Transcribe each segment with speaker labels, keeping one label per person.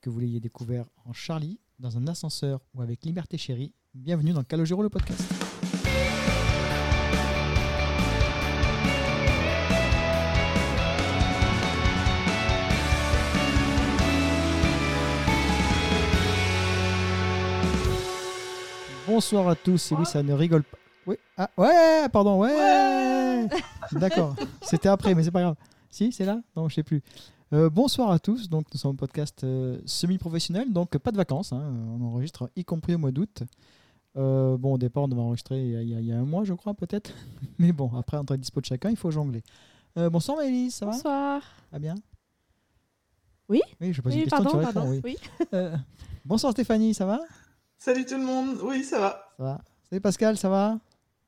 Speaker 1: que vous l'ayez découvert en Charlie, dans un ascenseur ou avec Liberté Chérie, bienvenue dans Calogero le podcast. Bonsoir à tous, et oui, ça ne rigole pas. Oui, ah, ouais, pardon, ouais, D'accord, c'était après, mais c'est pas grave. Si, c'est là Non, je sais plus. Euh, bonsoir à tous, donc nous sommes un podcast euh, semi-professionnel, donc pas de vacances, hein. on enregistre y compris au mois d'août. Euh, bon, au départ, on devait enregistrer il y a- il y, a, il y a un mois, je crois, peut-être. Mais bon, après, entre les dispo de chacun, il faut jongler. Euh, bonsoir Maëlys, ça va
Speaker 2: Bonsoir.
Speaker 1: Ah bien
Speaker 2: Oui
Speaker 1: Oui, je pose une
Speaker 2: Oui,
Speaker 1: question,
Speaker 2: pardon,
Speaker 1: tu réponds,
Speaker 2: pardon.
Speaker 1: oui.
Speaker 2: Oui.
Speaker 1: Euh, bonsoir Stéphanie, ça va
Speaker 3: Salut tout le monde, oui ça va.
Speaker 1: Ça va. Salut Pascal, ça va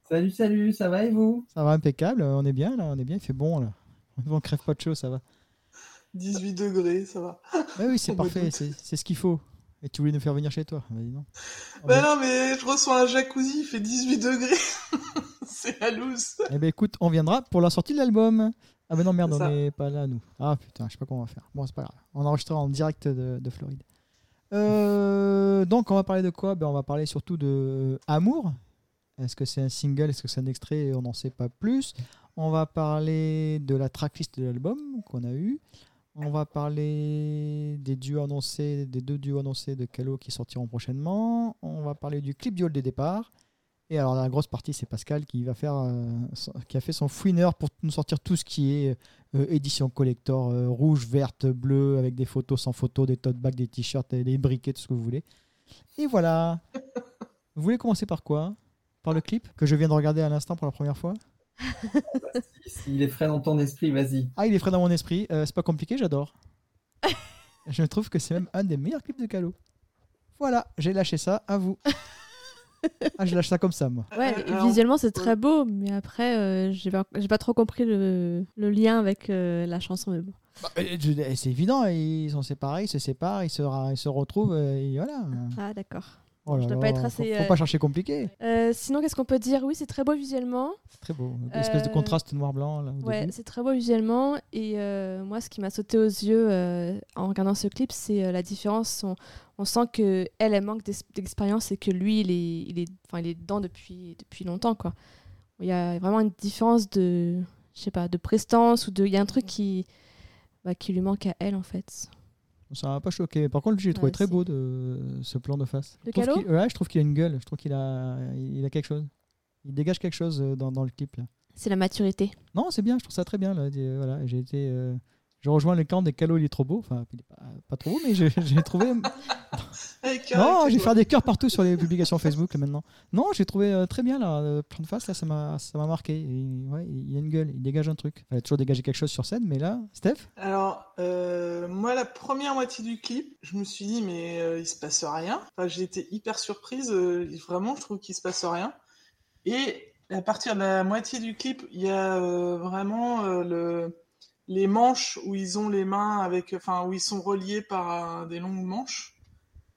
Speaker 4: Salut, salut, ça va et vous
Speaker 1: Ça va impeccable, euh, on est bien là, on est bien, il fait bon là. On crève pas de chaud, ça va.
Speaker 3: 18 degrés, ça va.
Speaker 1: Ah oui, c'est
Speaker 3: Au mois
Speaker 1: parfait,
Speaker 3: d'août.
Speaker 1: c'est c'est ce qu'il faut. Et tu voulais nous faire venir chez toi Vas-y, non. Ah
Speaker 3: Bah
Speaker 1: bon.
Speaker 3: non mais je reçois un jacuzzi, il fait 18 degrés. c'est la loose.
Speaker 1: Eh ben écoute, on viendra pour la sortie de l'album. Ah ben non, merde,
Speaker 3: C'est
Speaker 1: on
Speaker 3: ça.
Speaker 1: n'est pas là, nous. Ah putain, je sais pas comment on va faire. Bon, c'est pas grave. On enregistrera en direct de, de Floride. Euh, donc, on va parler de quoi ben, On va parler surtout de euh, Amour. Est-ce que c'est un single Est-ce que c'est un extrait On n'en sait pas plus. On va parler de la tracklist de l'album qu'on a eu. On va parler des duos annoncés, des deux duos annoncés de Calo qui sortiront prochainement. On va parler du clip du hall des départs. Et alors la grosse partie, c'est Pascal qui va faire, euh, son- qui a fait son fouineur pour nous sortir tout ce qui est euh, édition collector euh, rouge, verte, bleue, avec des photos, sans photos, des tote bags, des t-shirts, des- des briquets, tout ce que vous voulez. Et voilà. vous voulez commencer par quoi Par le clip que je viens de regarder à l'instant pour la première fois.
Speaker 4: S'il est frais dans ton esprit, vas-y.
Speaker 1: Ah, il est frais dans mon esprit. Euh, c'est pas compliqué, j'adore. je trouve que c'est même un des meilleurs clips de Calo. Voilà, j'ai lâché ça. À vous. ah, je lâche ça comme ça, moi.
Speaker 2: Ouais,
Speaker 3: Euh, alors,
Speaker 2: visuellement c'est très beau, mais après euh, j'ai pas, j'ai pas trop compris le, le lien avec euh, la chanson. Mais bon.
Speaker 1: Bah, euh, je- euh, C'est évident, ils sont séparés, ils se séparent, ils se, ra- ils se retrouvent, euh, et voilà.
Speaker 2: Ah d'accord.
Speaker 1: Oh
Speaker 2: je
Speaker 1: là
Speaker 2: dois pas
Speaker 1: là,
Speaker 2: être
Speaker 1: faut-
Speaker 2: assez,
Speaker 1: Faut,
Speaker 2: euh,
Speaker 1: pas chercher compliqué.
Speaker 2: Euh, sinon qu'est-ce qu'on peut dire Oui, c'est très beau visuellement.
Speaker 1: C'est très beau. Une espèce de
Speaker 2: euh,
Speaker 1: contraste noir-blanc, là, au
Speaker 2: Ouais,
Speaker 1: début.
Speaker 2: c'est très beau visuellement. Et euh, moi, ce qui m'a sauté aux yeux euh, en regardant ce clip, c'est euh, la différence. On, on sent que elle, elle manque d'ex- d'expérience et que lui, il est, il est, enfin, il est dedans depuis, depuis longtemps, quoi. Il y a vraiment une différence de, je sais pas, de prestance ou de, il y a un truc qui, bah, qui lui manque à elle, en fait.
Speaker 1: Ça m'a pas choqué. Par contre, j'ai trouvé
Speaker 2: Ouais,
Speaker 1: très
Speaker 2: si.
Speaker 1: beau de, ce plan de face.
Speaker 2: De
Speaker 1: Je trouve
Speaker 2: Calo
Speaker 1: qu'il- Ouais, je trouve qu'il a une gueule. Je trouve qu'il a, il a quelque chose. Il dégage quelque chose euh, dans, dans le clip, là.
Speaker 2: C'est la maturité.
Speaker 1: Non, c'est bien, je trouve ça très bien. Là. Des- Voilà, j'ai été, euh, je rejoins le camp des Calo, il est trop beau. Enfin, il est pas, pas trop beau, mais je- j'ai trouvé.
Speaker 3: Avec
Speaker 1: non,
Speaker 3: caractère,
Speaker 1: Oh, j'ai fait des cœurs partout sur les publications Facebook là, maintenant. Non, j'ai trouvé euh, très bien là, euh, plein de face là, ça m'a, ça m'a marqué. Et, ouais, il a une gueule, il dégage un truc. Il a toujours dégagé quelque chose sur scène, mais là, Steph,
Speaker 3: Alors, euh, moi, la première moitié du clip, je me suis dit, mais euh, il se passe rien. Enfin, j'ai été hyper surprise. euh, vraiment, je trouve qu'il se passe rien. Et à partir de la moitié du clip, il y a euh, vraiment euh, le, les manches où ils ont les mains avec, enfin, où ils sont reliés par euh, des longues manches.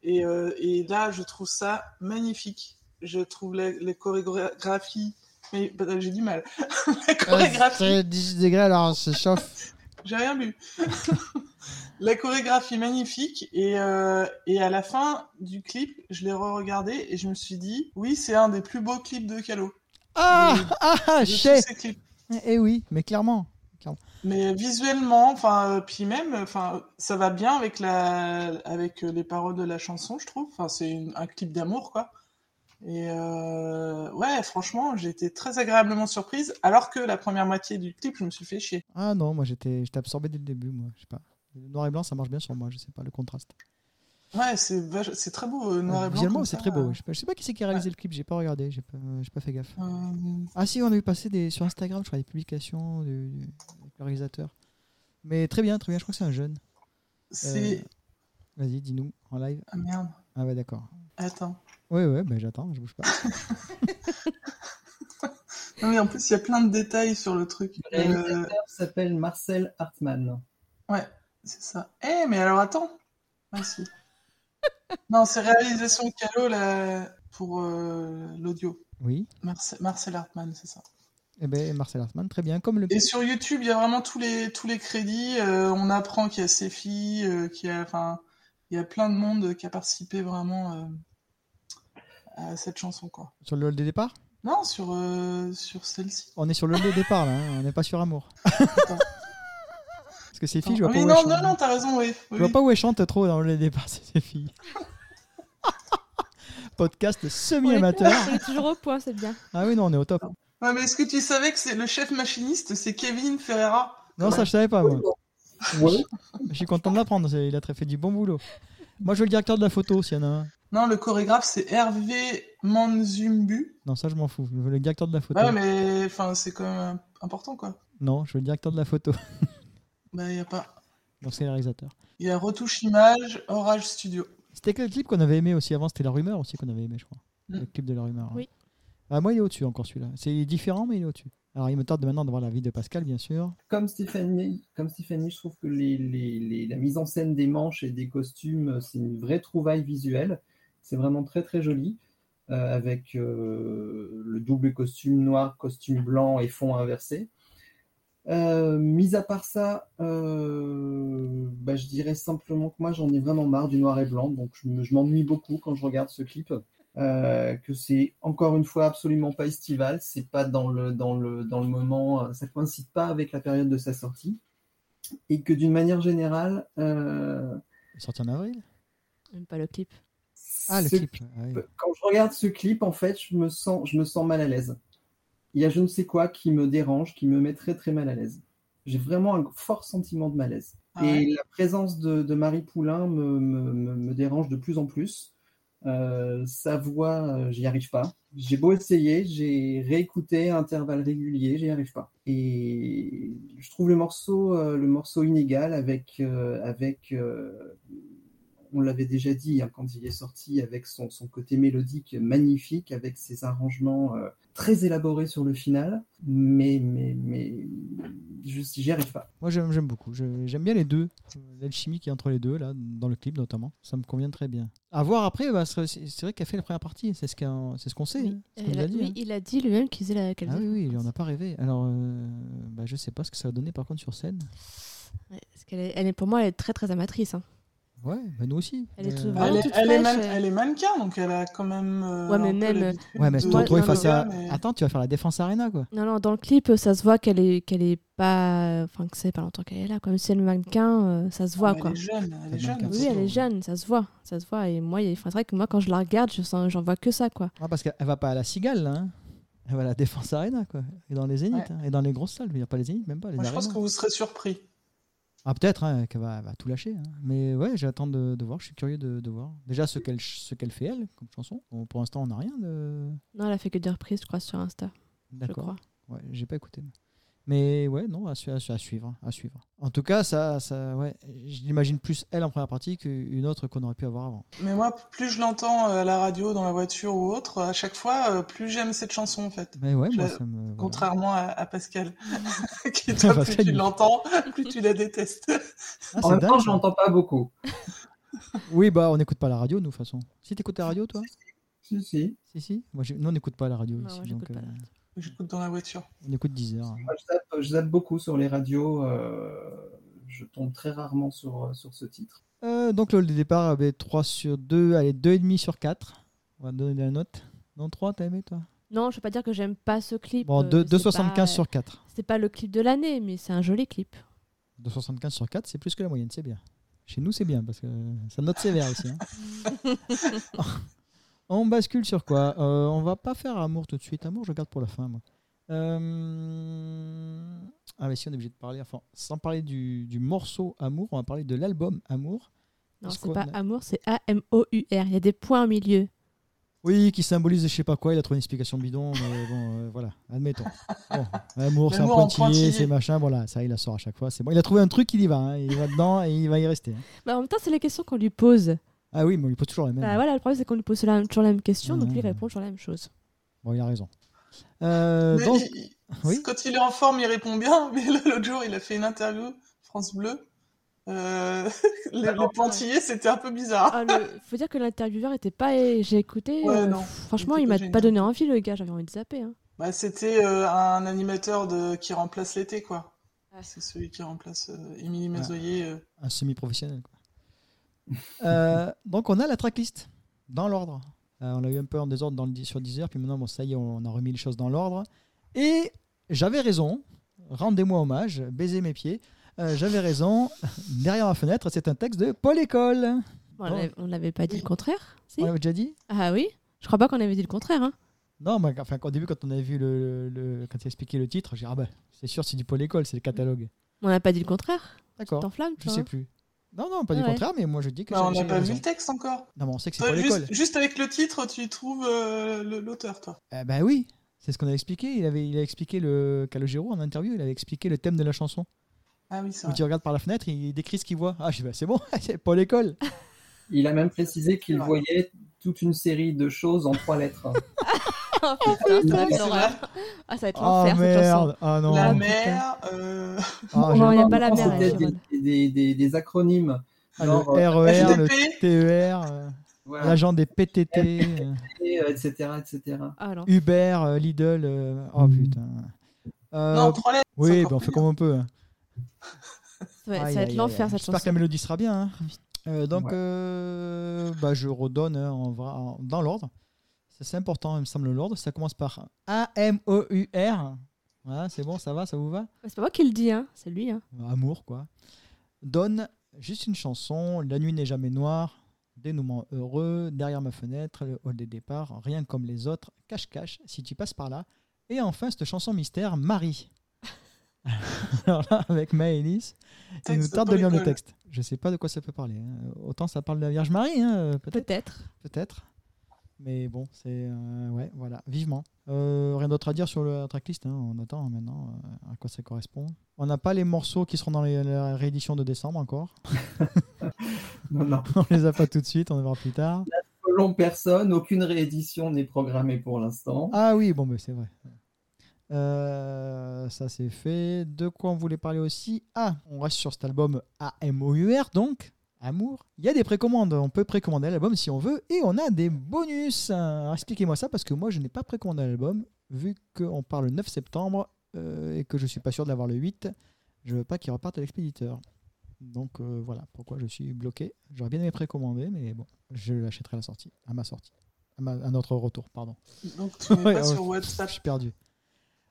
Speaker 3: Et, euh, et là, je trouve ça magnifique. Je trouve la- les chorégraphies. Mais bah, j'ai du mal. la chorégraphie.
Speaker 1: c'est 18 degrés, alors c'est chauffe.
Speaker 3: J'ai rien bu. la chorégraphie magnifique et, euh, et à la fin du clip, je l'ai re-regardé et je me suis dit, oui, c'est un des plus beaux clips de Calo.
Speaker 1: Ah,
Speaker 3: De-
Speaker 1: ah, ah,
Speaker 3: de tous
Speaker 1: chef.
Speaker 3: ces clips.
Speaker 1: Eh oui, mais clairement.
Speaker 3: Mais visuellement, enfin, euh, puis même, enfin, ça va bien avec la, avec euh, les paroles de la chanson, je trouve. Enfin, c'est une- un clip d'amour, quoi. Et euh, ouais, franchement, j'ai été très agréablement surprise, alors que la première moitié du clip, je me suis fait chier.
Speaker 1: Ah non, moi j'étais, j'étais absorbé dès le début, moi. Je sais pas. Le noir et blanc, ça marche bien sur moi, je sais pas le contraste.
Speaker 3: Ouais, c'est vache- c'est très beau, euh, noir et blanc.
Speaker 1: Visuellement,
Speaker 3: comme
Speaker 1: c'est
Speaker 3: ça.
Speaker 1: très beau. Je sais pas, je sais pas qui c'est qui a réalisé le clip, j'ai pas regardé, j'ai pas, j'ai pas fait gaffe.
Speaker 3: Euh,
Speaker 1: Ah si, on a eu passé des, sur Instagram, je crois, des publications du, du- avec le réalisateur. Mais très bien, très bien, je crois que c'est un jeune. Euh,
Speaker 3: C'est.
Speaker 1: Vas-y, dis-nous en live.
Speaker 3: Ah merde,
Speaker 1: Ah ouais, d'accord.
Speaker 3: attends.
Speaker 1: Ouais, ouais, ben j'attends, je bouge pas.
Speaker 3: Non, mais en plus, il y a plein de détails sur le truc.
Speaker 4: Le
Speaker 3: Euh,
Speaker 4: réalisateur s'appelle Marcel Hartmann.
Speaker 3: c'est ça. Eh, mais alors attends. Ah, si. non, c'est réalisation de Calo là, pour euh, l'audio.
Speaker 1: Oui,
Speaker 3: Marce- Marcel Hartmann, c'est ça.
Speaker 1: et ben Marcel Hartmann, très bien, comme le...
Speaker 3: Et sur YouTube, il y a vraiment tous les, tous les crédits. Euh, on apprend qu'il y a Sefi, euh, qu'il y a. Enfin, il y a plein de monde qui a participé vraiment euh, à cette chanson. quoi.
Speaker 1: Sur le hall des départs
Speaker 3: Non, sur, euh, sur celle-ci.
Speaker 1: On est sur le hall des départs là, hein, on n'est pas sur amour. Parce que ces filles, je vois
Speaker 3: oui,
Speaker 1: pas où
Speaker 3: non,
Speaker 1: elles
Speaker 3: non,
Speaker 1: chantent.
Speaker 3: non, t'as raison, oui. oui,
Speaker 1: Je vois
Speaker 3: oui.
Speaker 1: pas où elles chantent trop dans le hall des départs, ces filles. Podcast semi-amateur.
Speaker 2: On est toujours au point, c'est bien.
Speaker 1: Ah oui, non, on est au top.
Speaker 3: Ouais, mais est-ce que tu savais que c'est le chef machiniste, c'est Kevin Ferreira
Speaker 1: Non, ça, je savais pas, moi.
Speaker 4: Ouais.
Speaker 1: Je suis content de l'apprendre, c'est- il a très fait du bon boulot. Moi, je veux le directeur de la photo, s'il y en a un.
Speaker 3: Non, le chorégraphe, c'est Hervé Manzumbu.
Speaker 1: Non, ça, je m'en fous. Je veux le directeur de la photo.
Speaker 3: Bah ouais, mais enfin, c'est quand même important, quoi.
Speaker 1: Non, je veux le directeur de la photo.
Speaker 3: Bah, il y a pas.
Speaker 1: Donc, c'est le réalisateur.
Speaker 3: Il y a Retouche Image, Orage Studio.
Speaker 1: C'était quel clip qu'on avait aimé aussi avant C'était La Rumeur aussi qu'on avait aimé, je crois.
Speaker 3: Mm.
Speaker 1: Le clip de La Rumeur.
Speaker 2: Oui.
Speaker 1: Ah, moi, il est au-dessus encore celui-là. C'est différent, mais il est au-dessus. Alors, il me tarde maintenant de voir la vie de Pascal, bien sûr.
Speaker 4: Comme Stéphanie, comme Stéphanie, je trouve que les, les- les- la mise en scène des manches et des costumes, euh, c'est une vraie trouvaille visuelle. C'est vraiment très très joli, euh, avec euh, le double costume noir, costume blanc et fond inversé. Euh, mis à part ça, euh, bah, je dirais simplement que moi j'en ai vraiment marre du noir et blanc, donc je me- je m'ennuie beaucoup quand je regarde ce clip. Euh, que c'est encore une fois absolument pas estival, c'est pas dans le, dans le, dans le moment, euh, ça coïncide pas avec la période de sa sortie, et que d'une manière générale, euh,
Speaker 1: Il est sorti en avril.
Speaker 2: Même pas le clip.
Speaker 1: Ah, le
Speaker 4: ce-
Speaker 1: clip. ah oui.
Speaker 4: quand je regarde ce clip, en fait, je me sens, je me sens mal à l'aise. Il y a je ne sais quoi qui me dérange, qui me met très très mal à l'aise. J'ai vraiment un fort sentiment de malaise.
Speaker 3: Ah
Speaker 4: et
Speaker 3: ouais.
Speaker 4: la présence de, de Marie Poulain me, me- me- me dérange de plus en plus. Euh, sa voix, euh, j'y arrive pas. J'ai beau essayer, j'ai réécouté à intervalles réguliers, j'y arrive pas. Et je trouve le morceau, euh, le morceau inégal avec, euh, avec euh, on l'avait déjà dit hein, quand il est sorti, avec son, son côté mélodique magnifique, avec ses arrangements euh, très élaborés sur le final. Mais, mais, mais, je j'y arrive pas.
Speaker 1: Moi, j'aime j'aime beaucoup. Je- J'aime bien les deux. L'alchimie qui est entre les deux, là, dans le clip notamment. Ça me convient très bien. À voir après, bah, c'est c'est vrai qu'elle fait la première partie. C'est ce qu'on c'est ce qu'on sait.
Speaker 2: Oui,
Speaker 1: hein, ce
Speaker 2: elle
Speaker 1: qu'on nous
Speaker 2: a-
Speaker 1: a dit,
Speaker 2: oui,
Speaker 1: hein.
Speaker 2: il a dit lui-même qu'il faisait la qu'elle
Speaker 1: Ah
Speaker 2: faisait
Speaker 1: oui,
Speaker 2: la
Speaker 1: oui, il
Speaker 2: France.
Speaker 1: en a pas rêvé. Alors, euh, bah, je sais pas ce que ça va donner par contre sur scène.
Speaker 2: Ouais, parce qu'elle est, elle est- pour moi, elle est très très amatrice. hein.
Speaker 1: Ouais, bah, nous aussi.
Speaker 2: Elle est
Speaker 1: Euh,
Speaker 2: toute
Speaker 3: Elle
Speaker 2: vraiment
Speaker 3: est,
Speaker 2: toute
Speaker 3: elle est man-
Speaker 2: fraîche, euh.
Speaker 3: elle est mannequin, donc elle a quand même. euh,
Speaker 2: Ouais, mais
Speaker 3: un peu
Speaker 2: même,
Speaker 3: l'habitude
Speaker 1: Ouais, mais
Speaker 3: de-
Speaker 1: se
Speaker 2: Ouais,
Speaker 1: retrouver
Speaker 2: non,
Speaker 1: face
Speaker 3: de-
Speaker 1: à.
Speaker 3: mais-
Speaker 1: Attends, tu vas faire la défense arena quoi.
Speaker 2: Non, non, dans le clip, euh, ça se voit qu'elle est, qu'elle est pas. Enfin, que c'est pas longtemps qu'elle est là. Comme si elle mannequin, euh, ça se voit
Speaker 3: Ah, mais
Speaker 2: quoi.
Speaker 3: Elle est jeune, elle est
Speaker 1: manque
Speaker 3: jeune.
Speaker 1: un
Speaker 2: Oui, elle est jeune, ça se voit. Ça se voit. Et moi, il y a- enfin, c'est vrai que moi, quand je la regarde, je sens- j'en vois que ça quoi.
Speaker 1: Ah, parce qu'elle va pas à la cigale là. hein. Elle va à la défense arena quoi. Et dans les zéniths. hein. Et dans les grosses salles. Il n'y a pas les zéniths, même pas les
Speaker 3: Moi, je
Speaker 1: arénas.
Speaker 3: pense que vous serez surpris.
Speaker 1: Ah, peut-être hein, qu'elle va, elle va tout lâcher. hein. Mais ouais, j'attends de, de voir. Je suis curieux de, de voir. Déjà, ce qu'elle ch- ce qu'elle fait elle comme chanson. Bon, pour l'instant, on n'a rien de.
Speaker 2: Non, elle a fait que des reprises, je crois, sur Insta. Je
Speaker 1: D'accord.
Speaker 2: crois.
Speaker 1: Ouais, j'ai pas écouté. moi. Mais ouais, non, à, su- à su- à suivre, à suivre. En tout cas, ça, ça, ouais, je l'imagine plus elle en première partie qu'une autre qu'on aurait pu avoir avant.
Speaker 3: Mais moi, plus je l'entends euh, à la radio, dans la voiture ou autre, à chaque fois, euh, plus j'aime cette chanson en fait.
Speaker 1: Mais ouais,
Speaker 3: Je-
Speaker 1: moi, ça me. voilà.
Speaker 3: Contrairement à, à Pascal, qui toi, plus
Speaker 1: Pascal,
Speaker 3: tu
Speaker 1: il-
Speaker 3: l'entends, plus tu la détestes.
Speaker 1: Ah,
Speaker 4: en
Speaker 1: c'est
Speaker 4: même temps,
Speaker 1: dingue,
Speaker 4: je
Speaker 1: ça.
Speaker 4: l'entends pas beaucoup.
Speaker 1: Oui, bah, on n'écoute pas la radio, nous, de toute façon. Si t'écoutes la radio, toi
Speaker 4: Si, si.
Speaker 1: Si, si. Moi, j'ai- nous, on n'écoute pas la radio
Speaker 2: Non,
Speaker 1: ici.
Speaker 2: Bah, moi,
Speaker 1: donc,
Speaker 2: j'écoute pas la
Speaker 1: euh,
Speaker 2: radio.
Speaker 3: J'écoute dans la voiture.
Speaker 1: on écoute 10 heures.
Speaker 4: Moi, je zappe, je zappe beaucoup sur les radios. euh, je tombe très rarement sur, sur ce titre.
Speaker 1: Euh, donc, le hall de départ avait 3 sur 2, allez, 2,5 sur 4. On va donner la note. Non, 3, t'as aimé, toi
Speaker 2: Non, je peux pas dire que j'aime pas ce clip.
Speaker 1: Bon,
Speaker 2: euh,
Speaker 1: deux-
Speaker 2: c'est
Speaker 1: 2,75
Speaker 2: pas-
Speaker 1: sur 4.
Speaker 2: C'est pas le clip de l'année, mais c'est un joli clip.
Speaker 1: 2,75 sur 4, c'est plus que la moyenne, c'est bien. Chez nous, c'est bien, parce que ça note sévère aussi. hein. on bascule sur quoi Euh, On va pas faire amour tout de suite. Amour, je garde pour la fin, moi. Euh, Ah, mais si, on est obligé de parler. Enfin, sans parler du, du morceau Amour, on va parler de l'album Amour.
Speaker 2: Non,
Speaker 1: Parce
Speaker 2: c'est
Speaker 1: qu'on
Speaker 2: pas
Speaker 1: a-
Speaker 2: amour, c'est A-M-O-U-R. Il y a des points au milieu.
Speaker 1: Oui, qui symbolise je sais pas quoi. Il a trouvé une explication bidon, mais bon, euh, voilà, admettons. Bon, amour, c'est un
Speaker 3: L'amour en
Speaker 1: pointillé,
Speaker 3: pointillé.
Speaker 1: c'est machin. Voilà, ça, il la sort à chaque fois. C'est bon. Il a trouvé un truc, il y va. hein. Il va dedans et il va y rester. hein.
Speaker 2: Bah, en même temps, c'est les questions qu'on lui pose.
Speaker 1: Ah oui, mais on lui pose toujours la même.
Speaker 2: Bah, voilà, le problème, c'est qu'on lui pose la- toujours la même question, donc lui, il
Speaker 1: Ouais.
Speaker 2: répond toujours la même chose.
Speaker 1: Bon, il a raison. Euh,
Speaker 3: Mais
Speaker 1: donc,
Speaker 3: il- il-
Speaker 1: oui.
Speaker 3: Quand il est en forme, il répond bien. Mais là, l'autre jour, il a fait une interview, France Bleu. Euh, les, les plantillés, c'était un peu bizarre.
Speaker 2: Ah, le- Faut dire que l'intervieweur était pas. et J'ai écouté.
Speaker 3: Ouais,
Speaker 2: euh,
Speaker 3: non,
Speaker 2: Franchement,
Speaker 3: il
Speaker 2: il m'a
Speaker 3: était pas
Speaker 2: pas donné envie, le gars. J'avais envie de zapper. hein.
Speaker 3: Bah, c'était euh, un animateur de... qui remplace l'été, quoi.
Speaker 2: Ouais.
Speaker 3: C'est celui qui remplace euh, Émilie Mazoyer. euh.
Speaker 1: un semi-professionnel. quoi. Euh, donc on a la tracklist dans l'ordre. Euh, on l'a eu un peu en désordre dans le, dix- sur 10 heures, puis maintenant, bon, ça y est, on, on a remis les choses dans l'ordre. Et j'avais raison, rendez-moi hommage, baiser mes pieds. Euh, j'avais raison, derrière ma fenêtre, c'est un texte de Paul École.
Speaker 2: Bon, on l'avait- on l'avait pas dit le contraire si
Speaker 1: On l'avait déjà dit
Speaker 2: Ah oui Je crois pas qu'on avait dit le contraire. Hein.
Speaker 1: Non, mais enfin, au début, quand on avait vu le, le- quand il expliqué le titre, j'ai dit, ah ben, c'est sûr, c'est du Paul École, c'est le catalogue.
Speaker 2: On n'a pas dit le contraire.
Speaker 1: D'accord,
Speaker 2: T'enflammes,
Speaker 1: je
Speaker 2: toi. hein.
Speaker 1: sais plus. Non, non, pas du
Speaker 2: Ouais.
Speaker 1: contraire, mais moi je dis que
Speaker 3: Bah, on
Speaker 1: j'ai-
Speaker 3: n'a
Speaker 1: j'ai
Speaker 3: pas vu
Speaker 1: raison.
Speaker 3: le texte encore.
Speaker 1: Non, mais on sait que c'est
Speaker 3: Toi,
Speaker 1: Paul École.
Speaker 3: juste, juste avec le titre, tu trouves euh, le- l'auteur, toi.
Speaker 1: Eh ben oui, c'est ce qu'on a expliqué. Il avait, il a expliqué le Calogero en interview. Il avait expliqué le thème de la chanson.
Speaker 3: Ah oui, c'est
Speaker 1: Où
Speaker 3: vrai.
Speaker 1: tu regardes par la fenêtre, il décrit ce qu'il voit. Ah, je dis, bah, c'est bon, c'est pas l'école.
Speaker 4: Il a même précisé qu'il
Speaker 3: Ouais.
Speaker 4: voyait toute une série de choses en trois lettres.
Speaker 2: Ah, putain, ça va
Speaker 3: C'est
Speaker 2: être l'horreur.
Speaker 3: vrai.
Speaker 2: Ah, ça va être
Speaker 1: Oh
Speaker 2: l'enfer, cette chanson.
Speaker 1: merde, ah non.
Speaker 3: La
Speaker 1: putain.
Speaker 3: mer, euh,
Speaker 1: Ah,
Speaker 2: Non, il n'y a
Speaker 4: Non,
Speaker 2: pas la
Speaker 4: je pense
Speaker 2: mer.
Speaker 4: que
Speaker 2: elle,
Speaker 4: c'est peut-être
Speaker 2: Jérôme.
Speaker 4: des, des, des- des acronymes.
Speaker 1: j'ai- ah,
Speaker 4: Genre,
Speaker 1: le RER, le
Speaker 3: FDP. E
Speaker 1: TER, euh,
Speaker 4: Voilà,
Speaker 1: l'agent des PTT, euh,
Speaker 4: euh, etc. etc.
Speaker 2: Ah non.
Speaker 1: Uber, euh, Lidl. euh, Oh
Speaker 2: Hmm.
Speaker 1: putain. Euh,
Speaker 3: Non, trois lettres. c'est
Speaker 1: oui,
Speaker 3: encore
Speaker 1: bah, on fait
Speaker 3: pire.
Speaker 1: comme on peut. hein.
Speaker 2: Ça va, ça va
Speaker 1: Aïe, aïe,
Speaker 2: être
Speaker 1: aïe,
Speaker 2: l'enfer,
Speaker 1: aïe.
Speaker 2: cette
Speaker 1: J'espère que la
Speaker 2: chanson. Ah,
Speaker 1: mélodie sera bien. hein. Euh, donc,
Speaker 4: Ouais.
Speaker 1: euh, bah, je redonne hein, en vra- en- dans l'ordre. Ça, C'est important, il me semble, l'ordre. Ça commence par A-M-O-U-R. Voilà, c'est bon, ça va, ça vous va
Speaker 2: C'est pas moi qui le dis, hein. c'est lui. Hein.
Speaker 1: Amour, quoi. Donne juste une chanson. La nuit n'est jamais noire. Dénouement heureux. Derrière ma fenêtre. Le hall des départs. Rien comme les autres. Cache-cache, si tu passes par là. Et enfin, cette chanson mystère, Marie. Alors là, avec Maëlys, il nous
Speaker 3: Texte de
Speaker 1: tarde de lire le
Speaker 3: Paul École.
Speaker 1: texte. Je sais pas de quoi ça peut parler. hein. Autant ça parle de la Vierge Marie, hein, peut-être.
Speaker 2: Peut-être.
Speaker 1: Peut-être. Mais bon, c'est. euh, ouais, voilà, vivement. Euh, rien d'autre à dire sur la tracklist. hein, On attend maintenant euh, à quoi ça correspond. On n'a pas les morceaux qui seront dans les- la réédition de décembre encore.
Speaker 4: Non, non.
Speaker 1: on les a pas tout de suite, on les verra plus tard.
Speaker 4: Selon personne, aucune réédition n'est programmée pour l'instant.
Speaker 1: Ah oui, bon, mais c'est vrai. Euh, ça c'est fait. De quoi on voulait parler aussi Ah, on reste sur cet album AMOUR donc. Amour. Il y a des précommandes. On peut précommander l'album si on veut et on a des bonus. Alors, Expliquez-moi ça parce que moi je n'ai pas précommandé l'album vu qu'on part le 9 septembre euh, et que je suis pas sûr de l'avoir le 8. Je veux pas qu'il reparte à l'expéditeur. Donc euh, voilà pourquoi je suis bloqué. J'aurais bien aimé précommander mais bon, je l'achèterai à la sortie, à ma sortie, à, ma- à notre retour, pardon.
Speaker 3: Donc, tu n'es
Speaker 1: Ouais,
Speaker 3: pas
Speaker 1: ouais.
Speaker 3: sur WhatsApp.
Speaker 1: Je suis perdu.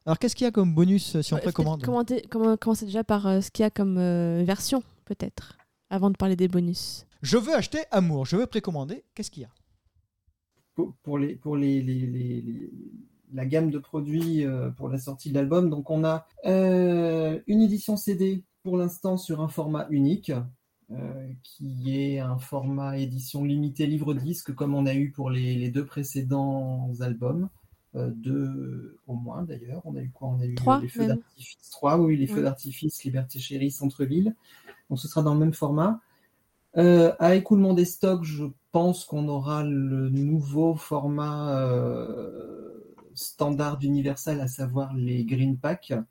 Speaker 1: Alors, qu'est-ce qu'il y a comme bonus euh, si on
Speaker 2: Ouais,
Speaker 1: précommande
Speaker 2: peut-être commenter- comment- Commencer déjà par euh, ce qu'il y a comme euh, version, peut-être, avant de parler des bonus.
Speaker 1: Je veux acheter Amour, je veux précommander. Qu'est-ce qu'il y a
Speaker 4: Pour, pour les, pour les, les- les- les- la gamme de produits euh, pour la sortie de l'album, donc on a euh, une édition CD pour l'instant sur un format unique, euh, qui est un format édition limitée livre-disque, comme on a eu pour les, les deux précédents albums. euh, deux au moins d'ailleurs. On a eu quoi On a eu
Speaker 2: Trois,
Speaker 4: les feux
Speaker 2: même.
Speaker 4: d'artifice. Trois, oui, les feux
Speaker 2: Ouais.
Speaker 4: d'artifice, Liberté Chérie, Centre-Ville. Donc ce sera dans le même format. Euh, à écoulement des stocks, je pense qu'on aura le nouveau format euh, standard d'Universal, à savoir les Green Pack, hein,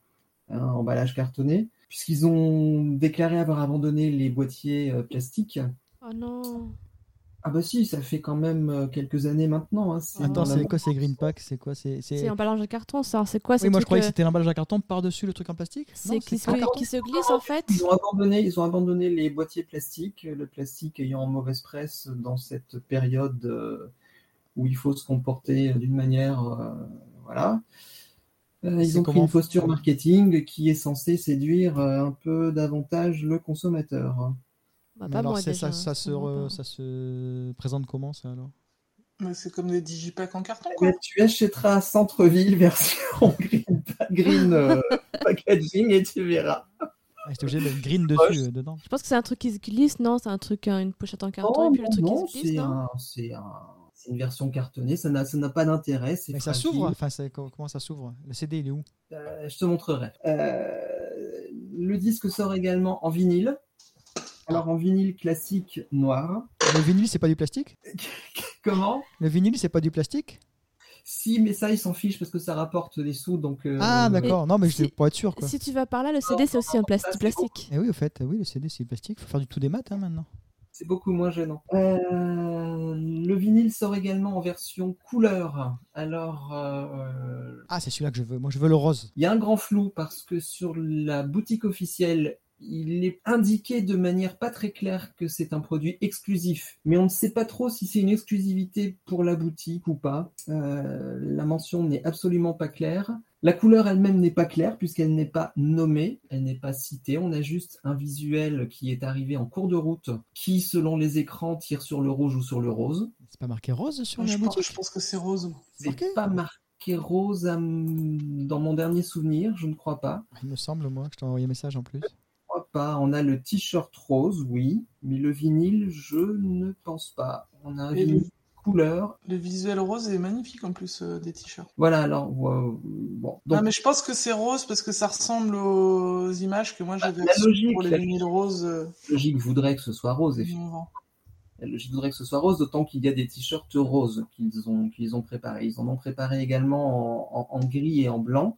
Speaker 4: emballage cartonné, puisqu'ils ont déclaré avoir abandonné les boîtiers euh, plastiques.
Speaker 2: Oh non.
Speaker 4: Ah bah si, ça fait quand même euh, quelques années maintenant. hein, c'est
Speaker 1: Attends,
Speaker 4: dans la
Speaker 1: c'est quoi ces Green Pack C'est quoi C'est. c'est-
Speaker 2: C'est emballage de carton, ça. C'est quoi ce
Speaker 1: Oui, moi je
Speaker 2: truc,
Speaker 1: croyais
Speaker 2: euh,
Speaker 1: que c'était l'emballage à carton par-dessus le truc en plastique.
Speaker 2: C'est qui,
Speaker 1: en
Speaker 2: se-
Speaker 1: carton.
Speaker 2: qui se glisse en fait
Speaker 4: Ils ont abandonné, ils ont abandonné les boîtiers plastiques, le plastique ayant mauvaise presse dans cette période euh, où il faut se comporter d'une manière, euh, voilà. Euh,
Speaker 1: C'est
Speaker 4: ils ont pris
Speaker 1: comment-
Speaker 4: une posture marketing qui est censée séduire euh, un peu davantage le consommateur.
Speaker 2: Bah,
Speaker 1: Mais
Speaker 2: pas
Speaker 1: alors,
Speaker 2: moi,
Speaker 1: c'est- ça,
Speaker 2: déjà,
Speaker 1: ça
Speaker 2: hein,
Speaker 1: se,
Speaker 2: sûrement
Speaker 1: re-
Speaker 2: pas.
Speaker 1: ça se présente comment ça alors
Speaker 3: Mais c'est comme des digipacks en carton, quoi.
Speaker 4: Mais tu achèteras Centre-Ville version green, green, euh, packaging et tu verras.
Speaker 1: ah, J'étais obligé de mettre green
Speaker 4: Ouais,
Speaker 1: dessus, euh, dedans.
Speaker 2: Je pense que c'est un truc qui se glisse, non C'est un truc, hein, une pochette en carton,
Speaker 4: Non,
Speaker 2: et puis le
Speaker 4: non,
Speaker 2: truc
Speaker 4: Oh,
Speaker 2: qui
Speaker 4: non,
Speaker 2: se glisse,
Speaker 4: c'est
Speaker 2: non
Speaker 4: un- c'est un- c'est une version cartonnée, ça n'a ça n'a pas d'intérêt. c'est
Speaker 1: Mais ça
Speaker 4: fragile.
Speaker 1: s'ouvre Enfin, c'est- co- comment ça s'ouvre Le CD, il est où
Speaker 4: Euh, je te montrerai. Euh, le disque sort également en vinyle. Alors en vinyle classique noir.
Speaker 1: Le vinyle, c'est pas du plastique
Speaker 4: Comment
Speaker 1: Le vinyle, c'est pas du plastique
Speaker 4: Si, mais ça, ils s'en fichent parce que ça rapporte des sous. Donc, euh,
Speaker 1: Ah, d'accord. Non, mais je
Speaker 2: si-
Speaker 1: pour être sûr quoi.
Speaker 2: Si tu vas par là, le CD, c'est aussi un plas-
Speaker 4: ça,
Speaker 2: du
Speaker 4: c'est
Speaker 2: plastique.
Speaker 1: Eh oui, au fait, oui, le CD, c'est du plastique. Faut faire du tout des maths hein, maintenant.
Speaker 4: C'est beaucoup moins gênant. Euh, le vinyle sort également en version couleur. Alors, euh,
Speaker 1: Ah, c'est celui-là que je veux. Moi, je veux le rose.
Speaker 4: il y a un grand flou parce que sur la boutique officielle il est indiqué de manière pas très claire que c'est un produit exclusif, mais on ne sait pas trop si c'est une exclusivité pour la boutique ou pas. Euh, la mention n'est absolument pas claire. La couleur elle-même n'est pas claire puisqu'elle n'est pas nommée, elle n'est pas citée. On a juste un visuel qui est arrivé en cours de route, qui selon les écrans tire sur le rouge ou sur le rose.
Speaker 1: C'est pas marqué rose sur
Speaker 3: je,
Speaker 1: la
Speaker 3: pense,
Speaker 1: boutique
Speaker 3: je pense que c'est rose.
Speaker 4: C'est
Speaker 1: Ok.
Speaker 4: pas marqué rose à m- dans mon dernier souvenir, je ne crois pas.
Speaker 1: Il me semble, moi, que je t'ai envoyé un message en plus.
Speaker 4: crois pas. On a le t-shirt rose, oui, mais le vinyle, je ne pense pas. On a un
Speaker 3: Et le-
Speaker 4: vinyle couleur.
Speaker 3: Le visuel rose est magnifique en plus euh, des t-shirts.
Speaker 4: Voilà, alors, wow, bon.
Speaker 3: Non,
Speaker 4: Donc,
Speaker 3: Ah, mais je pense que c'est rose parce que ça ressemble aux images que moi
Speaker 1: Ah,
Speaker 3: j'avais
Speaker 4: la
Speaker 3: reçues
Speaker 4: logique,
Speaker 3: pour les
Speaker 4: la-
Speaker 3: vinyles roses euh,
Speaker 4: la logique voudrait que ce soit rose,
Speaker 3: du
Speaker 4: effectivement.
Speaker 3: Mouvant.
Speaker 4: La logique voudrait que ce soit rose, d'autant qu'il y a des t-shirts roses qu'ils ont, qu'ils ont préparés. Ils en ont préparé également en, en- en gris et en blanc.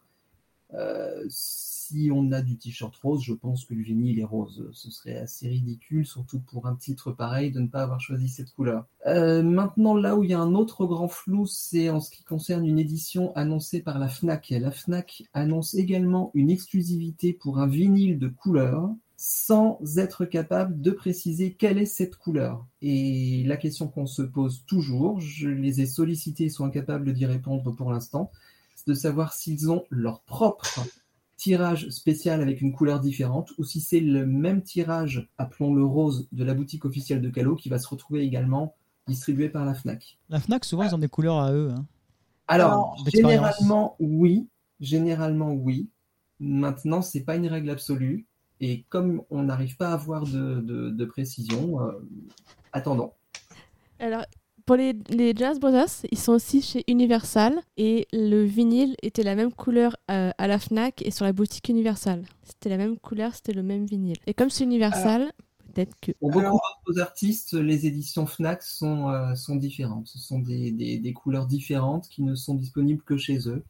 Speaker 4: Euh, si on a du t-shirt rose, je pense que le vinyle est rose. Ce serait assez ridicule, surtout pour un titre pareil, de ne pas avoir choisi cette couleur. Euh, maintenant, là où il y a un autre grand flou, c'est en ce qui concerne une édition annoncée par la FNAC. La FNAC annonce également une exclusivité pour un vinyle de couleur sans être capable de préciser quelle est cette couleur. Et la question qu'on se pose toujours, je les ai sollicités, ils sont incapables d'y répondre pour l'instant, c'est de savoir s'ils ont leur propre tirage spécial avec une couleur différente ou si c'est le même tirage, appelons le rose, de la boutique officielle de Calo qui va se retrouver également distribué par la FNAC.
Speaker 1: La Fnac, souvent, ils ont des couleurs à eux. hein.
Speaker 4: Alors,
Speaker 1: Alors, d'expérience.
Speaker 4: généralement, oui. Généralement, oui. Maintenant, c'est pas une règle absolue. Et comme on n'arrive pas à avoir de, de- de précision, euh, attendons.
Speaker 2: Alors, pour les, les Jonas Brothers, ils sont aussi chez Universal et le vinyle était la même couleur euh, à la Fnac et sur la boutique Universal. C'était la même couleur, c'était le même vinyle. Et comme c'est Universal, peut-être que.
Speaker 4: Pour beaucoup
Speaker 3: Alors-
Speaker 4: d'autres artistes, les éditions FNAC sont, euh, sont différentes. Ce sont des, des- des couleurs différentes qui ne sont disponibles que chez eux.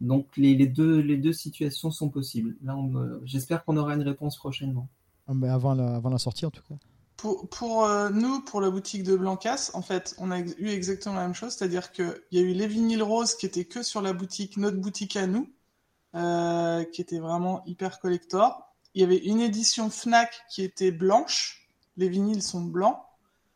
Speaker 4: Donc les, les deux, les deux situations sont possibles. Là, on me- j'espère qu'on aura une réponse prochainement.
Speaker 1: Ah, mais avant, la, avant la sortie, en tout cas.
Speaker 3: Pour, pour euh, nous, pour la boutique de Blancas, en fait, on a ex- eu exactement la même chose, c'est-à-dire qu'il y a eu les vinyles roses qui étaient que sur la boutique, notre boutique à nous, euh, qui était vraiment hyper collector. Il y avait une édition Fnac qui était blanche, les vinyles sont blancs,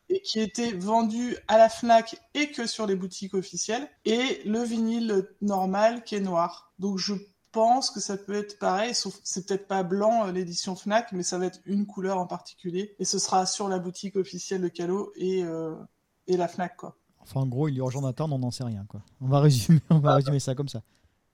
Speaker 3: et qui était vendu à la Fnac et que sur les boutiques officielles, et le vinyle normal qui est noir. Donc je pense que ça peut être pareil, sauf que c'est peut-être pas blanc euh, l'édition Fnac, mais ça va être une couleur en particulier, et ce sera sur la boutique officielle de Calo et, euh, et la Fnac quoi.
Speaker 1: Enfin, en gros, il est urgent d'attendre, on n'en sait rien. Quoi. On va résumer, on va résumer ça comme ça.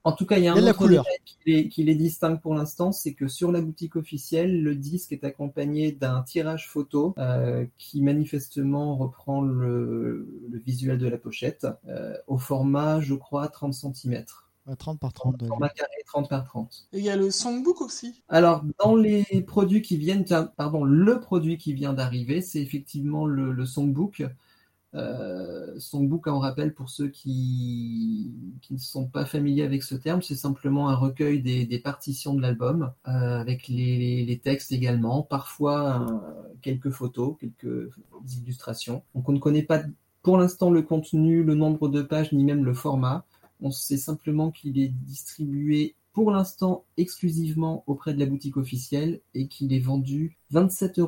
Speaker 4: En tout cas, il y a
Speaker 1: Il y a
Speaker 4: un
Speaker 1: de la
Speaker 4: autre
Speaker 1: couleur.
Speaker 4: détail qui les, qui les distingue pour l'instant, c'est que sur la boutique officielle, le disque est accompagné d'un tirage photo euh, qui manifestement reprend le, le visuel de la pochette euh, au format, je crois, 30 cm.
Speaker 1: Ouais, 30 Euh, par 30. ouais.
Speaker 4: Format carré 30 par 30.
Speaker 3: Et il y a le songbook aussi.
Speaker 4: Alors, dans les produits qui viennent, tiens, pardon, le produit qui vient d'arriver, c'est effectivement le, le songbook. Euh, songbook, on rappelle pour ceux qui, qui ne sont pas familiers avec ce terme, c'est simplement un recueil des, des partitions de l'album, euh, avec les, les textes également, parfois euh, quelques photos, quelques illustrations. Donc on ne connaît pas pour l'instant le contenu, le nombre de pages, ni même le format. On sait simplement qu'il est distribué pour l'instant exclusivement auprès de la boutique officielle et qu'il est vendu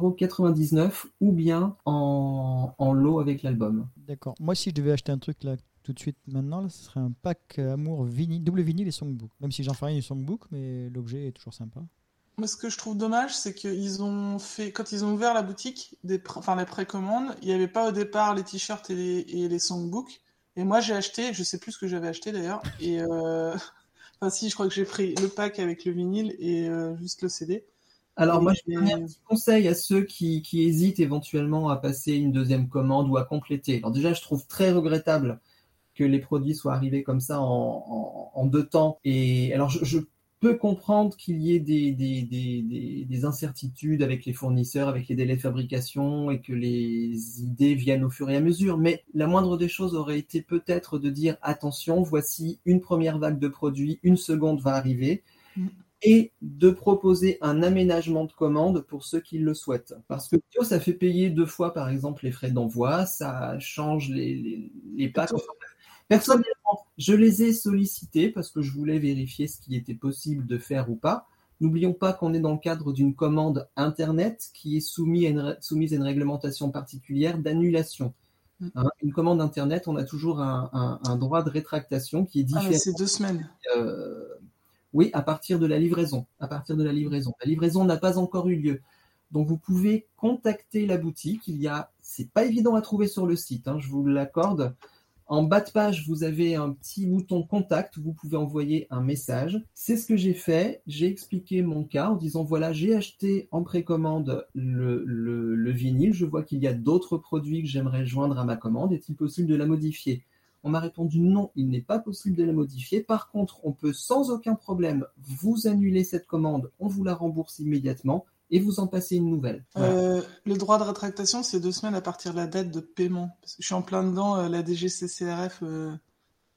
Speaker 4: 27,99€ ou bien en, en lot avec l'album.
Speaker 1: D'accord. Moi, si je devais acheter un truc là tout de suite maintenant, là, ce serait un pack euh, amour vinyle, double vinyle et songbook. Même si j'en ferai une songbook, mais l'objet est toujours sympa.
Speaker 3: Moi, ce que je trouve dommage, c'est qu'ils ont fait, quand ils ont ouvert la boutique, des pré- enfin, les précommandes, il n'y avait pas au départ les t-shirts et les, et les songbooks. Et moi, j'ai acheté, je sais plus ce que j'avais acheté d'ailleurs. Et euh, enfin, si, je crois que j'ai pris le pack avec le vinyle et euh, juste le CD.
Speaker 4: Alors moi, je
Speaker 3: Et-
Speaker 4: donne un petit conseil à ceux qui, qui hésitent éventuellement à passer une deuxième commande ou à compléter. Alors déjà, je trouve très regrettable que les produits soient arrivés comme ça en, en- en deux temps. Et alors, je, je peux comprendre qu'il y ait des, des- des- des- des incertitudes avec les fournisseurs, avec les délais de fabrication et que les idées viennent au fur et à mesure. Mais la moindre des choses aurait été peut-être de dire attention, voici une première vague de produits, une seconde va arriver et de proposer un aménagement de commande pour ceux qui le souhaitent. Parce que Pio, ça fait payer deux fois, par exemple, les frais d'envoi, ça change les, les, les packs.
Speaker 3: Toi-
Speaker 4: Personnellement, je les ai sollicités parce que je voulais vérifier ce qui était possible de faire ou pas. N'oublions pas qu'on est dans le cadre d'une commande Internet qui est soumise à une, ré- soumise à une réglementation particulière d'annulation.
Speaker 3: Mm.
Speaker 4: Hein, une commande Internet, on a toujours un, un- un droit de rétractation qui est
Speaker 3: Ah, mais
Speaker 4: différent.
Speaker 3: c'est deux semaines.
Speaker 4: euh, oui, à partir de la livraison. À partir de la livraison. La livraison n'a pas encore eu lieu. Donc vous pouvez contacter la boutique. Il y a, c'est pas évident à trouver sur le site. hein, je vous l'accorde. En bas de page, vous avez un petit bouton contact. Vous pouvez envoyer un message. C'est ce que j'ai fait. J'ai expliqué mon cas en disant voilà, j'ai acheté en précommande le, le- le vinyle. Je vois qu'il y a d'autres produits que j'aimerais joindre à ma commande. Est-il possible de la modifier on m'a répondu non, il n'est pas possible de la modifier. Par contre, on peut sans aucun problème vous annuler cette commande, on vous la rembourse immédiatement et vous en passez une nouvelle. Voilà.
Speaker 3: Euh, le droit de rétractation, c'est deux semaines à partir de la date de paiement. Parce que je suis en plein dedans, euh, la DGCCRF, euh,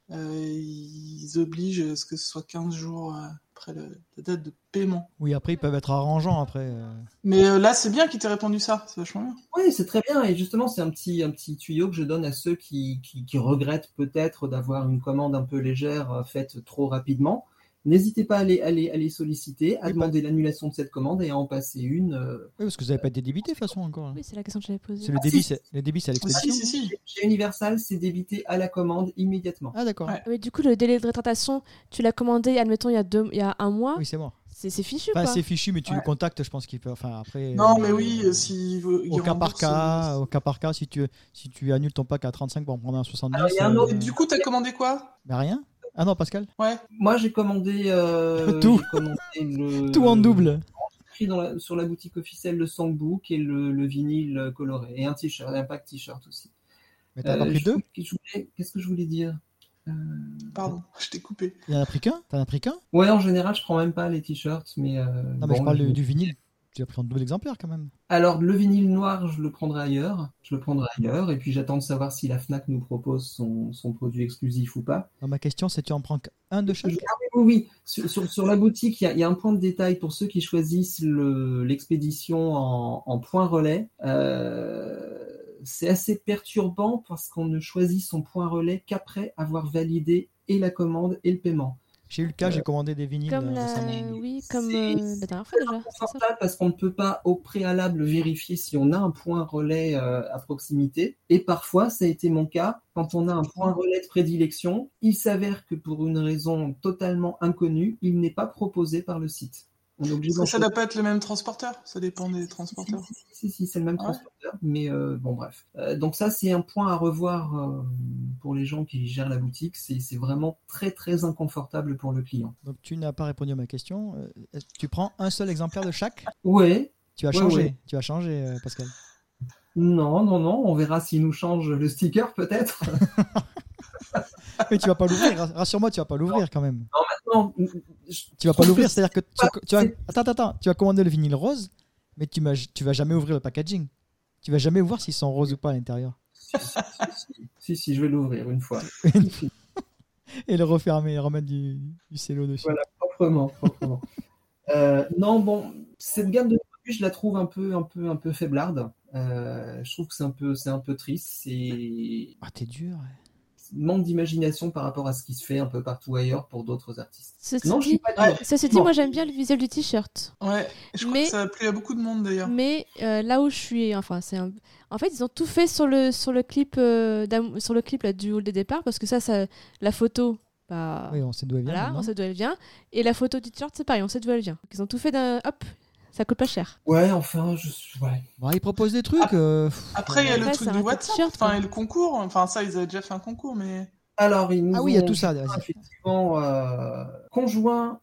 Speaker 3: euh, ils obligent à ce que ce soit 15 jours euh, après le- la date de paiement.
Speaker 1: Oui, après, ils peuvent être arrangeants après. euh.
Speaker 3: Mais euh, là, c'est bien qu'il t'ait répondu ça, c'est vachement bien.
Speaker 4: Oui, c'est très bien. Et justement, c'est un petit, un petit tuyau que je donne à ceux qui, qui- qui regrettent peut-être d'avoir une commande un peu légère euh, faite trop rapidement. N'hésitez pas à les, à les- à les solliciter, à
Speaker 1: Et pas-
Speaker 4: demander l'annulation de cette commande et à en passer une. euh,
Speaker 1: Oui, parce que vous n'avez pas été débité de toute façon encore. hein.
Speaker 2: Oui, c'est la question que j'avais
Speaker 1: C'est
Speaker 2: posée.
Speaker 1: le
Speaker 4: Ah, si,
Speaker 1: débit,
Speaker 4: si.
Speaker 1: c'est le débit, c'est à
Speaker 3: Ah, si,
Speaker 1: l'expédition.
Speaker 3: si, si.
Speaker 4: Chez Universal, c'est débité à la commande immédiatement.
Speaker 1: Ah d'accord.
Speaker 3: Ouais.
Speaker 2: Ah oui, du coup, le délai de rétractation, tu l'as commandé, admettons, il y a, deux, il y a un mois,
Speaker 1: Oui, c'est mort.
Speaker 2: c'est c'est fichu
Speaker 1: Enfin,
Speaker 2: quoi.
Speaker 1: c'est fichu, mais tu le
Speaker 3: Ouais.
Speaker 1: contactes, je pense qu'il peut. Enfin après.
Speaker 3: Non,
Speaker 1: euh,
Speaker 3: mais oui, euh, s'il veut. il
Speaker 1: Au cas par
Speaker 3: rembourse,
Speaker 1: cas,
Speaker 3: euh,
Speaker 1: au cas par cas, si tu si tu annules ton pack à 35 pour en prendre un à 70.
Speaker 3: Ah,
Speaker 4: Alors, il y a un autre-
Speaker 1: euh,
Speaker 3: Du coup, t'as commandé quoi
Speaker 1: bah, rien. Ah non, Pascal.
Speaker 3: Ouais.
Speaker 4: Moi, j'ai commandé, euh,
Speaker 1: Tout.
Speaker 4: j'ai commandé le-
Speaker 1: Tout en double.
Speaker 4: pris dans la- sur la boutique officielle le songbook et le, le vinyle coloré et un t-shirt, un pack t-shirt aussi.
Speaker 1: Mais t'en as
Speaker 4: Euh,
Speaker 1: pas pris
Speaker 4: je-
Speaker 1: deux
Speaker 4: je voulais- Qu'est-ce que je voulais dire Euh,
Speaker 3: Pardon, je t'ai coupé.
Speaker 1: Il y en a pris qu'un T'en as pris qu'un
Speaker 4: Ouais, en général, je prends même pas les t-shirts, mais. euh,
Speaker 1: Non, mais
Speaker 4: bon,
Speaker 1: je parle
Speaker 4: je-
Speaker 1: du, du vinyle. Tu as pris en double exemplaire quand même.
Speaker 4: Alors, le vinyle noir, je le prendrai ailleurs. Je le prendrai ailleurs, et puis j'attends de savoir si la Fnac nous propose son, son produit exclusif ou pas.
Speaker 1: Non, ma question, c'est tu en prends qu'un de chaque
Speaker 4: Je- ah oui, oui, oui. Sur, sur- sur la boutique, il y a- il y, a un point de détail pour ceux qui choisissent le- l'expédition en, en point relais. Euh, c'est assez perturbant parce qu'on ne choisit son point relais qu'après avoir validé et la commande et le paiement.
Speaker 1: J'ai eu le cas, j'ai commandé des vinyles.
Speaker 2: Comme
Speaker 1: euh,
Speaker 2: la...
Speaker 1: récemment.
Speaker 2: Oui, comme
Speaker 4: C'est-
Speaker 2: euh, la dernière fois déjà. c'est ça
Speaker 4: Confortable parce qu'on ne peut pas au préalable vérifier si on a un point relais euh, à proximité. Et parfois, ça a été mon cas, quand on a un point relais de prédilection, il s'avère que pour une raison totalement inconnue, il n'est pas proposé par le site. On est obligé
Speaker 3: Parce
Speaker 4: d'en
Speaker 3: que ça doit pas être le même transporteur, ça dépend des transporteurs.
Speaker 4: si, si, si, si, c'est le même
Speaker 3: Ah ouais.
Speaker 4: transporteur, mais euh, bon, bref. Euh, donc, ça, c'est un point à revoir euh, pour les gens qui gèrent la boutique. C'est c'est vraiment très, très inconfortable pour le client.
Speaker 1: Donc tu n'as pas répondu à ma question. Euh, est-ce que Tu prends un seul exemplaire de chaque
Speaker 4: Ouais,
Speaker 1: Tu as
Speaker 4: Ouais,
Speaker 1: changé.
Speaker 4: ouais.
Speaker 1: Tu as changé, euh, Pascal.
Speaker 4: non, non, non, on verra s'il nous change le sticker, peut-être.
Speaker 1: Mais tu vas pas l'ouvrir. ra- Rassure-moi, tu vas pas l'ouvrir quand même.
Speaker 4: Non, je-
Speaker 1: Tu vas pas
Speaker 4: trouve
Speaker 1: l'ouvrir,
Speaker 4: que
Speaker 1: c'est-à-dire que tu, tu vas...
Speaker 4: c'est-
Speaker 1: Attends, attends, attends. Tu vas commander le vinyle rose, mais tu, m'as- tu vas jamais ouvrir le packaging. Tu vas jamais voir s'ils sont roses ou pas à l'intérieur.
Speaker 4: Si, si, je vais l'ouvrir une fois.
Speaker 1: Et le refermer, et remettre du, du cello dessus.
Speaker 4: Voilà. proprement, proprement. Euh, non, bon, cette gamme de produits, je la trouve un peu, un peu, un peu faiblarde. Euh, je trouve que c'est un peu, c'est un peu triste. C'est
Speaker 1: Ah, t'es dur.
Speaker 4: manque d'imagination par rapport à ce qui se fait un peu partout ailleurs pour d'autres artistes.
Speaker 2: Ceci
Speaker 4: Non, je suis
Speaker 2: dit,
Speaker 4: pas
Speaker 3: Ouais.
Speaker 4: dur.
Speaker 2: ceci dit,
Speaker 4: Non.
Speaker 2: moi j'aime bien le visuel du t-shirt.
Speaker 3: Ouais, je crois
Speaker 2: Mais-
Speaker 3: que ça a plu à beaucoup de monde d'ailleurs.
Speaker 2: Mais euh, là où je suis, enfin, c'est un- en fait ils ont tout fait sur le sur le clip euh, d'Am- sur le clip là, du hall des départs parce que ça, ça la photo, bah,
Speaker 1: Oui, on sait d'où elle vient.
Speaker 2: voilà,
Speaker 1: maintenant.
Speaker 2: on sait d'où elle vient et la photo du t-shirt c'est pareil, on sait d'où elle vient. Donc, Ils ont tout fait d'un hop, ça coûte pas cher.
Speaker 4: Ouais, enfin, je suis. Ouais.
Speaker 1: Bah, ils proposent des trucs. euh, pff,
Speaker 3: Après, il y a
Speaker 1: euh,
Speaker 3: le
Speaker 2: Après,
Speaker 3: truc
Speaker 2: ça
Speaker 3: du
Speaker 2: reste un
Speaker 3: WhatsApp,
Speaker 2: t-shirt, hein.
Speaker 3: enfin,
Speaker 2: quoi.
Speaker 3: et le concours. Enfin, ça, ils avaient déjà fait un concours, mais.
Speaker 4: Alors, ils nous
Speaker 1: Ah oui, il y a
Speaker 4: ont-
Speaker 1: tout ça. vas-y.
Speaker 4: effectivement euh, conjoint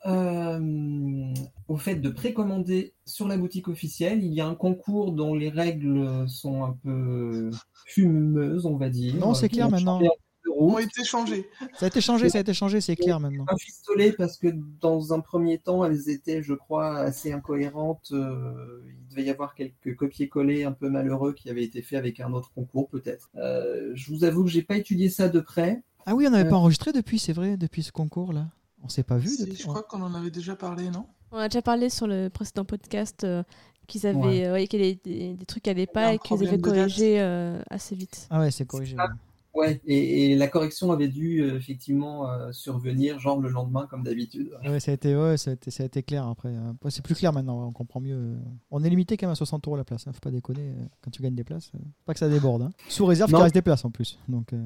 Speaker 4: euh, au fait de précommander sur la boutique officielle. Il y a un concours dont les règles sont un peu fumeuses, on va dire.
Speaker 1: Non, c'est
Speaker 4: Qui
Speaker 1: clair
Speaker 4: ont
Speaker 1: maintenant.
Speaker 4: changé en cours de route.
Speaker 3: ont été changés.
Speaker 1: Ça a été changé, ça a été changé, c'est clair maintenant.
Speaker 4: Un pistolet parce que dans un premier temps, elles étaient, je crois, assez incohérentes. Euh, il devait y avoir quelques copier-coller un peu malheureux qui avaient été faits avec un autre concours, peut-être. Euh, je vous avoue que j'ai pas étudié ça de près.
Speaker 1: Ah oui, on n'avait
Speaker 4: Euh.
Speaker 1: pas enregistré depuis, c'est vrai, depuis ce concours-là. On s'est pas vu hein.
Speaker 3: Si,
Speaker 1: depuis.
Speaker 3: je crois qu'on en avait déjà parlé, non
Speaker 2: On a déjà parlé sur le précédent podcast euh, qu'ils avaient
Speaker 4: Ouais.
Speaker 2: euh, ouais, qu'il y avait des, des trucs qui allaient
Speaker 3: Il y a
Speaker 2: pas
Speaker 3: un
Speaker 2: et qu'ils
Speaker 3: problème
Speaker 2: avaient
Speaker 3: de date.
Speaker 2: corrigé euh, assez vite.
Speaker 1: Ah ouais, c'est corrigé.
Speaker 4: Ah.
Speaker 1: ouais.
Speaker 4: Ouais, et, et la correction avait dû euh, effectivement euh, survenir, genre le lendemain, comme d'habitude.
Speaker 1: Ouais, ça a été, ouais, ça a été, ça a été clair après. Euh, ouais, C'est plus clair maintenant, on comprend mieux. euh. On est limité quand même à 60 euros la place, hein, faut pas déconner. euh, Quand tu gagnes des places, euh, pas que ça déborde. hein. Sous réserve qu'il
Speaker 4: Non.
Speaker 1: reste des places en plus. Donc, euh,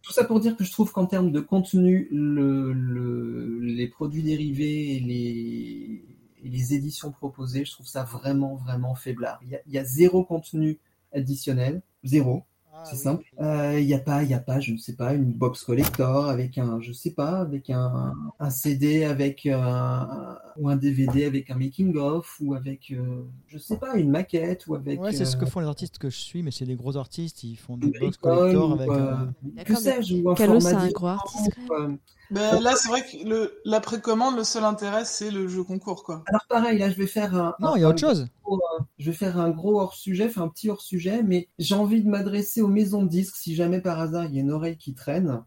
Speaker 4: Tout ça pour dire que je trouve qu'en termes de contenu, le- le- les produits dérivés et les, et les éditions proposées, je trouve ça vraiment, vraiment faiblard. Il y a, il y a zéro contenu additionnel, zéro.
Speaker 1: Ah
Speaker 4: C'est simple. Euh, Il n'y a pas, il y a pas, je ne sais pas, une box collector avec un, je sais pas, avec un, un CD avec un, ou un DVD avec un making of ou avec, euh, je sais pas, une maquette ou avec.
Speaker 1: Ouais, c'est ce
Speaker 4: euh,
Speaker 1: que font les artistes que je suis, mais c'est des gros artistes, ils font des
Speaker 4: une
Speaker 1: box
Speaker 4: icône
Speaker 1: collector
Speaker 4: ou,
Speaker 1: avec.
Speaker 4: euh,
Speaker 1: euh,
Speaker 4: que
Speaker 2: D'accord, mais
Speaker 4: sais-je, ou un
Speaker 2: Calo, c'est
Speaker 4: format
Speaker 2: un
Speaker 4: différent,
Speaker 2: gros artiste. quand même.
Speaker 4: ou, euh,
Speaker 3: Ben, là, c'est vrai que le, la précommande, le seul intérêt, c'est le jeu concours, quoi.
Speaker 4: Alors pareil, là je vais faire un,
Speaker 1: Non,
Speaker 4: un-
Speaker 1: il y a
Speaker 4: un
Speaker 1: autre chose.
Speaker 4: je vais faire un gros hors-sujet, enfin un petit hors-sujet, mais j'ai envie de m'adresser aux maisons de disques si jamais par hasard il y a une oreille qui traîne.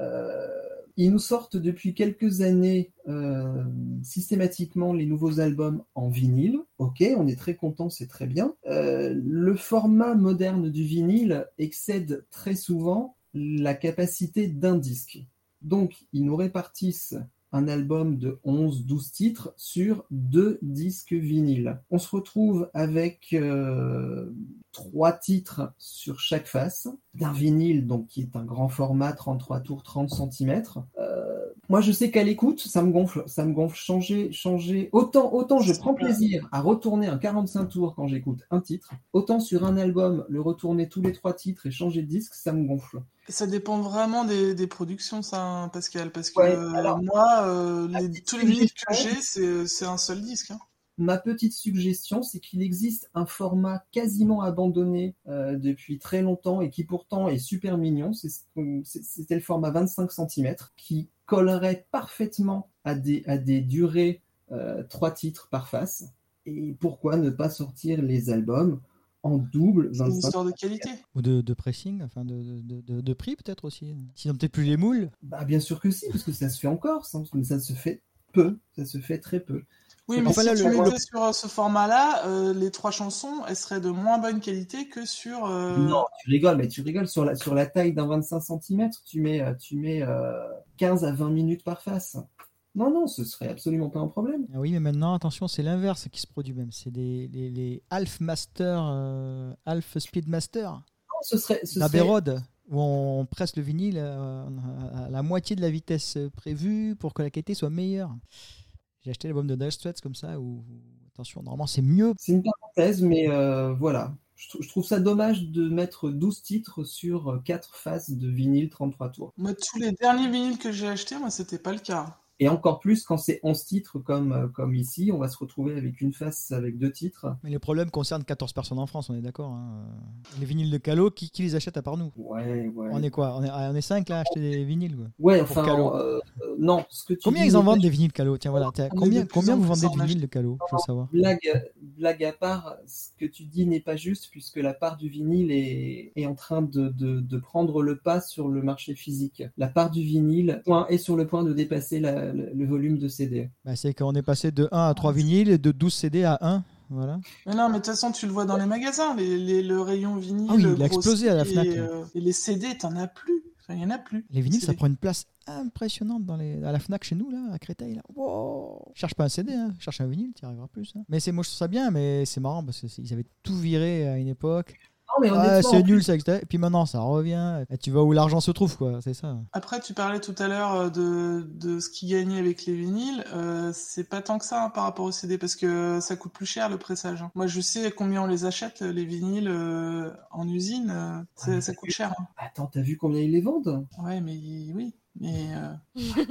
Speaker 4: Euh, ils nous sortent depuis quelques années euh, systématiquement les nouveaux albums en vinyle. Ok, on est très content, c'est très bien. Euh, le format moderne du vinyle excède très souvent la capacité d'un disque. Donc, ils nous répartissent un album de 11-12 titres sur deux disques vinyles. On se retrouve avec euh, trois titres sur chaque face d'un vinyle, donc qui est un grand format, 33 tours, 30 cm. moi, je sais qu'à l'écoute, ça me gonfle, ça me gonfle. Changer, changer. Autant, autant je prends plaisir à retourner un 45 tours quand j'écoute un titre, autant sur un album, le retourner tous les trois titres et changer de disque, ça me gonfle.
Speaker 3: Et ça dépend vraiment des, des productions, ça, hein, Pascal. Parce que
Speaker 4: Ouais,
Speaker 3: euh,
Speaker 4: alors-
Speaker 3: moi, euh, les-
Speaker 4: Ah,
Speaker 3: tous les
Speaker 4: c'est
Speaker 3: vinyles que
Speaker 4: différent.
Speaker 3: j'ai, c'est c'est un seul disque. hein.
Speaker 4: Ma petite suggestion, c'est qu'il existe un format quasiment abandonné euh, depuis très longtemps et qui pourtant est super mignon. C'est ce qu'on- c'est- C'était le format 25 cm qui collerait parfaitement à des, à des durées euh, trois titres par face. Et pourquoi ne pas sortir les albums en double
Speaker 3: C'est une
Speaker 4: 25
Speaker 3: histoire de qualité.
Speaker 1: Ou de, de pressing, enfin de, de, de- de prix peut-être aussi. Sinon, peut-être plus les moules.
Speaker 4: bah, Bien sûr que si, parce que ça se fait encore, ça, mais ça se fait peu, ça se fait très peu.
Speaker 3: Oui,
Speaker 1: C'est
Speaker 3: mais
Speaker 1: pour
Speaker 3: si
Speaker 1: ça,
Speaker 3: tu
Speaker 1: là, le-
Speaker 3: mettais sur euh, ce format-là, euh, les trois chansons, elles seraient de moins bonne qualité que sur. euh,
Speaker 4: Non, tu rigoles, mais tu rigoles sur la, sur la taille d'un 25 cm, tu mets, euh, tu mets euh, 15 à 20 minutes par face. Non, non, ce serait absolument pas un problème.
Speaker 1: Ah oui, mais maintenant, attention, c'est l'inverse qui se produit même. C'est des, les, les Half Master, euh, Half Speed Master,
Speaker 4: Non, ce serait, ce
Speaker 1: la
Speaker 4: serait-
Speaker 1: Bérode, où on presse le vinyle euh, à, à la moitié de la vitesse prévue pour que la qualité soit meilleure. J'ai acheté l'album de Dire Straits comme ça, où, attention, normalement c'est mieux.
Speaker 4: c'est une parenthèse, mais euh, voilà. Je, trou- je trouve ça dommage de mettre 12 titres sur 4 faces de vinyle 33 tours.
Speaker 3: Moi, tous les derniers vinyles que j'ai achetés, moi, c'était pas le cas.
Speaker 4: Et encore plus quand c'est 11 titres comme, euh, comme ici, on va se retrouver avec une face avec deux titres.
Speaker 1: Mais les problèmes concernent 14 personnes en France, on est d'accord. hein. Les vinyles de Calo, qui, qui les achète à part nous
Speaker 4: Ouais, ouais.
Speaker 1: On est quoi on est, ah, on est 5 là à acheter des vinyles quoi.
Speaker 4: Ouais,
Speaker 1: pour
Speaker 4: enfin,
Speaker 1: Calo.
Speaker 4: euh, euh, non, ce que tu
Speaker 1: Combien
Speaker 4: dis
Speaker 1: ils en
Speaker 4: n'est
Speaker 1: vendent des vinyles Calo Tiens voilà, tiens,
Speaker 3: Oh, On est
Speaker 1: combien,
Speaker 3: de plus
Speaker 1: combien
Speaker 3: en
Speaker 1: vous
Speaker 3: plus
Speaker 1: vendez
Speaker 3: en
Speaker 1: de vinyles de Calo Je veux savoir.
Speaker 4: Blague, blague à part, ce que tu dis n'est pas juste puisque la part du vinyle est, est en train de, de- de prendre le pas sur le marché physique. La part du vinyle point, est sur le point de dépasser la- le, le volume de CD.
Speaker 1: Bah, c'est qu'on est passé de 1 à 3 vinyles et de 12 CD à 1. Voilà.
Speaker 3: Mais non, mais de toute façon, tu le vois dans les magasins, les, les- le rayon vinyle.
Speaker 1: Ah oui, il a
Speaker 3: grossit
Speaker 1: explosé à la Fnac,
Speaker 3: Et,
Speaker 1: là.
Speaker 3: euh, et les CD, t'en as plus. Enfin, il y en a plus.
Speaker 1: Les vinyles, ça
Speaker 3: CD.
Speaker 1: prend une place impressionnante dans les... à la Fnac chez nous, là, à Créteil. Là. Wow cherche pas un CD, hein. cherche un vinyle, tu y arriveras plus. hein. Mais c'est, moi, je trouve ça bien, mais c'est marrant parce qu'ils avaient tout viré à une époque.
Speaker 4: Non, mais
Speaker 1: Ah,
Speaker 4: honnêtement,
Speaker 1: c'est nul, ça, etc. Et puis maintenant, ça revient. Et tu vois où l'argent se trouve, quoi, c'est ça.
Speaker 3: Après, tu parlais tout à l'heure euh, de, de ce qui gagnait avec les vinyles. Euh, c'est pas tant que ça hein, par rapport aux CD parce que ça coûte plus cher le pressage. hein. Moi, je sais combien on les achète, les vinyles euh, en usine. euh, c'est-
Speaker 4: mais
Speaker 3: ça coûte cher. hein.
Speaker 4: attends, t'as vu combien ils les vendent
Speaker 3: Ouais, mais oui. Mais euh,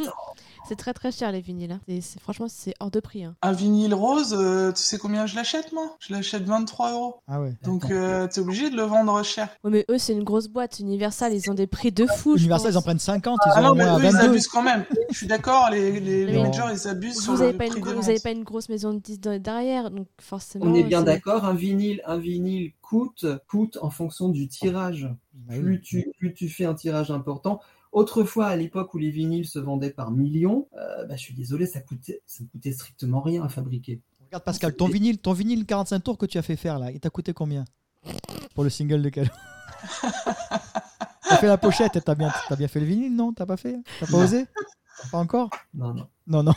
Speaker 2: C'est très très cher les vinyles. hein. C'est- c'est- franchement, c'est hors de prix. hein.
Speaker 3: un vinyle rose, euh, tu sais combien je l'achète moi Je l'achète 23 euros.
Speaker 1: Ah ouais.
Speaker 3: Donc,
Speaker 4: Attends.
Speaker 3: euh, t'es obligé de le vendre cher.
Speaker 2: Ouais, mais eux, c'est une grosse boîte. Universal, ils ont des prix de fou. je
Speaker 1: Universal, ils en
Speaker 2: pense.
Speaker 1: prennent 50,
Speaker 3: Ah
Speaker 1: ils en
Speaker 3: non,
Speaker 1: ont
Speaker 3: mais
Speaker 1: moins à
Speaker 3: eux, ils
Speaker 1: 22.
Speaker 3: abusent quand même. Je suis d'accord, les, les, les
Speaker 1: Non.
Speaker 3: managers, ils abusent sur
Speaker 2: Vous
Speaker 3: le
Speaker 2: n'avez pas,
Speaker 3: prix
Speaker 2: une
Speaker 3: de
Speaker 2: gro- vous
Speaker 3: vente.
Speaker 2: avez pas une grosse maison de disques de- derrière, donc forcément.
Speaker 4: On est bien
Speaker 2: c'est-
Speaker 4: d'accord, un vinyle, un vinyle coûte, coûte en fonction du tirage.
Speaker 1: Bah oui.
Speaker 4: Plus tu, plus tu fais un tirage important. Autrefois, à l'époque où les vinyles se vendaient par millions, euh, bah, je suis désolé, ça coûtait, ça ne coûtait strictement rien à fabriquer.
Speaker 1: Regarde, Pascal, ton vinyle, ton vinyle 45 tours que tu as fait faire, là, il t'a coûté combien Pour le single de Calo T'as fait la pochette, t'as bien, t'as bien fait le vinyle, non T'as pas fait T'as pas
Speaker 4: Non.
Speaker 1: osé Pas encore
Speaker 4: Non, non.
Speaker 1: Non, non.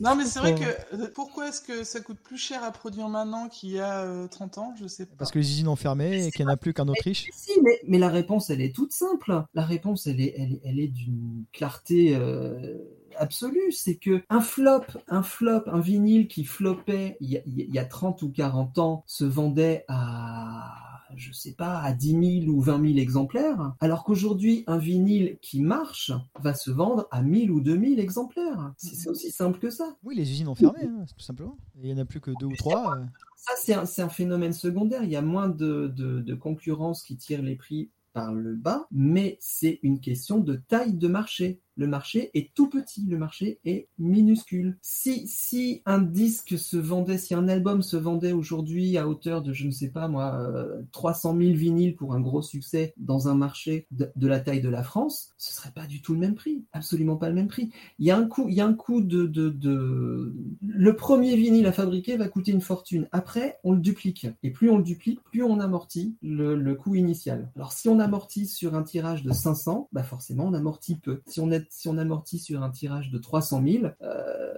Speaker 3: Non, mais c'est vrai
Speaker 1: Oh.
Speaker 3: que euh, pourquoi est-ce que ça coûte plus cher à produire maintenant qu'il y a euh, 30 ans Je sais pas.
Speaker 1: Parce que les usines ont fermé et qu'il n'y en a plus qu'en Autriche.
Speaker 4: Si, mais, mais la réponse, elle est toute simple. La réponse, elle est, elle, est- elle est d'une clarté euh, absolue. C'est que un flop, un flop, un vinyle qui flopait il y, a, il y a 30 ou 40 ans se vendait à, je sais pas, à 10 000 ou 20 000 exemplaires. Alors qu'aujourd'hui, un vinyle qui marche va se vendre à 1000 ou 2000 exemplaires. C'est c'est aussi simple que ça.
Speaker 1: Oui, les usines ont fermé, hein, tout simplement. Et Il n'y en a plus que deux ou trois. euh.
Speaker 4: Ça, c'est un, c'est un phénomène secondaire. Il y a moins de, de- de concurrence qui tire les prix par le bas, mais c'est une question de taille de marché. Le marché est tout petit, le marché est minuscule. Si, si un disque se vendait, si un album se vendait aujourd'hui à hauteur de, je ne sais pas moi, euh, 300 000 vinyles pour un gros succès dans un marché de, de la taille de la France, ce serait pas du tout le même prix, absolument pas le même prix. Il y a un coût, il y a un coût de, de, de- Le premier vinyle à fabriquer va coûter une fortune. Après, on le duplique. Et plus on le duplique, plus on amortit le, le coût initial. Alors, si on amortit sur un tirage de 500, bah forcément, on amortit peu. Si on, est, si on amortit sur un tirage de 300 000, euh,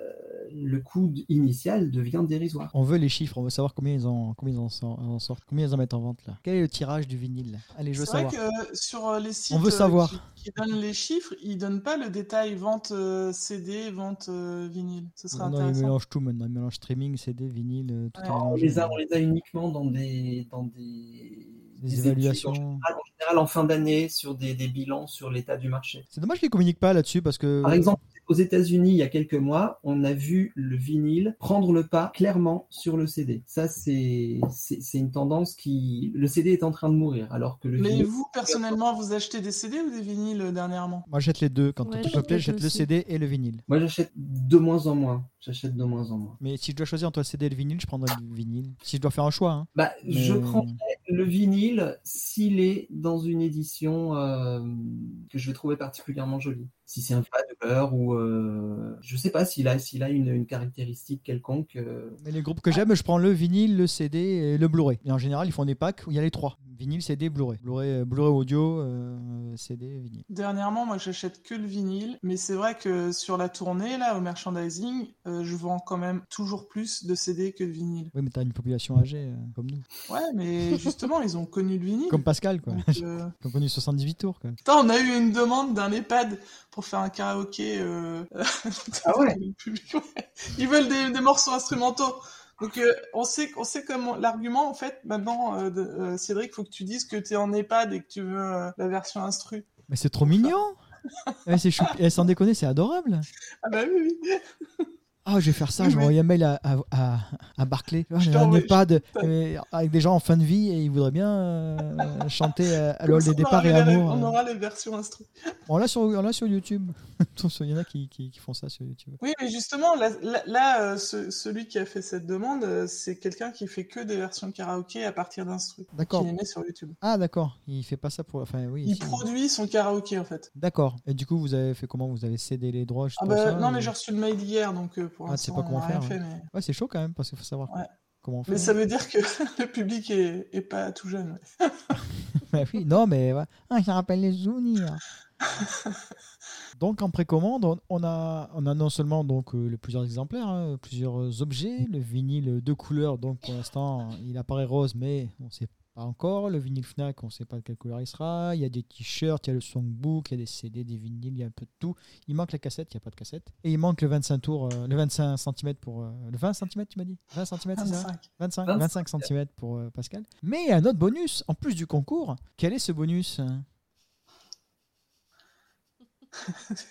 Speaker 4: le coût initial devient dérisoire.
Speaker 1: On veut les chiffres, on veut savoir combien ils en, combien ils en, sort- en sortent, combien ils en mettent en vente là. Quel est le tirage du vinyle là Allez, je veux
Speaker 3: C'est vrai
Speaker 1: savoir.
Speaker 3: que euh, sur euh, les sites
Speaker 1: On veut
Speaker 3: euh,
Speaker 1: savoir.
Speaker 3: qui, qui donnent les chiffres, ils donnent pas le détail vente euh, CD, vente euh, vinyle. Ce serait
Speaker 1: Maintenant, ils
Speaker 3: intéressant.
Speaker 1: mélangent tout maintenant. Ils mélangent streaming, CD, vinyle, euh, tout est
Speaker 3: Ouais,
Speaker 4: On
Speaker 1: mélangé.
Speaker 4: les a, on les a uniquement dans des, dans des,
Speaker 1: Des
Speaker 4: des études, en
Speaker 1: évaluations.
Speaker 4: général- en général, en fin d'année, sur des- des bilans sur l'état du marché.
Speaker 1: C'est dommage qu'ils communiquent pas là-dessus parce que.
Speaker 4: Par exemple, aux États-Unis, il y a quelques mois, on a vu le vinyle prendre le pas clairement sur le CD. Ça, c'est c'est c'est une tendance qui. Le CD est en train de mourir, alors que le
Speaker 3: Mais
Speaker 4: vinyle.
Speaker 3: vous, personnellement, vous achetez des CD ou des vinyles euh, dernièrement
Speaker 1: Moi, j'achète les deux. Quand
Speaker 2: Ouais,
Speaker 1: tout me
Speaker 2: j'achète
Speaker 1: plaît,
Speaker 2: les
Speaker 1: j'achète
Speaker 2: deux
Speaker 1: le
Speaker 2: aussi.
Speaker 1: CD et le vinyle.
Speaker 4: Moi, j'achète de moins en moins. J'achète de moins en moins.
Speaker 1: Mais si je dois choisir entre le CD et le vinyle, je prendrais le vinyle. Si je dois faire un choix. hein.
Speaker 4: Bah, je
Speaker 1: Mais-
Speaker 4: prends le vinyle s'il est dans une édition euh, que je vais trouver particulièrement jolie. Si c'est un fader ou euh, je sais pas s'il a s'il a une, une caractéristique quelconque. euh,
Speaker 1: Mais les groupes que j'aime, je prends le vinyle, le CD et le Blu-ray. Et en général, ils font des packs où il y a les trois vinyle, CD, Blu-ray. Blu-ray, euh, Blu-ray audio, euh, CD, vinyle.
Speaker 3: Dernièrement, moi, j'achète que le vinyle, mais c'est vrai que sur la tournée, là, au merchandising, euh, je vends quand même toujours plus de CD que de vinyle.
Speaker 1: Oui, mais t'as une population âgée euh, comme nous.
Speaker 3: Ouais, mais justement, ils ont connu le vinyle.
Speaker 1: Comme Pascal, quoi.
Speaker 3: donc, euh,
Speaker 1: Qui ont connu 78 tours, quoi.
Speaker 3: Putain, on a eu une demande d'un EHPAD pour faire un karaoké. euh,
Speaker 4: Ah ouais
Speaker 3: le public, ouais. Ils veulent des, des morceaux instrumentaux. Donc euh, on sait on sait comment l'argument en fait maintenant euh, de- euh, Cédric faut que tu dises que tu es en EHPAD et que tu veux euh, la version instru.
Speaker 1: Mais c'est trop mignon Eh, c'est chou- eh, Sans déconner, c'est adorable
Speaker 3: Ah bah oui oui.
Speaker 1: Ah, je vais faire ça,
Speaker 3: Oui,
Speaker 1: je vais
Speaker 3: mais-
Speaker 1: envoyer un mail à, à, à, à Barclay. Ah,
Speaker 3: Je
Speaker 1: j'ai
Speaker 3: t'en
Speaker 1: un
Speaker 3: vais-
Speaker 1: EHPAD euh, avec des gens en fin de vie et ils voudraient bien euh, chanter euh, à l'ol
Speaker 3: Comme ça,
Speaker 1: des
Speaker 3: on
Speaker 1: départs
Speaker 3: aura
Speaker 1: et
Speaker 3: la-
Speaker 1: amour.
Speaker 3: On
Speaker 1: euh.
Speaker 3: aura les versions instru.
Speaker 1: On l'a sur, on l'a sur YouTube. Il y en a qui, qui, qui font ça sur YouTube.
Speaker 3: Oui mais justement là, là- là, euh, ce- celui qui a fait cette demande euh, c'est quelqu'un qui fait que des versions de karaoké à partir d'instru. Qui
Speaker 1: D'accord.
Speaker 3: les met sur YouTube.
Speaker 1: Ah, d'accord. Il fait pas ça pour. Enfin, oui.
Speaker 3: Il
Speaker 1: si.
Speaker 3: produit son karaoké en fait.
Speaker 1: D'accord. Et du coup, vous avez fait comment Vous avez cédé les droits juste
Speaker 3: Ah
Speaker 1: pour
Speaker 3: bah,
Speaker 1: Oh, ça,
Speaker 3: non,
Speaker 1: ou-
Speaker 3: mais j'ai reçu le mail hier, donc euh, pour
Speaker 1: Ah, tu sais
Speaker 3: l'instant,
Speaker 1: pas comment
Speaker 3: on a rien
Speaker 1: faire,
Speaker 3: fait.
Speaker 1: ouais.
Speaker 3: Mais...
Speaker 1: Ouais, c'est chaud quand même parce qu'il faut savoir
Speaker 3: Ouais.
Speaker 1: comment faire.
Speaker 3: mais ça veut dire que le public est, est pas tout jeune. ouais.
Speaker 1: Bah oui, non, mais ouais. Ah, ça rappelle les souvenirs. donc en précommande, on- on a, on a non seulement donc euh, les plusieurs exemplaires, hein, plusieurs objets, le vinyle de couleur. Donc pour l'instant, il apparaît rose, mais on sait pas encore. Le vinyle Fnac, on sait pas de quelle couleur il sera. Il y a des t-shirts, il y a le songbook, il y a des CD, des vinyles, il y a un peu de tout. Il manque la cassette, il n'y a pas de cassette. Et il manque le 25 tours, euh, le 25 cm pour euh, le 20 cm, tu m'as dit 20 cm, Ah, c'est ça
Speaker 3: 25.
Speaker 1: 25,
Speaker 4: 25.
Speaker 1: 25 cm pour euh, Pascal. Mais il y a un autre bonus, en plus du concours. Quel est ce bonus hein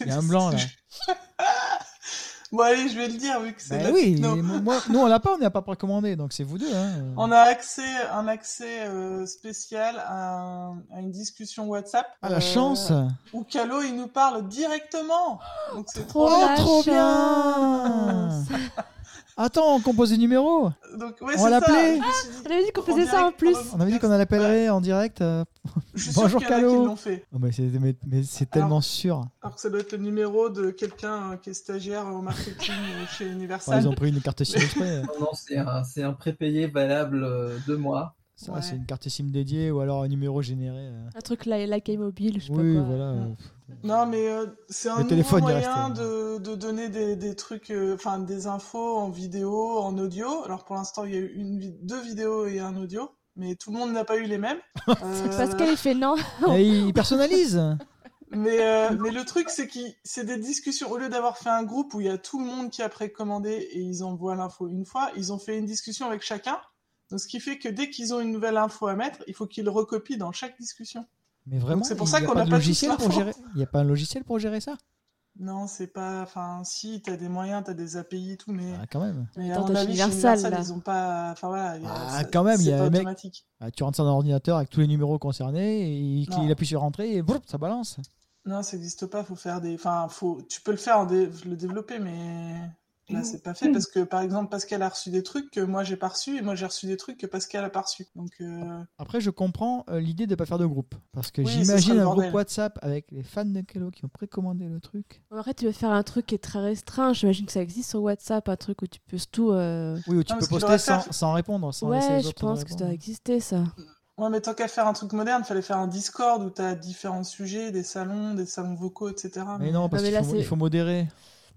Speaker 1: Il y a un blanc là.
Speaker 3: bon, allez, je vais le dire, vu que c'est
Speaker 1: Bah
Speaker 3: de la
Speaker 1: oui,
Speaker 3: techno.
Speaker 1: et moi- moi- nous on l'a pas, on n'a pas précommandé, donc c'est vous deux. hein.
Speaker 3: On a accès, un accès euh, spécial à, un- à une discussion WhatsApp.
Speaker 1: Ah la
Speaker 3: euh,
Speaker 1: chance
Speaker 3: Où Calo, il nous parle directement. Donc c'est
Speaker 1: Oh,
Speaker 2: Oh, la
Speaker 1: trop
Speaker 2: chance.
Speaker 1: bien Attends, on compose des numéros
Speaker 3: Donc, ouais,
Speaker 1: On
Speaker 3: c'est
Speaker 1: l'appelait.
Speaker 3: ça, je me
Speaker 2: On
Speaker 3: suis dit-
Speaker 2: avait dit qu'on
Speaker 3: En
Speaker 2: faisait ça en
Speaker 3: direct,
Speaker 2: plus.
Speaker 3: pardon.
Speaker 1: On avait dit qu'on l'appellerait en direct. euh.
Speaker 3: Je suis
Speaker 1: Bonjour,
Speaker 3: sûr qu'il y en a qui
Speaker 1: Calo.
Speaker 3: l'ont fait.
Speaker 1: Oh, mais c'est mais- mais c'est
Speaker 3: Alors-
Speaker 1: tellement sûr.
Speaker 3: Alors que ça doit être le numéro de quelqu'un euh, qui est stagiaire au marketing euh, chez
Speaker 1: Enfin,
Speaker 3: Universal.
Speaker 1: ils ont pris une carte SIM exprès.
Speaker 4: Non, non, c'est un, c'est un prépayé valable euh, deux mois.
Speaker 1: Ça,
Speaker 3: Ouais.
Speaker 1: c'est une carte SIM dédiée ou alors un numéro généré. euh.
Speaker 2: Un truc la, la game mobile, je sais
Speaker 1: Oui,
Speaker 2: pas quoi.
Speaker 1: voilà.
Speaker 4: Ouais.
Speaker 1: euh,
Speaker 3: Non, mais euh, c'est un
Speaker 1: Le
Speaker 3: nouveau
Speaker 1: téléphone, il reste,
Speaker 3: moyen
Speaker 1: euh,
Speaker 3: de, de donner des, des trucs, euh, enfin des infos en vidéo, en audio. Alors pour l'instant, il y a eu une, vi- deux vidéos et un audio, mais tout le monde n'a pas eu les mêmes. Euh,
Speaker 2: Pascal, il fait non.
Speaker 1: Et il personnalise
Speaker 3: Mais, euh, mais le truc, c'est que c'est des discussions. Au lieu d'avoir fait un groupe où il y a tout le monde qui a précommandé et ils envoient l'info une fois, ils ont fait une discussion avec chacun. Donc, ce qui fait que dès qu'ils ont une nouvelle info à mettre, il faut qu'ils le recopient dans chaque discussion.
Speaker 1: Mais vraiment,
Speaker 3: c'est pour
Speaker 1: il
Speaker 3: ça
Speaker 1: y a
Speaker 3: qu'on
Speaker 1: pas
Speaker 3: n'a
Speaker 1: de
Speaker 3: pas tous
Speaker 1: logiciel pour
Speaker 3: l'info.
Speaker 1: gérer. Il n'y a pas un logiciel pour gérer ça
Speaker 3: Non, c'est pas. Enfin, si, t'as des moyens, t'as des API et tout, mais.
Speaker 1: Ah, quand même.
Speaker 3: mais
Speaker 2: Attends,
Speaker 3: à mon
Speaker 2: t'as
Speaker 3: avis, chez
Speaker 2: Universal,
Speaker 3: Universal,
Speaker 2: là.
Speaker 3: ils ont pas. Enfin voilà. il y a-
Speaker 1: Ah,
Speaker 3: ça-
Speaker 1: quand même, il y
Speaker 3: c'est
Speaker 1: a
Speaker 3: pas
Speaker 1: un mec-
Speaker 3: automatique.
Speaker 1: Ah, tu rentres ça dans l'ordinateur avec tous les numéros concernés et il,
Speaker 3: Non.
Speaker 1: il appuie sur entrée et boum, ça balance.
Speaker 3: Non, ça n'existe pas. Faut faire des. Enfin, faut. Tu peux le faire, en dé- le développer, mais
Speaker 4: Mm.
Speaker 3: là, c'est pas fait parce que, par exemple, Pascal a reçu des trucs que moi j'ai pas reçus et moi j'ai reçu des trucs que Pascal a pas reçus. Donc, euh,
Speaker 1: Après, je comprends euh, l'idée de ne pas faire de groupe. Parce que
Speaker 3: Oui, ce serait
Speaker 1: j'imagine
Speaker 3: le
Speaker 1: un groupe
Speaker 3: bordel.
Speaker 1: WhatsApp avec les fans de Kelo qui ont précommandé le truc.
Speaker 2: En vrai, tu veux faire un truc qui est très restreint. J'imagine que ça existe sur WhatsApp, un truc où tu peux tout. euh,
Speaker 1: Oui, où tu
Speaker 3: Ah,
Speaker 1: peux
Speaker 3: parce qu'il
Speaker 1: poster
Speaker 3: aurait
Speaker 1: sans,
Speaker 3: fait-
Speaker 1: sans répondre. Sans laisser
Speaker 2: Ouais,
Speaker 1: les
Speaker 2: je
Speaker 1: autres de
Speaker 2: pense que ça doit
Speaker 1: répondre.
Speaker 2: exister, ça.
Speaker 3: ouais, mais tant qu'à faire un truc moderne, fallait faire un Discord où t'as différents sujets, des salons, des salons vocaux, etc.
Speaker 1: Mais non, parce
Speaker 2: mais
Speaker 1: qu'il
Speaker 2: là,
Speaker 1: faut,
Speaker 2: c'est-
Speaker 1: il faut modérer.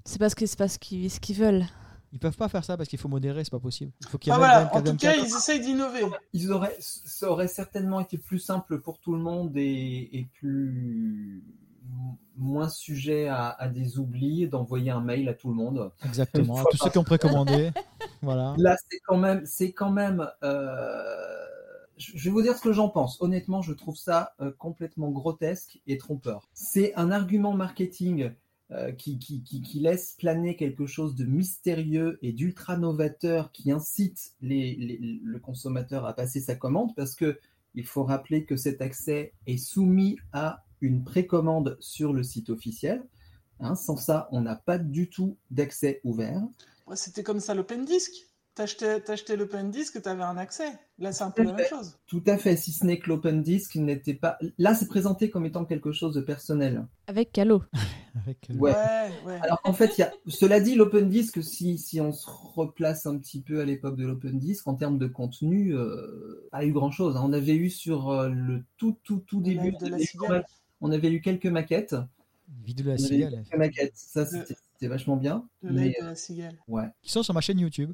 Speaker 2: C'est parce que c'est parce qu'ils ce qu'ils veulent.
Speaker 1: Ils peuvent pas faire ça parce qu'il faut modérer, c'est pas possible. Il faut qu'il y
Speaker 3: Ah,
Speaker 1: ait
Speaker 3: voilà. En tout cas, ils essayent d'innover.
Speaker 4: ils auraient, ça aurait certainement été plus simple pour tout le monde et, et plus moins sujet à, à des oublis d'envoyer un mail à tout le monde.
Speaker 1: Exactement.
Speaker 4: Une
Speaker 1: à
Speaker 4: fois
Speaker 1: tous ceux qui ont précommandé. voilà.
Speaker 4: Là, c'est quand même, c'est quand même. euh, je je vais vous dire ce que j'en pense. Honnêtement, je trouve ça euh, complètement grotesque et trompeur. C'est un argument marketing euh, qui, qui, qui, qui laisse planer quelque chose de mystérieux et d'ultra novateur qui incite les, les- le consommateur à passer sa commande parce que il faut rappeler que cet accès est soumis à une précommande sur le site officiel. Hein, sans ça, on n'a pas du tout d'accès ouvert.
Speaker 3: Ouais, C'était comme ça l'open disk. T'achetais t'achetais l'open disk, t'avais un accès. Là, c'est un peu la même chose.
Speaker 4: Tout à fait, si ce n'est que l'open disk n'était pas. Là, c'est présenté comme étant quelque chose de personnel.
Speaker 2: Avec Calo.
Speaker 1: Avec, euh,
Speaker 4: Ouais.
Speaker 3: ouais.
Speaker 4: Alors en fait, il y a... cela dit, l'open disk, si, si on se replace un petit peu à l'époque de l'open disk, en termes de contenu, euh, pas eu grand chose. On avait eu sur euh, le tout, tout, tout
Speaker 3: Le
Speaker 4: début,
Speaker 3: live de la
Speaker 4: on avait-
Speaker 3: cigale.
Speaker 4: on avait eu quelques maquettes.
Speaker 1: vidéo de la
Speaker 4: On avait eu
Speaker 1: cigale.
Speaker 4: quelques maquettes. Ça,
Speaker 3: Le-
Speaker 4: c'était c'était vachement bien.
Speaker 3: Le
Speaker 4: mais,
Speaker 3: live de la cigale.
Speaker 4: euh, ouais.
Speaker 1: Qui sont sur ma chaîne YouTube.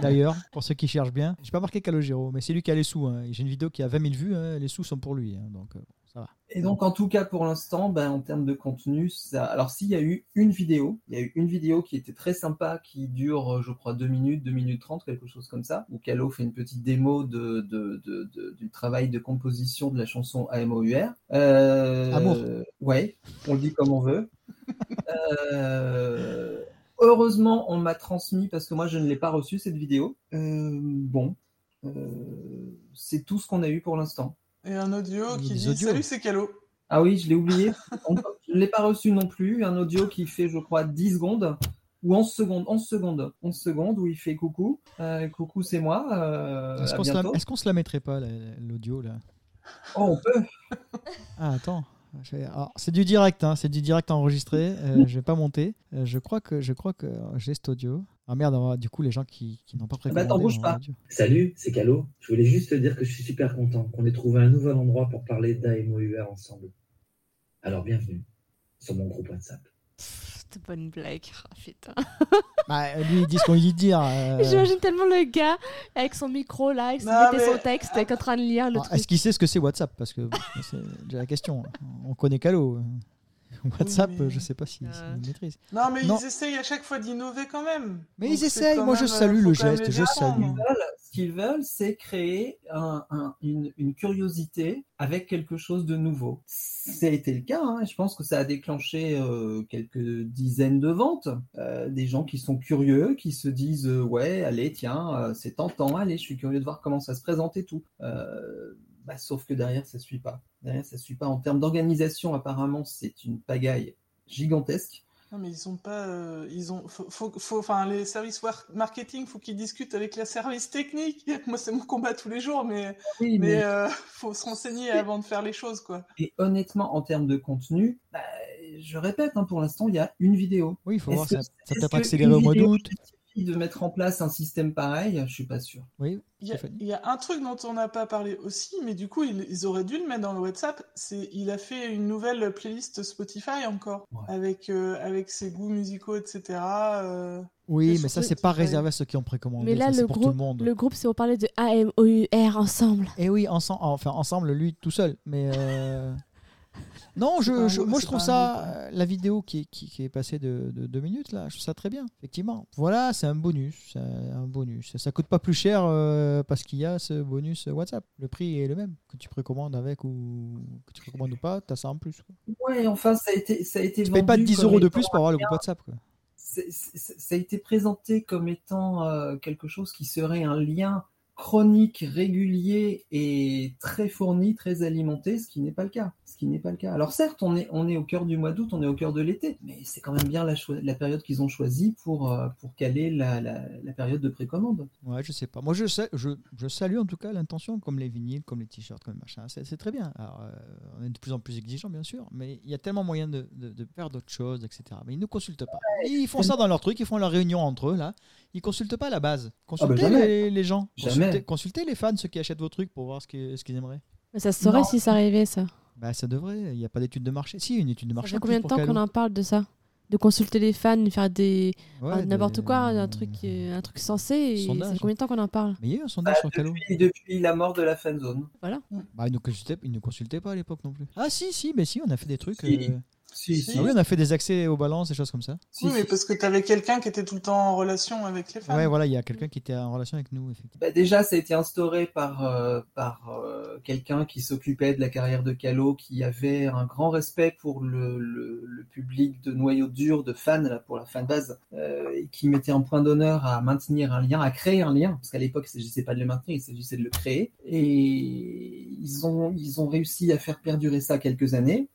Speaker 1: D'ailleurs, pour ceux qui cherchent bien, j'ai pas marqué Calogero, mais c'est lui qui a les sous. hein. J'ai une vidéo qui a 20 000 vues, hein, les sous sont pour lui. hein, donc, euh, ça va.
Speaker 4: Et donc, en tout cas, pour l'instant, ben, en termes de contenu, ça... alors s'il y a eu une vidéo, il y a eu une vidéo qui était très sympa, qui dure, euh, je crois, 2 minutes, 2 minutes 30, quelque chose comme ça, où Calo fait une petite démo de, de- de- de- du travail de composition de la chanson AMOUR. Euh...
Speaker 1: Amour.
Speaker 4: Ouais, on le dit comme on veut. Euh, Heureusement, on m'a transmis, parce que moi, je ne l'ai pas reçu, cette vidéo. Euh, Bon, Euh, c'est tout ce qu'on a eu pour l'instant.
Speaker 3: Et un audio
Speaker 1: Il y a
Speaker 3: qui
Speaker 1: des
Speaker 3: dit
Speaker 1: audios.
Speaker 3: Salut, c'est Calo.
Speaker 4: Ah oui, je l'ai oublié. Encore- je ne l'ai pas reçu non plus. Un audio qui fait, je crois, 10 secondes ou 11 secondes, 11 secondes, 11 secondes où il fait coucou. Euh, coucou, c'est moi. euh,
Speaker 1: Est-ce
Speaker 4: à
Speaker 1: qu'on se, la...
Speaker 4: bientôt.
Speaker 1: est-ce qu'on se la mettrait pas, la- la- l'audio là
Speaker 4: Oh, on peut.
Speaker 1: Ah, attends. Je vais- alors, c'est du direct, hein, c'est du direct enregistré. euh, je vais pas monter. Euh, je crois que je crois que j'ai cet audio. Ah merde, on va- du coup, les gens qui, qui n'ont pas
Speaker 4: bah,
Speaker 1: précommandé.
Speaker 4: t'en bouge
Speaker 1: on
Speaker 4: pas.
Speaker 1: va dire.
Speaker 5: Salut, c'est Calo. Je voulais juste te dire que je suis super content qu'on ait trouvé un nouvel endroit pour parler d'AMOUR ensemble. Alors bienvenue sur mon groupe WhatsApp.
Speaker 2: C'était pas une blague. Ah, putain.
Speaker 1: Bah, lui, il dit ce qu'on lui dit de dire. euh.
Speaker 2: J'imagine tellement le gars avec son micro là, avec
Speaker 3: Non,
Speaker 2: mettait son
Speaker 3: mais-
Speaker 2: texte, avec en train de lire le
Speaker 1: Alors,
Speaker 2: truc.
Speaker 1: Ah, Est-ce qu'il sait ce que c'est WhatsApp Parce que c'est déjà la question. On connaît Calo. WhatsApp,
Speaker 3: mais-
Speaker 1: je sais pas si,
Speaker 2: Euh.
Speaker 1: s'il maîtrise.
Speaker 3: Non, mais
Speaker 1: Non.
Speaker 3: ils essayent à chaque fois d'innover quand même.
Speaker 1: Mais
Speaker 3: Donc,
Speaker 1: ils
Speaker 3: c'est
Speaker 1: essayent.
Speaker 3: quand
Speaker 1: Moi, je
Speaker 3: même, euh,
Speaker 1: salue
Speaker 3: faut
Speaker 1: le
Speaker 3: quand même
Speaker 1: geste.
Speaker 3: les
Speaker 1: Je salue.
Speaker 3: apprendre.
Speaker 4: Ce qu'ils veulent, c'est créer un- un- une, une curiosité avec quelque chose de nouveau. Ça a été le cas. hein, et Je pense que ça a déclenché euh, quelques dizaines de ventes. Euh, des gens qui sont curieux, qui se disent euh, ouais, allez, tiens, euh, c'est tentant. Allez, je suis curieux de voir comment ça se présente et tout. Euh, bah, sauf que derrière, ça suit pas. Derrière, ça suit pas. En termes d'organisation, apparemment, c'est une pagaille gigantesque.
Speaker 3: Non, mais ils ont pas. euh, ils ont. Faut, faut- faut- enfin, les services war- marketing, faut qu'ils discutent avec les services techniques. Moi, c'est mon combat tous les jours, mais
Speaker 4: Oui,
Speaker 3: mais euh, faut se renseigner avant de faire les choses, quoi.
Speaker 4: Et honnêtement, en termes de contenu, bah, je répète, hein, pour l'instant, il y a une vidéo.
Speaker 1: Oui, il faut
Speaker 4: Est-ce
Speaker 1: voir.
Speaker 4: que-
Speaker 1: Ça, ça
Speaker 4: est-ce
Speaker 1: peut être
Speaker 4: que
Speaker 1: accéléré au
Speaker 4: une
Speaker 1: mois
Speaker 4: vidéo
Speaker 1: d'août.
Speaker 4: justifie de mettre en place un système pareil, je suis pas sûr.
Speaker 1: Oui,
Speaker 3: Il y, a,
Speaker 1: Stéphanie.
Speaker 3: il y a un truc dont on n'a pas parlé aussi, mais du coup, ils, ils auraient dû le mettre dans le WhatsApp. C'est, il a fait une nouvelle playlist Spotify encore,
Speaker 4: Ouais.
Speaker 3: avec, euh, avec ses goûts musicaux, etc. euh,
Speaker 1: oui
Speaker 3: Et
Speaker 1: mais ça,
Speaker 3: surtout,
Speaker 1: c'est pas
Speaker 3: ouais.
Speaker 1: réservé à ceux qui ont précommandé.
Speaker 2: Mais là,
Speaker 1: ça, c'est
Speaker 2: le
Speaker 1: pour tout le
Speaker 2: groupe,
Speaker 1: monde.
Speaker 2: le groupe, c'est on parlait de AMOUR ensemble.
Speaker 1: Et Eh oui, ensemble, enfin ensemble, lui tout seul. Mais euh, non,
Speaker 3: C'est pas
Speaker 1: je,
Speaker 3: un
Speaker 1: je-
Speaker 3: groupe,
Speaker 1: moi
Speaker 3: c'est
Speaker 1: je trouve
Speaker 3: pas un
Speaker 1: ça,
Speaker 3: groupe,
Speaker 1: euh, la vidéo qui, qui, qui est passée de, de deux minutes là, je trouve ça très bien, effectivement. Voilà, c'est un bonus, c'est un bonus. Ça, ça coûte pas plus cher euh, parce qu'il y a ce bonus WhatsApp. Le prix est le même que tu précommandes avec ou que tu précommandes ou pas, t'as ça en plus. Quoi.
Speaker 4: Ouais, enfin, ça a été, ça a été
Speaker 1: Tu
Speaker 4: vendu
Speaker 1: payes pas 10
Speaker 4: comme
Speaker 1: euros de
Speaker 4: étant-
Speaker 1: plus pour avoir le groupe WhatsApp. Quoi.
Speaker 4: c'est- c'est- ça a été présenté comme étant euh, quelque chose qui serait un lien chronique, régulier et très fourni, très alimenté, ce qui n'est pas le cas. Ce qui n'est pas le cas. Alors certes, on est, on est au cœur du mois d'août, on est au cœur de l'été, mais c'est quand même bien la, choi- la période qu'ils ont choisie pour, euh, pour caler la, la- la période de précommande.
Speaker 1: Ouais, je sais pas. Moi, je, sais, je, je salue en tout cas l'intention, comme les vinyles, comme les t-shirts, comme le machin. C'est c'est très bien. Alors, euh, on est de plus en plus exigeant, bien sûr, mais il y a tellement moyen de, de- de faire d'autres choses, etc. Mais ils ne consultent pas. Ils font ça dans leur truc, ils font leur réunion entre eux, là. Ils consultent pas la base. Consultez
Speaker 4: Ah, bah, jamais.
Speaker 1: les, les gens.
Speaker 4: Jamais.
Speaker 1: Consultez, consultez les fans, ceux qui achètent vos trucs, pour voir ce que- ce qu'ils aimeraient.
Speaker 2: Mais ça se saurait
Speaker 4: Non.
Speaker 2: si ça arrivait, ça.
Speaker 1: Bah, ça devrait. Il n'y a pas d'étude de marché. Si, une étude de
Speaker 2: Ça
Speaker 1: marché.
Speaker 2: fait combien de temps qu'on en parle de ça De consulter les fans, de faire des enfin, Ah, n'importe quoi, un truc, euh, un truc sensé. et Ça
Speaker 1: Sondage.
Speaker 2: fait combien de temps qu'on en parle
Speaker 1: Mais il y a eu un
Speaker 4: Ah,
Speaker 1: sondage sur Calo.
Speaker 4: Et depuis la mort de la fanzone.
Speaker 1: Bah, ils ne consultaient, ils ne consultaient pas à l'époque non plus. Ah, si, si, mais si, on a fait des trucs.
Speaker 4: Si.
Speaker 1: euh,
Speaker 4: Si,
Speaker 1: Ah oui, on a fait des accès aux balances, des choses comme ça.
Speaker 4: si,
Speaker 3: oui, mais
Speaker 4: si.
Speaker 3: parce que t'avais quelqu'un qui était tout le temps en relation avec les femmes.
Speaker 1: Ouais, voilà, il y a quelqu'un qui était en relation avec nous, effectivement.
Speaker 4: Bah, déjà, ça a été instauré par, euh, par euh, quelqu'un qui s'occupait de la carrière de Calo, qui avait un grand respect pour le, le- le public de noyau dur, de fans, là, pour la fanbase, euh, et qui mettait un point d'honneur à maintenir un lien, à créer un lien, parce qu'à l'époque, il ne s'agissait pas de le maintenir, il s'agissait de le créer. Et ils ont, ils ont réussi à faire perdurer ça quelques années.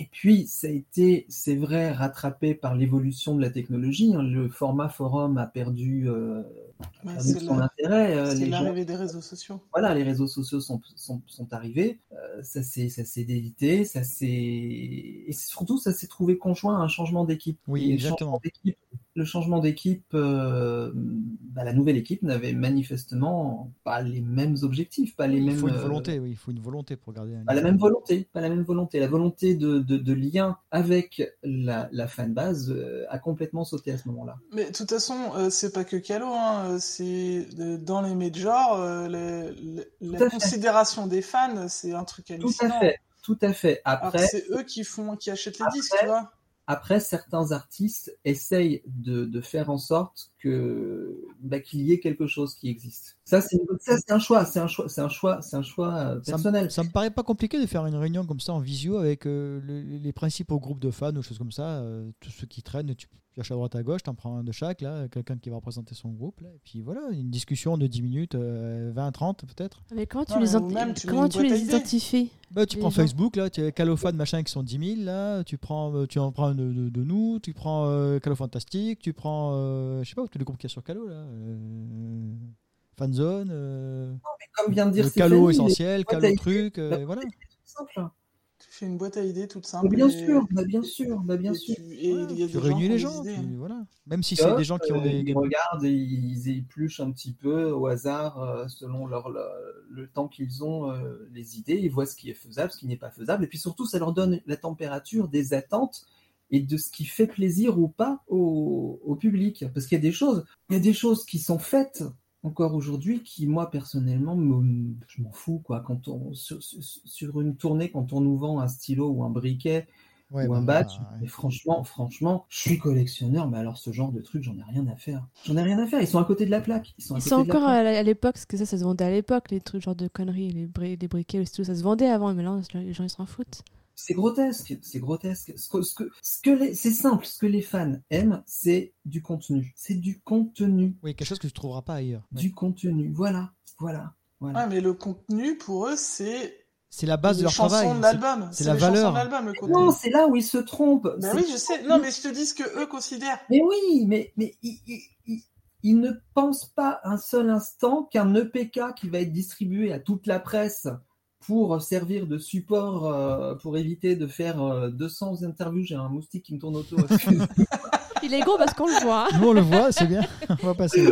Speaker 4: Et puis, ça a été, c'est vrai, rattrapé par l'évolution de la technologie. hein. Le format forum a perdu, euh,
Speaker 3: Ouais,
Speaker 4: perdu
Speaker 3: Bah, Ah, c'est
Speaker 4: son
Speaker 3: la-
Speaker 4: intérêt. euh,
Speaker 3: c'est
Speaker 4: les gens-
Speaker 3: l'arrivée des réseaux sociaux.
Speaker 4: voilà, les réseaux sociaux sont, sont, sont arrivés, euh, ça s'est ça s'est délité, ça s'est et surtout ça s'est trouvé conjoint à un changement d'équipe.
Speaker 1: Oui,
Speaker 4: Et le
Speaker 1: exactement.
Speaker 4: changement d'équipe- Le changement d'équipe, euh, bah, la nouvelle équipe n'avait manifestement pas les mêmes objectifs, pas les
Speaker 1: Il
Speaker 4: mêmes
Speaker 1: faut une
Speaker 4: euh,
Speaker 1: volonté, oui, il faut une volonté pour garder un
Speaker 4: pas la
Speaker 1: lien.
Speaker 4: même volonté, pas la même volonté. La volonté de, de, de lien avec la, la fanbase euh, a complètement sauté à ce moment-là.
Speaker 3: Mais de toute façon, euh, c'est pas que Calo, hein, euh, c'est euh, dans les majors, euh, le- le-
Speaker 4: Tout
Speaker 3: la
Speaker 4: à fait.
Speaker 3: considération des fans, c'est un truc
Speaker 4: Tout
Speaker 3: hallucinant.
Speaker 4: à fait, tout à fait.
Speaker 3: Alors
Speaker 4: Après,
Speaker 3: que c'est eux qui font, qui achètent les
Speaker 4: Après-
Speaker 3: disques, tu vois.
Speaker 4: Après, certains artistes essayent de, de faire en sorte que bah, qu'il y ait quelque chose qui existe. Ça, c'est ça, c'est un choix, c'est un choix, c'est un choix, c'est un choix euh,
Speaker 1: Ça me-
Speaker 4: personnel.
Speaker 1: Ça me paraît pas compliqué de faire une réunion comme ça en visio avec euh, le- les principaux groupes de fans ou choses comme ça, euh, tous ceux qui traînent, tu cherches à droite à gauche, t'en prends un de chaque, là, quelqu'un qui va représenter son groupe, là, et puis voilà, une discussion de 10 minutes, euh, 20, 30 peut-être.
Speaker 2: Mais comment tu
Speaker 3: Ouais,
Speaker 2: les,
Speaker 3: ou
Speaker 2: int-
Speaker 3: même, tu mets
Speaker 2: comment
Speaker 3: une
Speaker 2: tu
Speaker 3: boîte à
Speaker 2: les
Speaker 3: idées.
Speaker 2: identifies
Speaker 1: Bah, tu
Speaker 2: Les
Speaker 1: prends
Speaker 2: gens.
Speaker 1: Facebook, là, tu as Calofan, machin, qui sont 10 000, là, tu, prends, euh, tu en prends un de, de- de nous, tu prends euh, Calo Fantastique, tu prends, euh, je sais pas, tous les groupes qu'il y a sur Calo, là, euh, Fanzone, euh,
Speaker 4: Comme vient de dire
Speaker 1: le
Speaker 4: Stéphanie,
Speaker 1: Calo
Speaker 4: il est
Speaker 1: Essentiel,
Speaker 4: boîtes à
Speaker 1: Calo
Speaker 4: idées.
Speaker 1: Truc, euh,
Speaker 4: La-
Speaker 1: et voilà.
Speaker 4: simple.
Speaker 3: Tu fais une boîte à idées toute
Speaker 4: Mais
Speaker 3: simple.
Speaker 4: bien
Speaker 3: et-
Speaker 4: sûr, bah, bien sûr, bah, bien
Speaker 3: et
Speaker 4: sûr.
Speaker 3: tu- et il y a
Speaker 1: tu
Speaker 3: des
Speaker 1: réunis les
Speaker 3: gens qui ont
Speaker 1: gens,
Speaker 3: des idées.
Speaker 1: tu- voilà. même si c'est des gens qui ont
Speaker 4: Euh,
Speaker 1: des... des-
Speaker 4: ils regardent et ils épluchent un petit peu au hasard euh, selon leur, le, le temps qu'ils ont euh, les idées, ils voient ce qui est faisable, ce qui n'est pas faisable, et puis surtout ça leur donne la température des attentes et de ce qui fait plaisir ou pas au, au public, parce qu'il y a des choses, il y a des choses qui sont faites encore aujourd'hui qui moi personnellement me- je m'en fous quoi quand on sur, sur- sur une tournée quand on nous vend un stylo ou un briquet
Speaker 1: Ouais,
Speaker 4: ou un
Speaker 1: bah,
Speaker 4: badge.
Speaker 1: ouais.
Speaker 4: Mais franchement, franchement, je suis collectionneur, mais alors ce genre de truc, j'en ai rien à faire. J'en ai rien à faire. Ils sont à côté de la plaque. Ils sont, à
Speaker 2: Ils
Speaker 4: côté
Speaker 2: sont
Speaker 4: de la
Speaker 2: encore
Speaker 4: plaque.
Speaker 2: à la- à l'époque, parce que ça, ça se vendait à l'époque, les trucs genre de conneries, les, bri- les briquets, les stylos, ça se vendait avant, mais là, les gens, ils s'en foutent.
Speaker 4: C'est grotesque. C'est grotesque. Ce que, ce que, ce que les, c'est simple. Ce que les fans aiment, c'est du contenu. C'est du contenu,
Speaker 1: Oui, quelque chose que tu trouveras pas ailleurs. Ouais.
Speaker 4: du contenu. Voilà, voilà, voilà.
Speaker 3: Ouais, mais le contenu pour eux, c'est
Speaker 1: C'est la base
Speaker 3: les
Speaker 1: de leur
Speaker 3: chansons
Speaker 1: travail.
Speaker 3: de
Speaker 1: C'est-
Speaker 3: l'album.
Speaker 1: la
Speaker 3: les
Speaker 1: valeur.
Speaker 3: chansons de l'album, le contenu.
Speaker 4: non, c'est là où ils se trompent.
Speaker 3: Bah
Speaker 4: C'est-
Speaker 3: oui, je sais. Non, mais je te dis ce que eux considèrent.
Speaker 4: Mais oui, mais, mais ils, ils- ils- ils ne pensent pas un seul instant qu'un EPK qui va être distribué à toute la presse pour servir de support, euh, pour éviter de faire euh, 200 interviews. J'ai un moustique qui me tourne autour. excusez-moi.
Speaker 2: Il est gros parce qu'on le voit.
Speaker 1: Nous, on le voit, c'est bien. On va passer.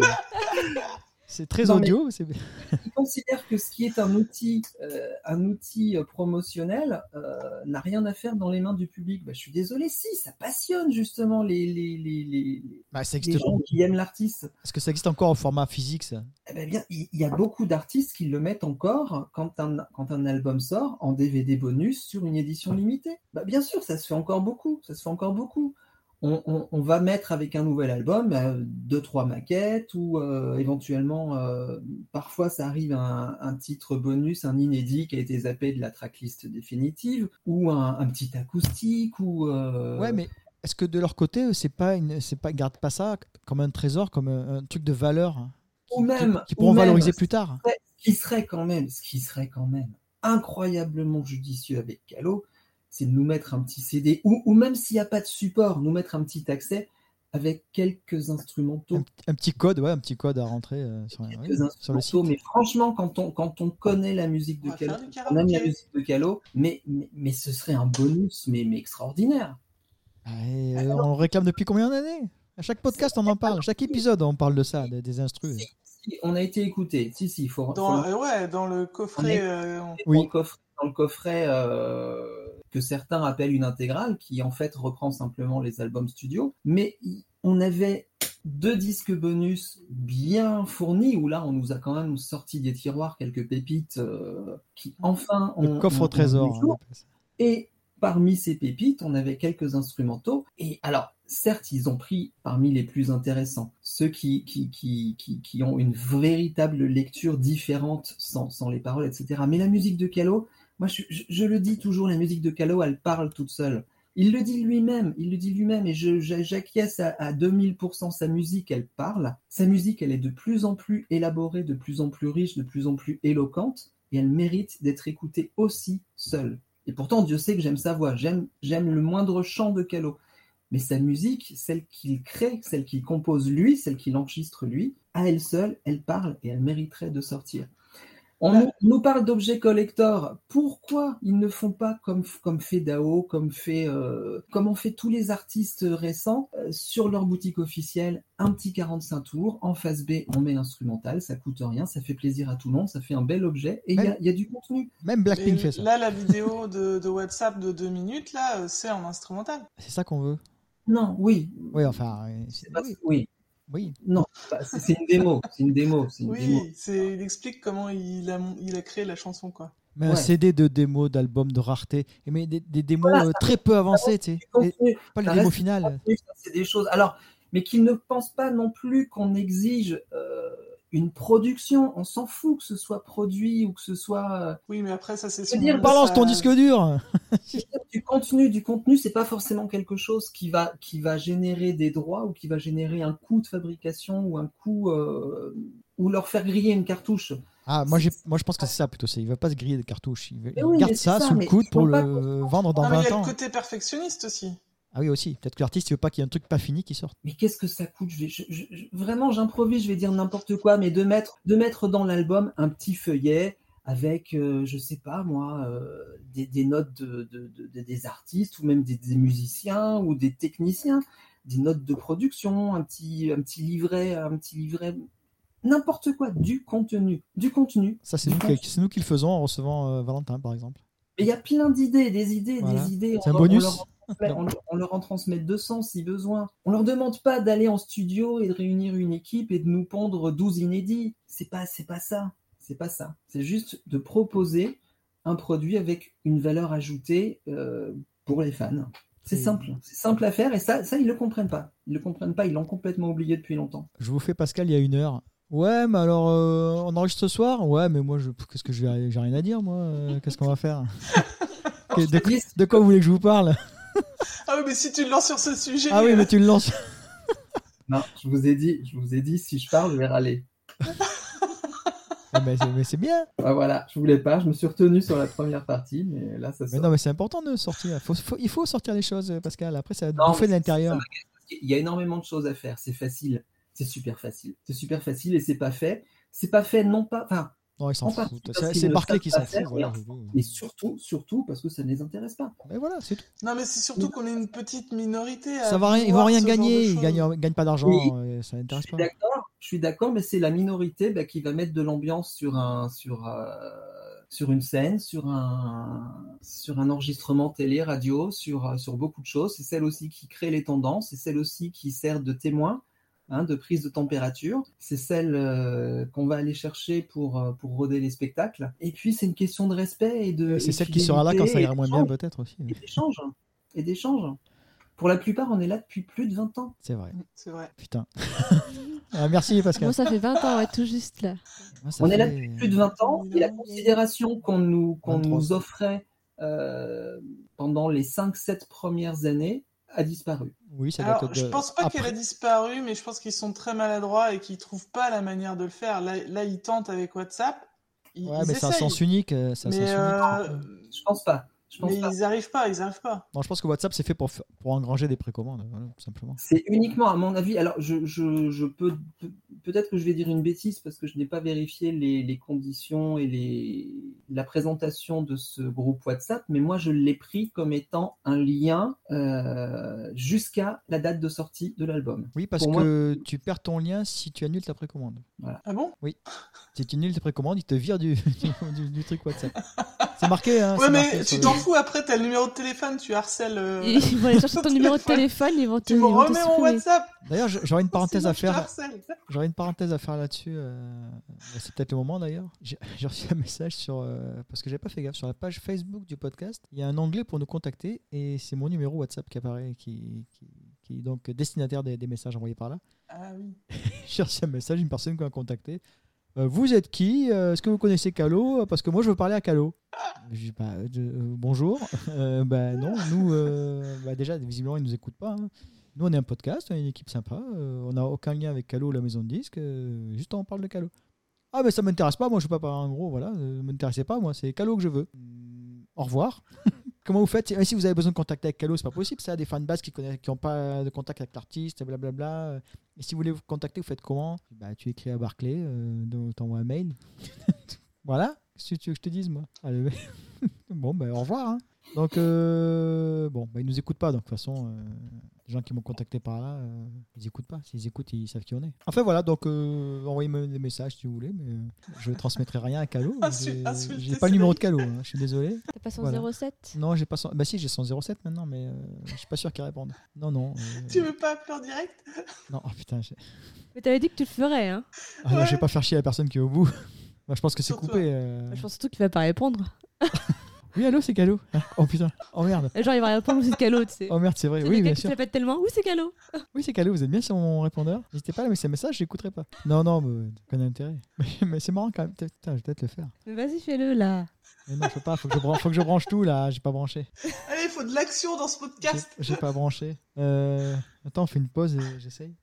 Speaker 1: C'est très
Speaker 4: Non, mais-
Speaker 1: audio. c'est bien.
Speaker 4: Il considère que ce qui est un outil, euh, un outil euh, promotionnel euh, n'a rien à faire dans les mains du public. Bah, je suis désolé, si, ça passionne justement les, les, les, les,
Speaker 1: Bah, ça
Speaker 4: les
Speaker 1: existe...
Speaker 4: gens qui aiment l'artiste.
Speaker 1: Est-ce que ça existe encore en format physique ça
Speaker 4: Eh ben, bien, il il y a beaucoup d'artistes qui le mettent encore quand un, quand un album sort en DVD bonus sur une édition limitée. Bah, bien sûr, ça se fait encore beaucoup. Ça se fait encore beaucoup. On, on- on va mettre avec un nouvel album euh, deux trois maquettes ou euh, éventuellement euh, parfois ça arrive un, un titre bonus, un inédit qui a été zappé de la tracklist définitive ou un, un petit acoustique ou euh,
Speaker 1: Ouais, mais est-ce que de leur côté, eux, c'est pas une, c'est pas garde pas ça comme un trésor, comme un, un truc de valeur hein,
Speaker 4: Ou même-
Speaker 1: qui
Speaker 4: ou
Speaker 1: pourront
Speaker 4: même-
Speaker 1: valoriser plus tard
Speaker 4: Ouais, ce qui serait quand même, ce qui serait quand même incroyablement judicieux avec Calo, c'est de nous mettre un petit CD ou, ou même s'il n'y a pas de support, nous mettre un petit accès avec quelques instrumentaux.
Speaker 1: un, un petit code, ouais, un petit code à rentrer euh, sur, ouais,
Speaker 4: Quelques
Speaker 1: sur le
Speaker 4: instrumentaux,
Speaker 1: site.
Speaker 4: mais franchement, quand on, quand on connaît la musique
Speaker 3: On
Speaker 4: de
Speaker 3: va
Speaker 4: Calo,
Speaker 3: faire du
Speaker 4: on aime la
Speaker 3: karaoké.
Speaker 4: musique de Calo, mais, mais, mais ce serait un bonus, mais, mais extraordinaire.
Speaker 1: Et, euh, on le réclame depuis combien d'années À chaque podcast, on en parle. À chaque épisode, on parle de ça, des, des instrus.
Speaker 4: Si, si, on a été écouté. Si, si, il faut,
Speaker 3: Dans,
Speaker 4: faut-
Speaker 3: euh, ouais, dans le coffret. euh, on-
Speaker 1: Oui.
Speaker 4: dans le coffret, dans le coffret, euh, que certains appellent une intégrale, qui en fait reprend simplement les albums studio. Mais y- on avait deux disques bonus bien fournis, où là on nous a quand même sorti des tiroirs quelques pépites euh, qui enfin ont.
Speaker 1: Le coffre
Speaker 4: ont-
Speaker 1: au
Speaker 4: ont
Speaker 1: trésor.
Speaker 4: vu
Speaker 1: hein,
Speaker 4: le jour.
Speaker 1: on appelle ça.
Speaker 4: Et parmi ces pépites, on avait quelques instrumentaux. Et alors, certes, ils ont pris parmi les plus intéressants, ceux qui, qui, qui, qui, qui ont une véritable lecture différente sans, sans les paroles, etc. Mais la musique de Calo, moi je, je- je le dis toujours, la musique de Calo, elle parle toute seule. Il le dit lui-même, il le dit lui-même, et je- je- j'acquiesce à, à 2000% sa musique, elle parle. Sa musique, elle est de plus en plus élaborée, de plus en plus riche, de plus en plus éloquente, et elle mérite d'être écoutée aussi seule. Et pourtant, Dieu sait que j'aime sa voix, j'aime j'aime le moindre chant de Calo. Mais sa musique, celle qu'il crée, celle qu'il compose lui, celle qu'il enregistre lui, à elle seule, elle parle et elle mériterait de sortir. On nous, on nous parle d'objets collector. Pourquoi ils ne font pas comme, comme fait Dao, comme, fait, euh, comme ont fait tous les artistes récents euh, sur leur boutique officielle Un petit 45 tours. En face B, on met l'instrumental. Ça coûte rien, ça fait plaisir à tout le monde, ça fait un bel objet et il y a- il y a du contenu.
Speaker 1: Même Blackpink
Speaker 3: Et
Speaker 1: fait ça.
Speaker 3: Là, la vidéo de, de WhatsApp de deux minutes, là, euh, c'est en instrumental.
Speaker 1: C'est ça qu'on veut.
Speaker 4: Non, oui.
Speaker 1: Oui, enfin, euh,
Speaker 4: C'est
Speaker 1: c'est-
Speaker 4: pas-
Speaker 1: oui,
Speaker 4: oui.
Speaker 1: oui.
Speaker 4: Non, bah, c'est c'est une démo. C'est une démo. C'est une démo.
Speaker 3: Oui, c'est, il explique comment il a, mon- il a créé la chanson, quoi.
Speaker 1: Mais un
Speaker 4: Ouais.
Speaker 1: CD de démos, d'albums, de rareté. Et mais des, des démos
Speaker 4: Voilà,
Speaker 1: euh, très peu avancées, tu sais.
Speaker 4: Du contenu,
Speaker 1: Et Pas les
Speaker 4: ça
Speaker 1: démos
Speaker 4: reste-
Speaker 1: finales.
Speaker 4: ça, C'est des choses. Alors, mais qu'ils ne pensent pas non plus qu'on exige euh, une production. On s'en fout que ce soit produit ou que ce soit. euh,
Speaker 3: Oui, mais après, ça, c'est
Speaker 4: Je veux
Speaker 3: son-
Speaker 4: dire,
Speaker 1: Balance
Speaker 3: ça-
Speaker 1: ton disque dur
Speaker 4: du contenu, du contenu, c'est pas forcément quelque chose qui va qui va générer des droits ou qui va générer un coût de fabrication ou un coût euh, ou leur faire griller une cartouche.
Speaker 1: Ah, moi, j'ai- moi je pense que c'est ça plutôt. c'est- Il va pas se griller de cartouches. Il, veut-
Speaker 4: Mais
Speaker 1: il
Speaker 4: oui,
Speaker 1: garde
Speaker 4: mais c'est
Speaker 1: ça,
Speaker 4: ça,
Speaker 1: sous le
Speaker 4: mais
Speaker 1: coude
Speaker 4: ils
Speaker 1: pour
Speaker 4: sont
Speaker 1: le
Speaker 4: pas
Speaker 1: vendre dans
Speaker 3: Non, mais il
Speaker 1: 20
Speaker 3: y a
Speaker 1: ans.
Speaker 3: le côté perfectionniste aussi.
Speaker 1: Ah oui, aussi. Peut-être que l'artiste, il veut pas qu'il y ait un truc pas fini qui sorte.
Speaker 4: mais qu'est-ce que ça coûte Je vais- je- je- je- Vraiment, j'improvise, je vais dire n'importe quoi, mais de mettre, de mettre dans l'album un petit feuillet avec, euh, je sais pas moi, euh, des, des notes de, de- de- de- des artistes ou même des, des musiciens ou des techniciens, des notes de production, un petit, un petit livret, un petit livret, n'importe quoi, du contenu, du contenu.
Speaker 1: Ça, c'est nous, qui- c'est nous qui le faisons en recevant euh, Valentin, par exemple.
Speaker 4: Mais il y a plein d'idées, des idées,
Speaker 1: Voilà.
Speaker 4: des idées.
Speaker 1: C'est un
Speaker 4: leur-
Speaker 1: bonus
Speaker 4: leur en transmet- on, on leur en transmet 200 si besoin. On leur demande pas d'aller en studio et de réunir une équipe et de nous pondre 12 inédits. C'est pas, c'est pas ça. C'est pas ça. C'est juste de proposer un produit avec une valeur ajoutée euh, pour les fans. C'est
Speaker 1: Et-
Speaker 4: simple. C'est simple à faire et ça, ça ils le comprennent pas. Ils le comprennent pas. Ils l'ont complètement oublié depuis longtemps.
Speaker 1: Je vous fais Pascal il y a une heure. Ouais, mais alors, euh, on enregistre ce soir Ouais, mais moi, je... qu'est-ce que je vais... J'ai rien à dire, moi. euh, Qu'est-ce qu'on va faire Que- de,
Speaker 4: Yes.
Speaker 1: de quoi vous voulez que je vous parle
Speaker 3: Ah oui, mais si tu le lances sur ce sujet. euh,
Speaker 1: Ah oui, mais tu le lances.
Speaker 4: Non, je vous ai dit, je vous ai dit, si je parle, je vais râler.
Speaker 1: Ah, mais c'est- mais c'est bien.
Speaker 4: Ah, voilà, je voulais pas. Je me suis retenu sur la première partie, mais là ça
Speaker 1: Mais
Speaker 4: sort.
Speaker 1: non, mais c'est important de sortir. Faut- faut- il faut sortir les choses, Pascal. Après, ça va te
Speaker 4: Non,
Speaker 1: bouffer de
Speaker 4: mais
Speaker 1: l'intérieur.
Speaker 4: ça m'agace parce qu'il y a énormément de choses à faire. C'est facile. C'est super facile. C'est super facile et c'est pas fait. C'est pas fait non pas. Enfin,
Speaker 1: Non, ils s'en
Speaker 4: En partie
Speaker 1: foutent.
Speaker 4: parce
Speaker 1: C'est-
Speaker 4: qu'ils
Speaker 1: C'est
Speaker 4: ne
Speaker 1: Barclay
Speaker 4: savent
Speaker 1: qui
Speaker 4: pas
Speaker 1: s'en fout.
Speaker 4: faire,
Speaker 1: Voilà.
Speaker 4: mais- mais surtout, surtout parce que ça ne les intéresse pas.
Speaker 1: Mais voilà, c'est tout.
Speaker 3: Non, mais c'est surtout qu'on est une petite minorité.
Speaker 4: euh,
Speaker 3: à
Speaker 1: Ça va rien, ils vont
Speaker 3: vouloir
Speaker 1: rien
Speaker 3: ce genre de
Speaker 1: gagner. Ils
Speaker 3: choses.
Speaker 1: gagnent, gagnent pas d'argent.
Speaker 4: Oui.
Speaker 1: euh, Ça
Speaker 4: Je
Speaker 1: n'intéresse
Speaker 4: suis
Speaker 1: pas.
Speaker 4: d'accord, je suis d'accord, mais c'est la minorité bah, qui va mettre de l'ambiance sur un sur euh, sur une scène, sur un sur un enregistrement télé, radio, sur euh, sur beaucoup de choses. C'est celle aussi qui crée les tendances, c'est celle aussi qui sert de témoin. hein, de prise de température, c'est celle euh, qu'on va aller chercher pour euh, pour roder les spectacles. Et puis c'est une question de respect et de.
Speaker 1: C'est
Speaker 4: et
Speaker 1: celle
Speaker 4: de
Speaker 1: qui sera là quand ça
Speaker 4: fidélité
Speaker 1: ira
Speaker 4: et
Speaker 1: moins bien,
Speaker 4: d'échange,
Speaker 1: peut-être aussi.
Speaker 4: Et d'échange et d'échange. Pour la plupart, on est là depuis plus de 20 ans.
Speaker 1: C'est vrai.
Speaker 3: C'est vrai.
Speaker 1: Putain. Ah, merci Pascal.
Speaker 2: Moi, ça fait 20 ans, ouais, tout juste là.
Speaker 1: Ah, ça
Speaker 4: On est là
Speaker 1: fait-
Speaker 4: depuis plus de 20 ans et la considération qu'on nous, qu'on
Speaker 1: 23.
Speaker 4: nous offrait euh, pendant les 5-7 premières années a disparu.
Speaker 1: Oui, ça doit
Speaker 3: Alors,
Speaker 1: être.
Speaker 3: je
Speaker 1: de-
Speaker 3: pense pas
Speaker 1: après-
Speaker 3: qu'elle a disparu, mais je pense qu'ils sont très maladroits et qu'ils trouvent pas la manière de le faire. Là, là ils tentent avec WhatsApp. Ils,
Speaker 1: Ouais,
Speaker 3: ils
Speaker 1: mais c'est un
Speaker 3: essayent.
Speaker 1: sens unique. euh, c'est un
Speaker 3: Mais,
Speaker 1: sens unique,
Speaker 3: euh,
Speaker 1: donc, euh.
Speaker 4: Je pense pas. Je pense
Speaker 3: mais
Speaker 4: pas.
Speaker 3: ils arrivent pas, ils arrivent pas.
Speaker 1: Non, je pense que WhatsApp c'est fait pour, f- pour engranger des précommandes, voilà, tout simplement.
Speaker 4: C'est uniquement, à mon avis, alors je, je, je peux, pe- peut-être que je vais dire une bêtise parce que je n'ai pas vérifié les, les conditions et les, la présentation de ce groupe WhatsApp, mais moi je l'ai pris comme étant un lien euh, jusqu'à la date de sortie de l'album.
Speaker 1: Oui, parce
Speaker 4: Pour moi-
Speaker 1: que tu perds ton lien si tu annules ta précommande.
Speaker 3: Ah bon
Speaker 1: Si tu annules ta précommande, ils te virent du, du, du truc WhatsApp. C'est marqué, hein
Speaker 3: Ouais,
Speaker 1: c'est
Speaker 3: mais
Speaker 1: marqué sur
Speaker 3: tu
Speaker 1: le-
Speaker 3: t'en fous après, t'as le numéro de téléphone, tu harcèles. euh,
Speaker 2: Ils vont aller chercher ton numéro de téléphone, ils vont te,
Speaker 3: Tu
Speaker 2: ils
Speaker 3: me
Speaker 2: vont te
Speaker 3: remets mon
Speaker 2: supprimer.
Speaker 3: WhatsApp.
Speaker 1: D'ailleurs, je- j'aurais une parenthèse
Speaker 3: sinon
Speaker 1: à
Speaker 3: je te
Speaker 1: faire.
Speaker 3: harcèle.
Speaker 1: J'aurais une parenthèse à faire là-dessus. euh, mais C'est peut-être le moment d'ailleurs. J'ai j'ai reçu un message sur euh, parce que j'ai pas fait gaffe sur la page Facebook du podcast. Il y a un onglet pour nous contacter et c'est mon numéro WhatsApp qui apparaît, qui, qui, qui est donc destinataire des, des messages envoyés par là.
Speaker 3: Ah oui.
Speaker 1: J'ai reçu un message d'une personne qui m'a contacté. Euh, vous êtes qui Euh, Est-ce que vous connaissez Calo Parce que moi je veux parler à Calo. Je dis, bah, euh, je- euh, bonjour. Euh, bah, non, nous, euh, bah, déjà, visiblement, ils nous écoutent pas. hein. Nous, on est un podcast, on est une équipe sympa. euh, on n'a aucun lien avec Calo, la maison de disques. euh, juste, on parle de Calo. Ah, mais ça m'intéresse pas, moi, je ne veux pas parler en gros, voilà. Ne m'intéressez pas, moi, c'est Calo que je veux. Hum, Au revoir. Comment vous faites Et Si vous avez besoin de contact avec Calo, c'est pas possible, ça. Des fans de base qui n'ont pas de contact avec l'artiste, blablabla. Et si vous voulez vous contacter, vous faites comment bah, Tu écris à Barclay, euh, donc t'envoies un mail. voilà, qu'est-ce que tu veux que je te dise, moi Allez, Bon, bah, au revoir. hein. Donc, euh, bon, bah, ils nous écoutent pas, donc de toute façon, euh, les gens qui m'ont contacté par là, euh, ils écoutent pas. S'ils écoutent, ils savent qui on est. Enfin, voilà, donc euh, envoyez-moi des messages si vous voulez, mais euh, je transmettrai rien à Calo.
Speaker 3: Insu-
Speaker 1: J'ai
Speaker 3: insultez
Speaker 1: j'ai
Speaker 3: ces
Speaker 1: pas le numéro
Speaker 3: mecs.
Speaker 1: de Calo, hein, je suis désolé.
Speaker 2: T'as pas son
Speaker 1: Voilà.
Speaker 3: Mm.
Speaker 2: 07
Speaker 1: Non, j'ai pas son... Bah, si, j'ai son 07 maintenant, mais euh, je suis pas sûr qu'il réponde. Non, non. euh,
Speaker 3: Tu veux pas appeler en direct
Speaker 1: Non, oh, putain, j'ai-
Speaker 2: Mais t'avais dit que tu le ferais, hein.
Speaker 1: Ah bah,
Speaker 3: Ouais.
Speaker 1: je vais pas faire chier la personne qui est au bout. Bah, je pense que c'est
Speaker 3: Surtout,
Speaker 1: coupé. euh.
Speaker 2: Je pense surtout qu'il va pas répondre.
Speaker 1: Oui, allô, c'est Calo. Hein Oh putain. Oh merde.
Speaker 2: Genre, il va répondre, c'est Calo, tu sais.
Speaker 1: Oh merde, c'est vrai.
Speaker 2: Tu sais,
Speaker 1: Oui,
Speaker 2: le gars
Speaker 1: bien
Speaker 2: qui
Speaker 1: sûr.
Speaker 2: s'appelle tellement, oui, c'est Calo.
Speaker 1: Oui, c'est Calo. Vous êtes bien sur mon répondeur. N'hésitez pas à laisser un message, j'écouterai pas. Non, non, mais euh, aucun intérêt. Mais- Mais c'est marrant quand même. Putain, je vais peut-être le faire.
Speaker 2: Mais vas-y, fais-le là.
Speaker 1: Mais non, je peux pas. Faut que je, bran- faut que je branche tout là. J'ai pas branché.
Speaker 3: Allez, faut de l'action dans ce
Speaker 1: J'ai-
Speaker 3: podcast.
Speaker 1: J'ai pas branché. Euh... Attends, on fait une pause et j'essaye.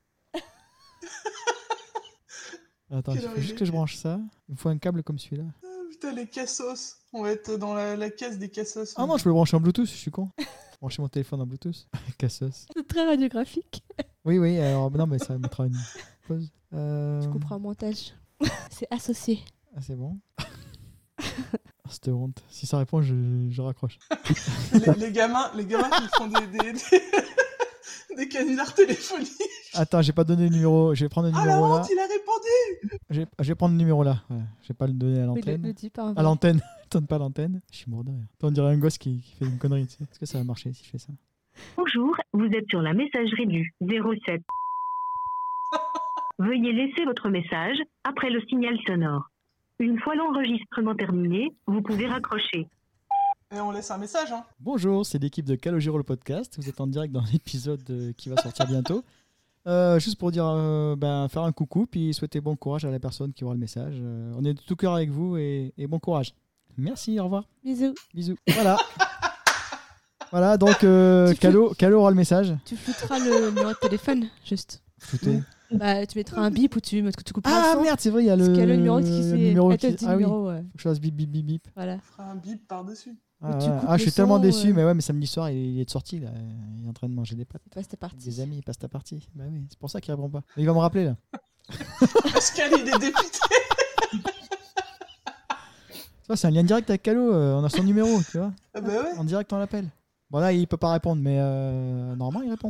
Speaker 1: Attends, il
Speaker 3: Quelle
Speaker 1: faut juste que je branche ça. Il me faut un câble comme celui-là. Ah
Speaker 3: Putain, les cassos. On va être dans la, la caisse des cassos.
Speaker 1: Ah non, je peux le brancher en Bluetooth, je suis con. Brancher mon téléphone en Bluetooth. Cassos.
Speaker 2: C'est très radiographique.
Speaker 1: Oui, oui, alors non, mais ça mettra une pause. Euh,
Speaker 2: Tu comprends un montage. c'est associé.
Speaker 1: Ah, c'est bon. Oh, C'était honte. Si ça répond, je, je raccroche.
Speaker 3: les, les gamins, les gamins qui font des, des, des- des canulars téléphoniques.
Speaker 1: Attends, j'ai pas donné le numéro. Je vais prendre le
Speaker 3: Ah la
Speaker 1: numéro
Speaker 3: honte,
Speaker 1: là.
Speaker 3: il a répondu.
Speaker 1: Je vais, je vais prendre le numéro là. Ouais, Je vais pas le donner à
Speaker 2: Oui, le,
Speaker 1: l'antenne.
Speaker 2: le dis pas. hein. en
Speaker 1: À l'antenne. Donne pas à l'antenne. Je suis mort de rire. Attends, On dirait un gosse qui, qui fait une connerie. tu sais. Est-ce que ça va marcher si je fais ça
Speaker 6: Bonjour, vous êtes sur la messagerie du 07. Veuillez laisser votre message après le signal sonore. Une fois l'enregistrement terminé, vous pouvez raccrocher.
Speaker 3: Et on laisse un message, hein.
Speaker 1: Bonjour, c'est l'équipe de Calogiro le podcast. Vous êtes en direct dans l'épisode euh, qui va sortir bientôt. Euh, juste pour dire, euh, ben, faire un coucou, puis souhaiter bon courage à la personne qui aura le message. Euh, on est de tout cœur avec vous et, et bon courage. Merci, au revoir,
Speaker 2: Bisous.
Speaker 1: bisous. Voilà. voilà, donc euh,
Speaker 2: Tu fous-
Speaker 1: Calo, Calo aura le message.
Speaker 2: Tu flouteras le numéro de téléphone, juste.
Speaker 1: Foutez.
Speaker 2: Bah, tu mettras un bip ou tu, me- tu couperas le
Speaker 1: Ah
Speaker 2: son.
Speaker 1: merde, c'est vrai, il y a le,
Speaker 2: Parce qu'il y a le numéro qui
Speaker 1: le
Speaker 2: s'est.
Speaker 1: numéro
Speaker 2: Elle te
Speaker 1: qui-
Speaker 2: dit
Speaker 1: Ah oui, faut
Speaker 2: numéro, ouais.
Speaker 1: que je fasse bip bip bip bip.
Speaker 2: Voilà.
Speaker 3: On fera un bip par-dessus.
Speaker 1: Ah,
Speaker 2: tu
Speaker 1: ouais.
Speaker 2: coupes
Speaker 1: Ah, je
Speaker 2: le
Speaker 1: suis tellement
Speaker 2: son,
Speaker 1: déçu,
Speaker 2: euh.
Speaker 1: mais ouais, mais samedi soir, il, il est de sortie là. Il est en train de manger des pâtes.
Speaker 2: C'est pas cette
Speaker 1: avec
Speaker 2: partie.
Speaker 1: Des amis, il passe ta partie. Bah oui, c'est pour ça qu'il répond pas. Il va me rappeler là.
Speaker 3: Pascal, il est dépité.
Speaker 1: Tu vois, c'est un lien direct avec Calo, euh, on a son numéro, tu vois.
Speaker 3: Ah bah ouais.
Speaker 1: En direct, on l'appelle. Bon, là, il peut pas répondre, mais euh, normalement, il répond.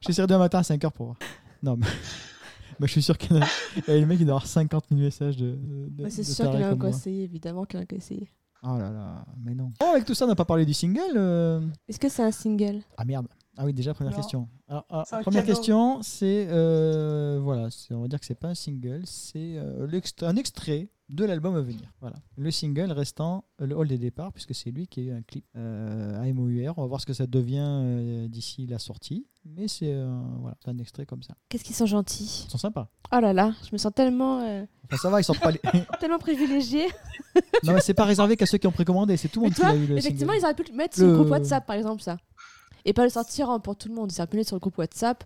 Speaker 1: J'essaierai demain matin à 5h pour voir. Non, mais, mais je suis sûr qu'il y en a. Et le mec, il doit avoir 50 000 messages de. de-
Speaker 2: Bah, c'est
Speaker 1: de
Speaker 2: sûr
Speaker 1: tarés
Speaker 2: qu'il y en a
Speaker 1: comme
Speaker 2: encore
Speaker 1: moi.
Speaker 2: essayé, évidemment qu'il y en a encore essayé.
Speaker 1: Oh là là, mais non. Oh, avec tout ça, on n'a pas parlé du single. euh.
Speaker 2: Est-ce que c'est un single
Speaker 1: Ah merde. Ah oui, déjà, première
Speaker 3: Non.
Speaker 1: question. Alors, alors,
Speaker 3: C'est un
Speaker 1: première
Speaker 3: cadeau.
Speaker 1: question, c'est. euh, voilà, c'est- on va dire que c'est pas un single, c'est euh, l'ext- un extrait de l'album à venir. Voilà. Le single restant euh, le hall des départs, puisque c'est lui qui a eu un clip euh, à MOUR. On va voir ce que ça devient euh, d'ici la sortie. Mais c'est euh, voilà, c'est un extrait comme ça.
Speaker 2: Qu'est-ce qu'ils sont gentils
Speaker 1: Ils sont sympas.
Speaker 2: Oh là là, je me sens tellement, euh,
Speaker 1: Enfin, ça va, ils sortent pas les.
Speaker 2: tellement privilégiée.
Speaker 1: non, mais c'est pas réservé qu'à ceux qui ont précommandé, c'est tout le
Speaker 2: Mais
Speaker 1: monde qui
Speaker 2: toi,
Speaker 1: a eu le
Speaker 2: effectivement,
Speaker 1: single.
Speaker 2: ils auraient pu le mettre sur le
Speaker 1: Le-
Speaker 2: groupe WhatsApp, par exemple, ça. Et pas le sortir en- pour tout le monde. Ils auraient pu le mettre sur le groupe WhatsApp,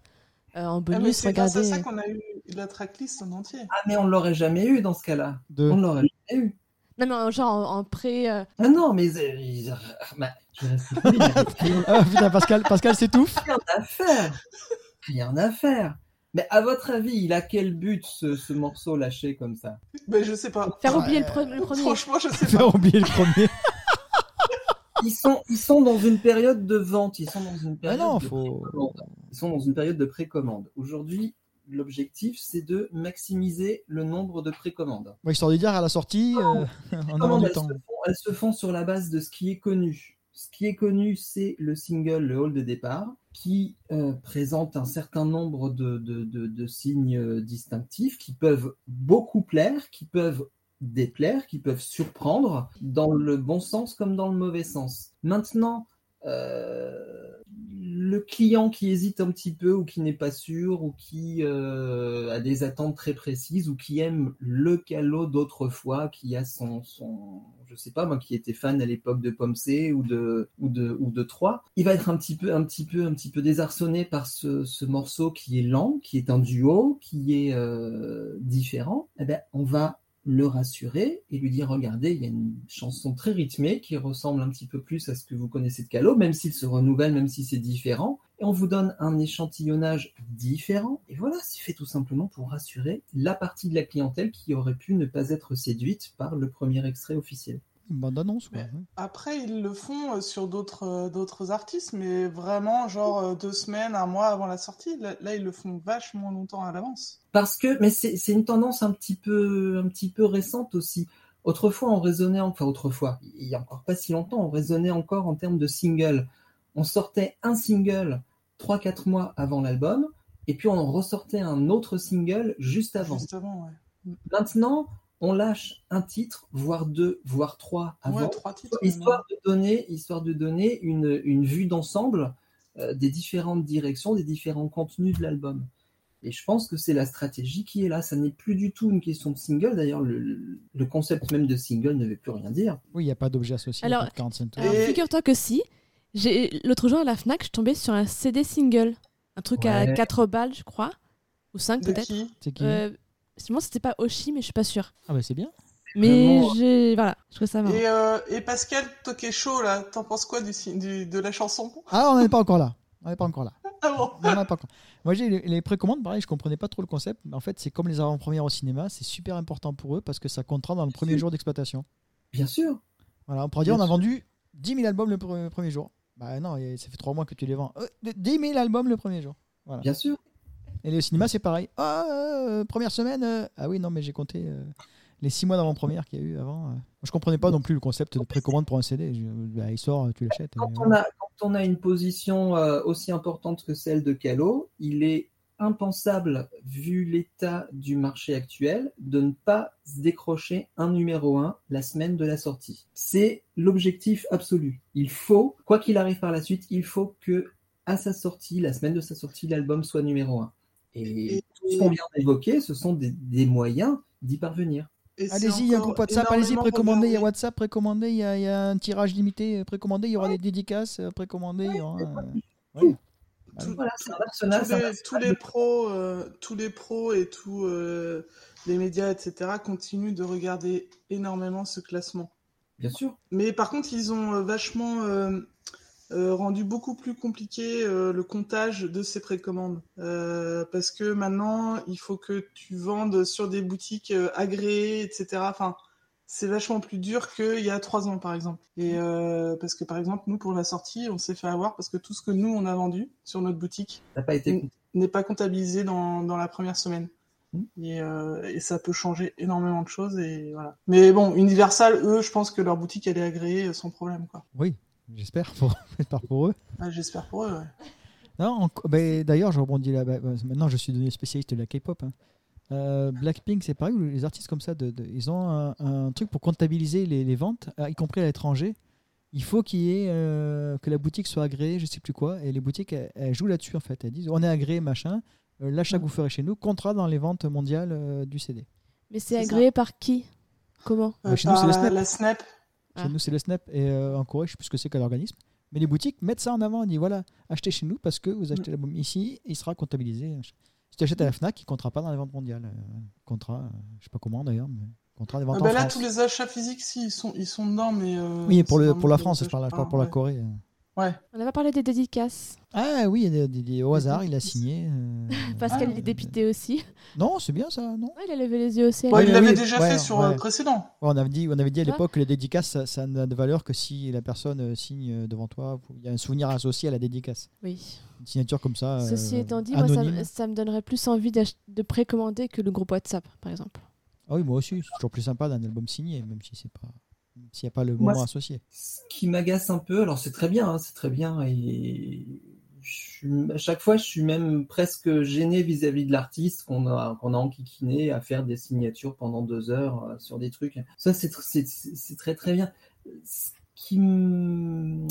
Speaker 2: euh, en
Speaker 3: Ah, mais
Speaker 2: bonus,
Speaker 3: c'est grâce à
Speaker 2: regardez.
Speaker 3: ça qu'on a eu la tracklist en entier.
Speaker 4: Ah, mais on l'aurait jamais eu dans ce cas-là.
Speaker 1: De-
Speaker 4: On l'aurait jamais eu.
Speaker 2: Non, mais en- genre en, en pré. euh,
Speaker 4: Ah non, mais. euh, ils- ah, bah, je reste- il y a
Speaker 1: Ah putain, Pascal, Pascal s'étouffe.
Speaker 4: rien à faire. Rien à faire. Mais à votre avis, il a quel but ce, ce morceau lâché comme ça
Speaker 3: Ben je sais pas.
Speaker 2: Faire oublier le, pre- le premier.
Speaker 3: Franchement, je sais pas.
Speaker 1: Faire oublier le premier.
Speaker 4: ils sont, ils sont dans une période de vente. Ils sont dans une
Speaker 1: Ah
Speaker 4: période
Speaker 1: non,
Speaker 4: de
Speaker 1: faut.
Speaker 4: précommande. Ils sont dans une période de précommande. Aujourd'hui, l'objectif, c'est de maximiser le nombre de précommandes.
Speaker 1: Ouais, histoire de dire à la sortie, euh, en avant
Speaker 4: Précommandes,
Speaker 1: du
Speaker 4: elles, se
Speaker 1: temps.
Speaker 4: font, elles se font sur la base de ce qui est connu. Ce qui est connu, c'est le single Le Hall de départ, qui euh, présente un certain nombre de, de- de- de signes euh, distinctifs qui peuvent beaucoup plaire, qui peuvent déplaire, qui peuvent surprendre, dans le bon sens comme dans le mauvais sens. Maintenant, euh, le client qui hésite un petit peu ou qui n'est pas sûr ou qui euh, a des attentes très précises ou qui aime le calot d'autrefois, qui a son, son, je sais pas moi, qui était fan à l'époque de Pomme C ou de ou de ou de 3, il va être un petit peu un petit peu un petit peu désarçonné par ce, ce morceau qui est lent, qui est un duo, qui est euh, différent. Eh ben, on va le rassurer et lui dire regardez, il y a une chanson très rythmée qui ressemble un petit peu plus à ce que vous connaissez de Calo, même s'il se renouvelle, même si c'est différent. Et on vous donne un échantillonnage différent. Et voilà, c'est fait tout simplement pour rassurer la partie de la clientèle qui aurait pu ne pas être séduite par le premier extrait officiel.
Speaker 1: Une bande annonce, quoi.
Speaker 3: Après, ils le font euh, sur d'autres euh, d'autres artistes, mais vraiment, genre euh, deux semaines, un mois avant la sortie. Là, là, ils le font vachement longtemps à l'avance.
Speaker 4: Parce que, mais c'est c'est une tendance un petit peu, un petit peu récente aussi. Autrefois, on raisonnait, en- enfin autrefois, il y a encore pas si longtemps, on raisonnait encore en termes de single. On sortait un single 3-4 mois avant l'album, et puis on en ressortait un autre single juste avant.
Speaker 3: Justement, ouais.
Speaker 4: Maintenant, on lâche un titre, voire deux, voire trois avant,
Speaker 3: Ouais, trois titres.
Speaker 4: histoire de donner, histoire de donner une, une vue d'ensemble euh, des différentes directions, des différents contenus de l'album. Et je pense que c'est la stratégie qui est là. Ça n'est plus du tout une question de single. D'ailleurs, le, le concept même de single ne veut plus rien dire.
Speaker 1: Oui, il n'y a pas d'objet associé.
Speaker 2: Alors-
Speaker 1: il y a pas de 45 tours.
Speaker 2: Alors,
Speaker 3: Et-
Speaker 2: figure-toi que si. J'ai... L'autre jour à la Fnac, je tombais sur un CD single. Un truc à
Speaker 4: Ouais.
Speaker 2: 4 balles, je crois. Ou 5
Speaker 3: de
Speaker 2: peut-être.
Speaker 3: qui
Speaker 1: C'est qui
Speaker 2: Euh, Sinon, c'était pas Oshi, mais je suis pas sûre.
Speaker 1: Ah, bah c'est bien.
Speaker 2: Mais j'ai. Voilà, je trouve ça marrant.
Speaker 3: et, euh, et Pascal, toi qui es chaud là, t'en penses quoi du, si- du- de la chanson
Speaker 1: Ah, on n'est pas encore là. On n'est pas encore là.
Speaker 3: Ah bon
Speaker 1: On en a pas encore. Moi, j'ai les, les précommandes, pareil, je comprenais pas trop le concept. Mais en fait, c'est comme les avant-premières au cinéma, c'est super important pour eux parce que ça comptera dans le premier jour d'exploitation.
Speaker 4: Bien sûr.
Speaker 1: Voilà, on pourrait dire, on a vendu 10 000 albums le pre- premier jour. Bah non, et ça fait 3 mois que tu les vends. Euh, 10 000 albums le premier jour.
Speaker 4: Bien sûr.
Speaker 1: Et le cinéma, c'est pareil. Ah, euh, première semaine. euh, Ah oui, non, mais j'ai compté euh, les six mois d'avant-première qu'il y a eu avant. euh. Moi, Je comprenais pas non plus le concept de précommande pour un CD. Je- bah, il sort, tu l'achètes. et
Speaker 4: Quand on,
Speaker 1: voilà.
Speaker 4: a, quand on a une position euh, aussi importante que celle de Calo, il est impensable, vu l'état du marché actuel, de ne pas se décrocher un numéro 1 la semaine de la sortie. C'est l'objectif absolu. Il faut, quoi qu'il arrive par la suite, il faut que, à sa sortie, la semaine de sa sortie, l'album soit numéro 1. Et tout ce qu'on vient d'évoquer, ce sont des, des moyens d'y parvenir.
Speaker 3: Et c'est
Speaker 1: Allez-y, il y a un
Speaker 3: encore
Speaker 1: groupe WhatsApp. Allez-y,
Speaker 3: énormément
Speaker 1: précommandez. Il y a
Speaker 3: regardé.
Speaker 1: WhatsApp, précommandez. Il y, a- il y a un tirage limité, euh, précommandez. Il y aura des dédicaces, euh, précommandez. il y aura, euh,
Speaker 3: Tout-
Speaker 4: Voilà, c'est un arsenal.
Speaker 3: tous
Speaker 4: c'est un
Speaker 3: les,
Speaker 4: arsenal
Speaker 3: tous les pros, euh, tous les pros et tous euh, les médias, etc., continuent de regarder énormément ce classement.
Speaker 4: de- Bien sûr.
Speaker 3: Mais par contre, ils ont euh, vachement euh, euh, rendu beaucoup plus compliqué euh, le comptage de ces précommandes. Euh, parce que maintenant, il faut que tu vendes sur des boutiques euh, agréées, etc. Enfin, c'est vachement plus dur qu'il y a trois ans, par exemple. Et euh, parce que, par exemple, nous, pour la sortie, on s'est fait avoir parce que tout ce que nous, on a vendu sur notre boutique
Speaker 4: T'as pas été compté.
Speaker 3: n'est pas comptabilisé dans, dans la première semaine.
Speaker 1: Hmm.
Speaker 4: Mm.
Speaker 3: Et, euh, et ça peut changer énormément de choses. Et voilà. Mais bon, Universal, eux, je pense que leur boutique, elle est agréée euh, sans problème. Quoi.
Speaker 1: Oui, j'espère pour, j'espère pour eux.
Speaker 3: Ah, J'espère pour eux. ouais.
Speaker 1: Non, en- ben, D'ailleurs, je rebondis là. bah, bah, maintenant, je suis devenu spécialiste de la K-pop. hein. Euh, Blackpink, c'est pareil, ou les artistes comme ça, de- de- ils ont un, un truc pour comptabiliser les, les ventes, euh, y compris à l'étranger. Il faut qu'il y ait, euh, que la boutique soit agréée, je sais plus quoi. Et les boutiques, elles, elles jouent là-dessus en fait. Elles disent on est agréé, machin. euh, L'achat que vous ferez chez nous comptera dans les ventes mondiales euh, du CD.
Speaker 2: Mais c'est
Speaker 3: C'est ça.
Speaker 2: agréé par qui Comment
Speaker 1: Ouais, chez nous,
Speaker 3: par
Speaker 1: c'est le Snap.
Speaker 3: la, la Snap.
Speaker 1: Chez
Speaker 2: Ah.
Speaker 1: nous, c'est le Snap. Et euh, en Corée, je sais plus ce que c'est qu'un organisme. Mais les boutiques mettent ça en avant. On dit voilà, achetez chez nous parce que vous achetez l'album ici, il sera comptabilisé. Si tu achètes à la Fnac, il ne comptera pas dans les ventes mondiales. Euh, contrat, euh, je sais pas comment d'ailleurs, mais contrat des
Speaker 3: Ah
Speaker 1: ventes
Speaker 3: bah
Speaker 1: en
Speaker 3: là,
Speaker 1: France.
Speaker 3: tous les achats physiques, si, ils sont, ils sont dedans. Mais, euh,
Speaker 1: Oui, pour,
Speaker 3: c'est
Speaker 1: le, pour
Speaker 3: vraiment
Speaker 1: la
Speaker 3: pour les
Speaker 1: France, je
Speaker 3: achats.
Speaker 1: parle pas pour la
Speaker 3: Ouais.
Speaker 1: Corée. euh.
Speaker 2: On n'a pas parlé des dédicaces.
Speaker 1: Ah oui, il y a des- des- au hasard, il a signé. euh,
Speaker 2: Pascal,
Speaker 3: Ah,
Speaker 2: il est dépité aussi.
Speaker 1: Non, c'est bien ça, non
Speaker 2: Ouais, Ah, il a levé les yeux au ciel.
Speaker 3: Ouais, il
Speaker 1: oui,
Speaker 3: l'avait
Speaker 1: oui,
Speaker 3: déjà
Speaker 1: ouais,
Speaker 3: fait sur
Speaker 1: ouais.
Speaker 3: euh, précédent.
Speaker 1: Ouais, on, avait dit, on avait dit à
Speaker 2: Ouais.
Speaker 1: l'époque que les dédicaces, ça, ça n'a de valeur que si la personne euh, signe euh, devant toi. Il y a un souvenir associé à la dédicace.
Speaker 2: Oui.
Speaker 1: Une signature comme ça.
Speaker 2: Ceci
Speaker 1: euh,
Speaker 2: étant dit, moi, ça, me-
Speaker 1: anonyme.
Speaker 2: ça me donnerait plus envie d'ach- de précommander que le groupe WhatsApp, par exemple.
Speaker 1: Ah oui, moi aussi, c'est toujours plus sympa d'un album signé, même si c'est pas même s'il n'y a pas le
Speaker 4: Moi,
Speaker 1: moment
Speaker 4: c'est-
Speaker 1: associé.
Speaker 4: Ce qui m'agace un peu, alors c'est très bien, hein, c'est très bien, et je suis- à chaque fois je suis même presque gêné vis-à-vis de l'artiste qu'on a, qu'on a enquiquiné à faire des signatures pendant deux heures euh, sur des trucs. Ça c'est tr- c'est- c'est- c'est très très bien. Ce qui m-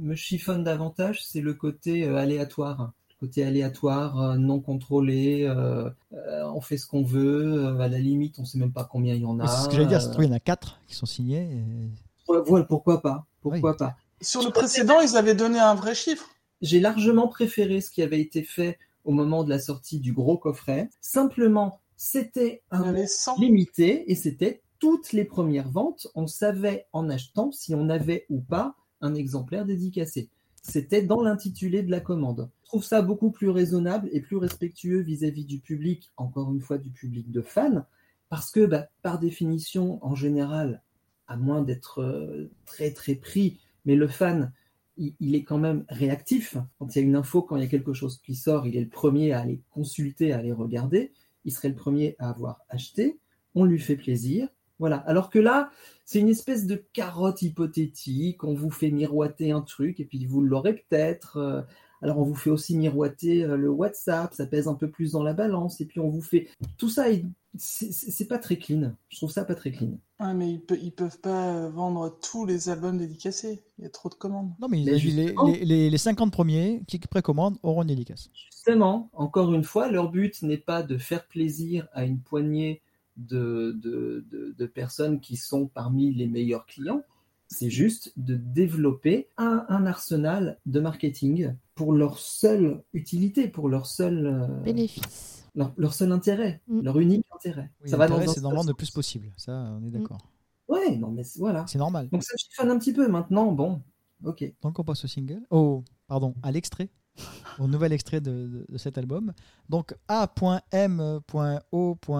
Speaker 4: me chiffonne davantage, c'est le côté euh, aléatoire. Le Côté aléatoire, euh, non contrôlé, euh, euh, on fait ce qu'on veut, euh, à la limite on sait même pas combien il y en a.
Speaker 1: Mais c'est ce que j'allais dire,
Speaker 4: euh,
Speaker 1: c'est qu'il y en a quatre qui sont signés. et-
Speaker 4: ouais, voilà, pourquoi pas Pourquoi pas
Speaker 3: Sur le précédent, ils avaient donné un vrai chiffre.
Speaker 4: j'ai largement préféré ce qui avait été fait au moment de la sortie du gros coffret. Simplement, c'était
Speaker 1: Ah
Speaker 3: Il y
Speaker 4: un
Speaker 3: avait 100.
Speaker 4: limité et c'était toutes les premières ventes. On savait en achetant si on avait ou pas un exemplaire dédicacé. C'était dans l'intitulé de la commande. Je trouve ça beaucoup plus raisonnable et plus respectueux vis-à-vis du public, encore une fois du public de fans, parce que bah, par définition, en général, à moins d'être euh, très très pris, mais le fan, il, il est quand même réactif. Quand il y a une info, quand il y a quelque chose qui sort, il est le premier à aller consulter, à aller regarder. Il serait le premier à avoir acheté on lui fait plaisir. Voilà. Alors que là, c'est une espèce de carotte hypothétique, on vous fait miroiter un truc et puis vous l'aurez peut-être. euh, Alors on vous fait aussi miroiter euh, le WhatsApp, ça pèse un peu plus dans la balance et puis on vous fait tout ça. est- C'est c'est- c'est pas très clean. Je trouve ça pas très clean.
Speaker 3: Ouais, mais ils, pe- ils peuvent pas euh, vendre tous les albums dédicacés. Il y a trop de commandes.
Speaker 1: Non, mais,
Speaker 4: Mais
Speaker 1: les-
Speaker 4: justement-
Speaker 1: les, les- les 50 premiers qui précommandent auront une dédicace.
Speaker 4: Justement, encore une fois, leur but n'est pas de faire plaisir à une poignée de, de- de- de personnes qui sont parmi les meilleurs clients, c'est juste de développer un, un arsenal de marketing pour leur seule utilité, pour leur seul, euh,
Speaker 2: Bénéfice.
Speaker 4: leur, leur seul intérêt,
Speaker 2: Mm.
Speaker 4: leur unique intérêt.
Speaker 1: Oui, l'intérêt, c'est d'en vendre le plus possible. Ça, on est d'accord.
Speaker 4: Ouais, non mais c'est- voilà.
Speaker 1: C'est normal.
Speaker 4: Donc ça me chiffonne un petit peu maintenant, bon, ok.
Speaker 1: Donc on passe au single. Oh, pardon, à l'extrait. au nouvel extrait de, de- de cet album. Donc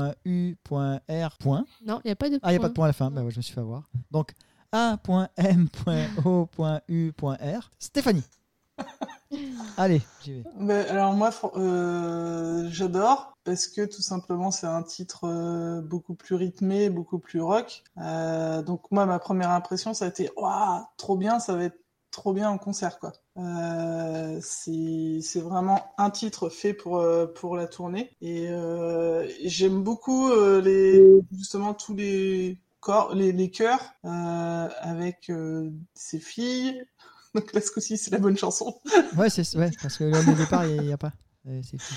Speaker 1: A.M.O.U.R.
Speaker 2: Non, il n'y a pas de.
Speaker 1: Ah, il n'y a
Speaker 2: point.
Speaker 1: pas de point à la fin. Bah ouais, je me suis fait avoir. Donc A.M.O.U.R. Stéphanie. Allez, j'y vais.
Speaker 3: Mais Ben, alors moi, fr- euh, j'adore parce que tout simplement c'est un titre euh, beaucoup plus rythmé, beaucoup plus rock. Euh, donc moi, ma première impression, ça a été waouh, trop bien, ça va être trop bien en concert quoi. Euh, c'est c'est vraiment un titre fait pour euh, pour la tournée et euh, j'aime beaucoup euh, les justement tous les corps, les, les chœurs euh, avec euh, ces filles. Donc là, ce coup-ci, c'est la bonne chanson.
Speaker 1: Ouais, c'est, ouais parce que là, au départ, il n'y a, pas. Euh, c'est fou.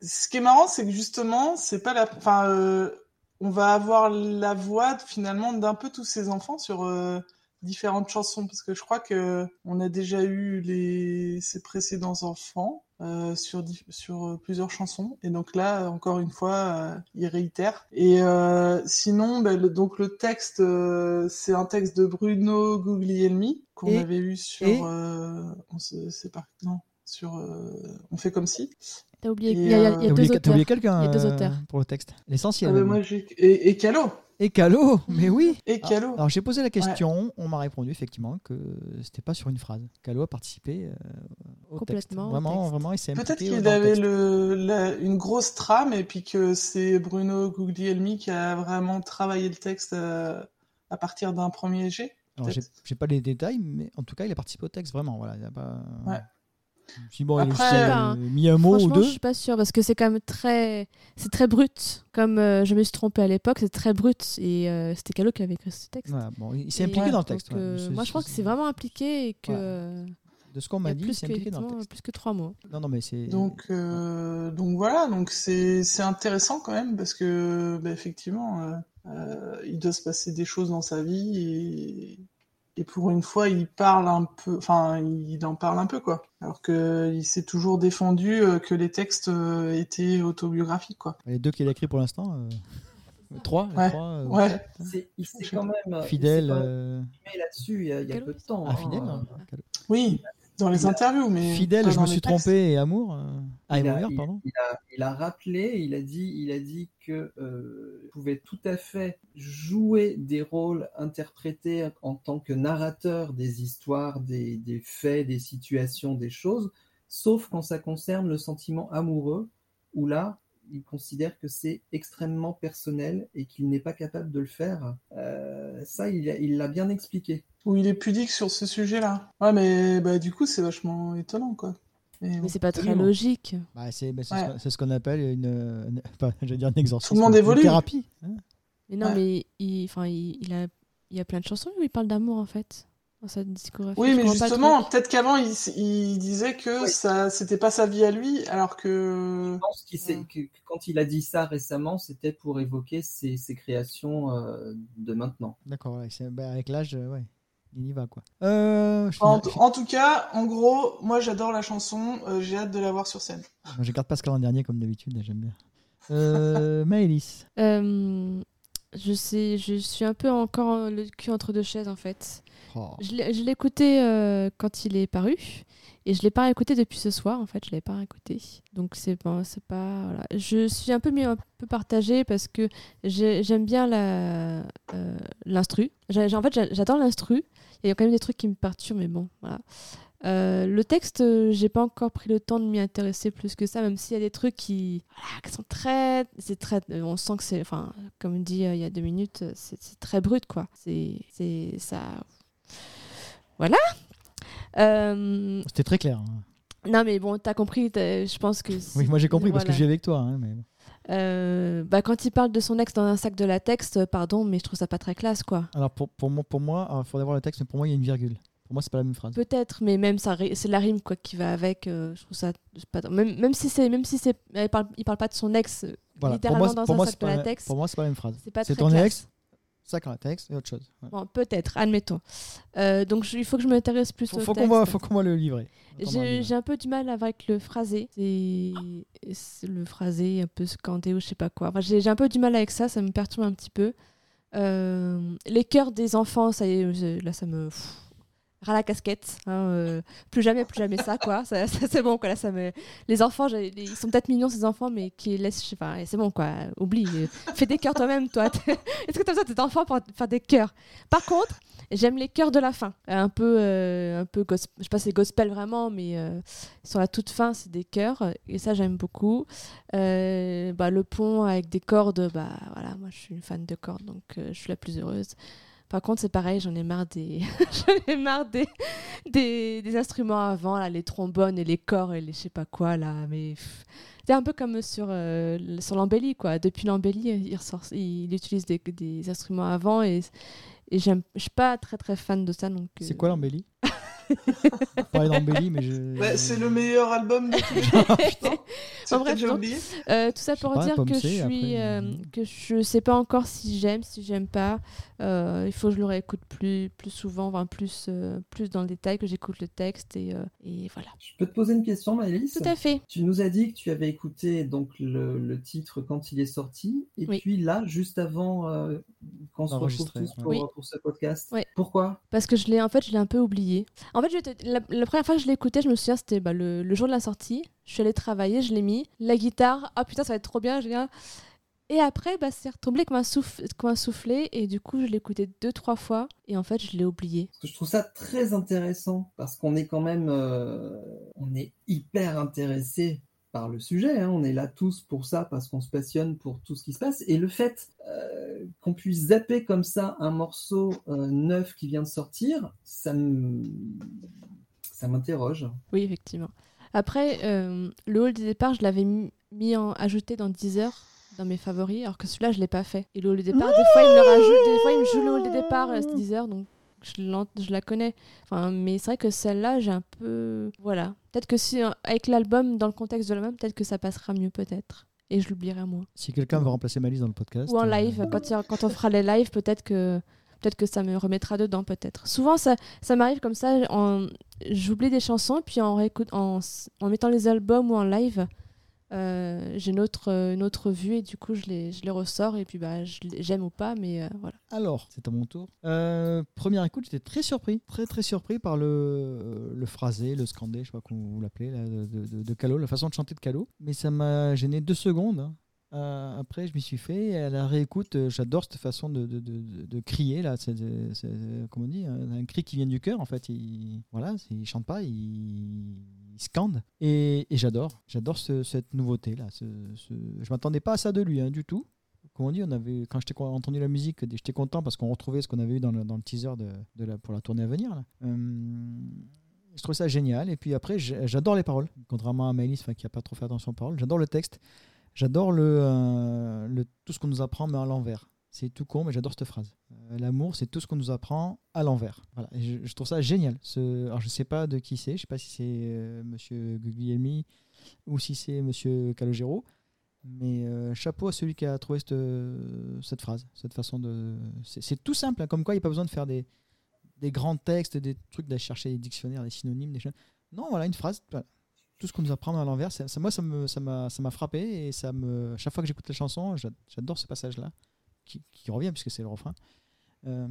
Speaker 3: Ce qui est marrant, c'est que justement, c'est pas la. Enfin, euh, on va avoir la voix finalement d'un peu tous ces enfants sur euh, différentes chansons, parce que je crois que on a déjà eu les ces précédents enfants euh, sur dif- sur euh, plusieurs chansons, et donc là, encore une fois, euh, ils réitèrent. Et euh, sinon, ben, le- donc le texte, euh, c'est un texte de Bruno Guglielmi qu'on
Speaker 1: Et-
Speaker 3: avait eu sur.
Speaker 1: et-
Speaker 3: euh, on se sépare. Non. Sur, euh, on fait comme si.
Speaker 2: T'as oublié.
Speaker 3: Et,
Speaker 2: Il y a, il y a
Speaker 3: euh,
Speaker 1: T'as
Speaker 2: deux
Speaker 1: oublié, t'as
Speaker 2: auteurs.
Speaker 1: oublié quelqu'un
Speaker 2: Il y a deux
Speaker 1: euh,
Speaker 2: auteurs.
Speaker 1: pour le texte.
Speaker 3: Ah
Speaker 1: L'essentiel.
Speaker 3: bah
Speaker 1: même.
Speaker 3: moi, j'ai- et, et Calo
Speaker 1: Et Calo, mais oui
Speaker 3: Et
Speaker 1: Ah,
Speaker 3: Calo
Speaker 1: Alors j'ai posé la question, on m'a répondu effectivement que c'était pas sur une phrase. Calo a participé euh, au texte.
Speaker 2: Complètement au
Speaker 1: Vraiment,
Speaker 2: texte.
Speaker 1: vraiment, il s'est
Speaker 3: Peut-être
Speaker 1: impliqué
Speaker 3: qu'il
Speaker 1: dans le
Speaker 3: avait
Speaker 1: texte.
Speaker 3: le, la- une grosse trame et puis que c'est Bruno Guglielmi qui a vraiment travaillé le texte euh, à partir d'un premier jet.
Speaker 1: Alors j'ai
Speaker 3: peut-être.
Speaker 1: j'ai pas les détails, mais en tout cas il a participé au texte vraiment. Voilà, il a pas.
Speaker 3: Ouais.
Speaker 1: Si bon, il a
Speaker 3: Après,
Speaker 1: juste, euh,
Speaker 2: ben,
Speaker 1: mis un mot ou
Speaker 2: Franchement,
Speaker 1: deux.
Speaker 2: je suis pas sûre parce que c'est quand même très, c'est très brut. Comme euh, je me suis trompée à l'époque, c'est très brut et euh, c'était Calo qui avait écrit ce texte.
Speaker 1: Voilà, bon, il il s'est
Speaker 2: Et,
Speaker 1: impliqué
Speaker 2: ouais,
Speaker 1: dans le texte.
Speaker 2: donc,
Speaker 1: ouais.
Speaker 2: euh,
Speaker 1: C'est-
Speaker 2: moi, je crois que c'est vraiment impliqué et que
Speaker 1: Ouais.
Speaker 2: euh,
Speaker 1: De ce qu'on
Speaker 2: il y
Speaker 1: m'a
Speaker 2: a
Speaker 1: dit, il
Speaker 2: plus
Speaker 1: s'est
Speaker 2: que,
Speaker 1: impliqué dans le
Speaker 2: effectivement,
Speaker 1: texte.
Speaker 2: plus que trois mots.
Speaker 1: Non, non, mais c'est.
Speaker 3: Donc, euh, donc voilà, donc c'est c'est intéressant quand même parce que bah, effectivement, euh, euh, il doit se passer des choses dans sa vie et, et pour une fois, il parle un peu, enfin, il en parle un peu quoi. Alors que il s'est toujours défendu euh, que les textes euh, étaient autobiographiques quoi.
Speaker 1: Les deux qu'il a écrit pour l'instant. euh, Trois, les
Speaker 3: Ouais.
Speaker 1: trois, euh,
Speaker 3: Ouais,
Speaker 4: C'est- Il s'est quand même.
Speaker 1: Fidèle.
Speaker 4: il s'est quand même
Speaker 1: euh,
Speaker 4: filmé là-dessus il y a, il y a peu de temps.
Speaker 1: Ah,
Speaker 4: hein.
Speaker 1: fidèle. hein, Calo.
Speaker 3: oui, dans les interviews, mais
Speaker 1: Fidèle,
Speaker 3: pas
Speaker 1: je
Speaker 3: dans
Speaker 1: me
Speaker 3: les
Speaker 1: suis
Speaker 3: textes.
Speaker 1: trompé et amour. euh, Ah, et
Speaker 4: il,
Speaker 1: mon
Speaker 4: a,
Speaker 1: meilleur,
Speaker 4: il-
Speaker 1: pardon.
Speaker 4: il a- il a rappelé, il a dit, il a dit que euh, il pouvait tout à fait jouer des rôles interprétés en tant que narrateur des histoires, des, des faits, des situations, des choses, sauf quand ça concerne le sentiment amoureux, où là, il considère que c'est extrêmement personnel et qu'il n'est pas capable de le faire. Euh, ça, il a- il l'a bien expliqué.
Speaker 3: Où il est pudique sur ce sujet-là. Ouais, mais bah du coup, c'est vachement étonnant quoi. Mais bon.
Speaker 2: Mais c'est pas très
Speaker 4: Absolument.
Speaker 2: logique.
Speaker 1: Bah, c'est bah, c'est
Speaker 3: Ouais.
Speaker 1: ce qu'on- c'est ce qu'on appelle une, euh, une- enfin, j'allais dire un exorcisme,
Speaker 3: Tout le monde
Speaker 1: une
Speaker 3: évolue.
Speaker 1: thérapie. hein.
Speaker 2: Mais non,
Speaker 3: Ouais.
Speaker 2: mais il, enfin, il, il a, il y a plein de chansons où il parle d'amour en fait dans sa discographie.
Speaker 3: Oui,
Speaker 2: Je
Speaker 3: mais
Speaker 2: comprends pas le
Speaker 3: justement,
Speaker 2: truc.
Speaker 3: peut-être qu'avant, il, s- il disait que
Speaker 4: Oui.
Speaker 3: ça, c'était pas sa vie à lui, alors que.
Speaker 4: Je pense qu'il s'est-
Speaker 2: Ouais.
Speaker 4: que- que quand il a dit ça récemment, c'était pour évoquer ses, ses créations euh, de maintenant.
Speaker 1: D'accord, ouais, c'est- bah, avec l'âge, euh, ouais, il y va quoi. Euh, je,
Speaker 3: En,
Speaker 1: finis-
Speaker 3: en tout cas, en gros, moi j'adore la chanson, euh, j'ai hâte de la voir sur scène.
Speaker 1: Non, je garde pas ce calendrier dernier comme d'habitude, j'aime bien. Euh, Maëlys,
Speaker 2: Euh, je sais, je suis un peu encore le cul entre deux chaises en fait.
Speaker 1: Oh,
Speaker 2: Je l'ai je l'ai écouté euh, quand il est paru et je l'ai pas écouté depuis ce soir en fait. Je l'ai pas écouté. Donc c'est bon, c'est pas. voilà. Je suis un peu mieux, un peu partagée parce que j'ai- j'aime bien la euh, l'instru. J'ai- j'ai- En fait, j'a- j'adore l'instru. Il y a quand même des trucs qui me perturbent, mais bon, voilà. Euh, le texte, euh, j'ai pas encore pris le temps de m'y intéresser plus que ça, même s'il y a des trucs qui, voilà, qui sont très, c'est très, euh, on sent que c'est, enfin, comme dit euh, il y a deux minutes, euh, c'est c'est très brut quoi. C'est, c'est ça, voilà. Euh,
Speaker 1: c'était très clair. hein.
Speaker 2: non mais bon, t'as compris, t'as- je pense que. c'est-
Speaker 1: Oui, moi j'ai compris parce que
Speaker 2: voilà.
Speaker 1: j'ai avec toi. hein, mais bon.
Speaker 2: Euh, bah, quand il parle de son ex dans un sac de latex, euh, pardon, mais je trouve ça pas très classe quoi.
Speaker 1: Alors pour, pour moi, pour moi, euh, il faudrait voir le texte, mais pour moi il y a une virgule. Pour moi c'est pas la même phrase.
Speaker 2: Peut-être, mais même ça, ri- c'est la rime quoi qui va avec. euh, je trouve ça je sais pas même, même si c'est même si c'est il parle, il parle pas de son ex, euh,
Speaker 1: Voilà. Pour
Speaker 2: littéralement
Speaker 1: moi,
Speaker 2: dans
Speaker 1: pour
Speaker 2: un
Speaker 1: moi,
Speaker 2: sac
Speaker 1: c'est pas
Speaker 2: de
Speaker 1: la-
Speaker 2: latex.
Speaker 1: pour moi, c'est pas la même phrase.
Speaker 2: c'est pas
Speaker 1: C'est
Speaker 2: très
Speaker 1: ton
Speaker 2: classe.
Speaker 1: ex, sac en latex et autre chose. Il
Speaker 2: Bon, peut-être, admettons. Euh, donc je- il faut que je m'intéresse plus
Speaker 1: Faut,
Speaker 2: au
Speaker 1: faut qu'on
Speaker 2: texte.
Speaker 1: voit, faut qu'on voit le livret. Faut qu'on voit le
Speaker 2: J'ai
Speaker 1: livret.
Speaker 2: j'ai un peu du mal avec le phrasé. C'est c'est le phrasé un peu scandé ou je sais pas quoi. Enfin, j'ai j'ai un peu du mal avec ça, ça me perturbe un petit peu. Euh, les cœurs des enfants, ça, y est, je- là, ça me. pff, ras la casquette. hein, euh, plus jamais, plus jamais ça, quoi. Ça, ça, c'est bon, quoi. Là, ça me... Les enfants, j'ai- les- ils sont peut-être mignons, ces enfants, mais qui laissent. Je sais pas, c'est bon, quoi. Oublie. euh, Fais des cœurs toi-même, toi. Est-ce que t'as besoin de tes enfants pour faire des cœurs Par contre. J'aime les chœurs de la fin, Euh, un peu, euh, un peu gos- je sais pas si c'est gospel vraiment, mais euh, sur la toute fin, c'est des chœurs, euh, et ça j'aime beaucoup. Euh, bah, le pont avec des cordes, bah voilà, moi je suis une fan de cordes, donc euh, je suis la plus heureuse. Par contre, c'est pareil, j'en ai marre des, j'en ai marre des, des, des instruments avant, là, les trombones et les corps et les je sais pas quoi là, mais pff. c'est un peu comme sur euh, le- sur l'embellie quoi. Depuis l'embellie, euh, il, ressort, il utilise des, des instruments avant et et j'aime, je suis pas très très fan de ça donc.
Speaker 1: C'est
Speaker 2: euh,
Speaker 1: quoi l'embellie On parlait d'embellie, mais je.
Speaker 3: Ouais, Bah, c'est le meilleur album de tous les
Speaker 2: En
Speaker 3: temps.
Speaker 2: bref,
Speaker 3: j'ai
Speaker 2: non.
Speaker 3: oublié.
Speaker 2: Euh, tout ça
Speaker 1: Je sais
Speaker 2: pour
Speaker 1: pas,
Speaker 2: dire
Speaker 1: pomme
Speaker 2: que je
Speaker 1: C,
Speaker 2: suis
Speaker 1: après,
Speaker 2: euh,
Speaker 1: euh,
Speaker 2: que je sais pas encore si j'aime, si j'aime pas. Euh, il faut que je le réécoute plus plus souvent, enfin plus euh, plus dans le détail, que j'écoute le texte et, euh, et voilà.
Speaker 4: Je peux te poser une question, Maëlys
Speaker 2: Tout à fait.
Speaker 4: Tu nous as dit que tu avais écouté donc le, le titre quand il est sorti, et
Speaker 2: Oui.
Speaker 4: puis là, juste avant euh, qu'on se retrouve
Speaker 1: D'enregistrer,
Speaker 4: tous pour,
Speaker 2: ouais. Oui.
Speaker 4: pour ce podcast.
Speaker 2: Ouais.
Speaker 4: Pourquoi
Speaker 2: Parce que je l'ai en fait, je l'ai un peu oublié. En fait, je te- la, la première fois que je l'ai écouté, je me souviens, c'était bah, oh le, le jour de la sortie. Je suis allée travailler, je l'ai mis. La guitare, ah putain, ça va être trop bien, je l'ai- Et après, bah, c'est retombé comme un, souffle, comme un soufflet, et du coup, je l'ai écouté deux, trois fois, et en fait, je l'ai oublié.
Speaker 4: Parce que je trouve ça très intéressant parce qu'on est quand même, euh, on est hyper intéressé par le sujet. hein. On est là tous pour ça parce qu'on se passionne pour tout ce qui se passe. Et le fait euh, qu'on puisse zapper comme ça un morceau euh, neuf qui vient de sortir, ça me, ça m'interroge.
Speaker 2: Oui, effectivement. Après, euh, le hall du départ, je l'avais mi- mis en ajouté dans 10 heures dans mes favoris, alors que celui-là, je l'ai pas fait. Et le hall du départ, des fois, il me le rajoute, des fois, il me joue le hall du départ à 10 heures, donc je, l'en- je la connais. Enfin, mais c'est vrai que celle-là, j'ai un peu. Voilà. Peut-être que si, euh, avec l'album, dans le contexte de l'album, peut-être que ça passera mieux, peut-être. Et je l'oublierai moins.
Speaker 1: Si quelqu'un veut remplacer Malice dans le podcast.
Speaker 2: Ou en
Speaker 1: euh,
Speaker 2: live, quand, il y a- quand on fera les lives, peut-être que, peut que ça me remettra dedans, peut-être. Souvent, ça, ça m'arrive comme ça, en- j'oublie des chansons, puis en, réécout- en, s- en mettant les albums ou en live, euh, j'ai une autre, euh, une autre vue et du coup, je les, je les ressors et puis bah, je les- j'aime ou pas, mais euh, voilà.
Speaker 1: Alors, c'est à mon tour. Euh, première écoute, j'étais très surpris, très très surpris par le, le phrasé, le scandé, je sais pas comment vous l'appelez, là, de, de, de Calo, la façon de chanter de Calo. Mais ça m'a gêné deux secondes. hein. Euh, après, je m'y suis fait. Et à la réécoute, euh, j'adore cette façon de, de, de, de- de crier là. C'est, c'est- c'est- comment on dit, un, un cri qui vient du cœur en fait. Il, voilà, c'est- il chante pas, il, il scande. Et, et j'adore, j'adore ce- cette nouveauté là. ce- ce- Je m'attendais pas à ça de lui hein, du tout comme on dit, on avait, quand j'étais entendu la musique, j'étais content parce qu'on retrouvait ce qu'on avait eu dans le, dans le teaser de, de la, pour la tournée à venir. là. Euh, je trouvais ça génial. Et puis après, j'ai- j'adore les paroles, contrairement à Maëlys enfin, qui n'a pas trop fait attention aux paroles. J'adore le texte. J'adore le, euh, le- tout ce qu'on nous apprend, mais à l'envers. C'est tout con, mais j'adore cette phrase. Euh, L'amour, c'est tout ce qu'on nous apprend à l'envers. Voilà. Et je, je trouve ça génial. Ce, alors, je ne sais pas de qui c'est. Je ne sais pas si c'est euh, Monsieur Guglielmi ou si c'est Monsieur Calogero. Mais euh, chapeau à celui qui a trouvé cette, euh, cette phrase, cette façon de. C'est c'est tout simple, hein, comme quoi il n'y a pas besoin de faire des, des grands textes, des trucs, d'aller chercher des dictionnaires, des synonymes, des choses. Non, voilà, une phrase. voilà. Tout ce qu'on nous apprend à l'envers, ça, ça- moi, ça me- ça m'a ça m'a frappé et ça me, chaque fois que j'écoute la chanson, j'a- j'adore ce passage-là, qui, qui revient puisque c'est le refrain. Euh,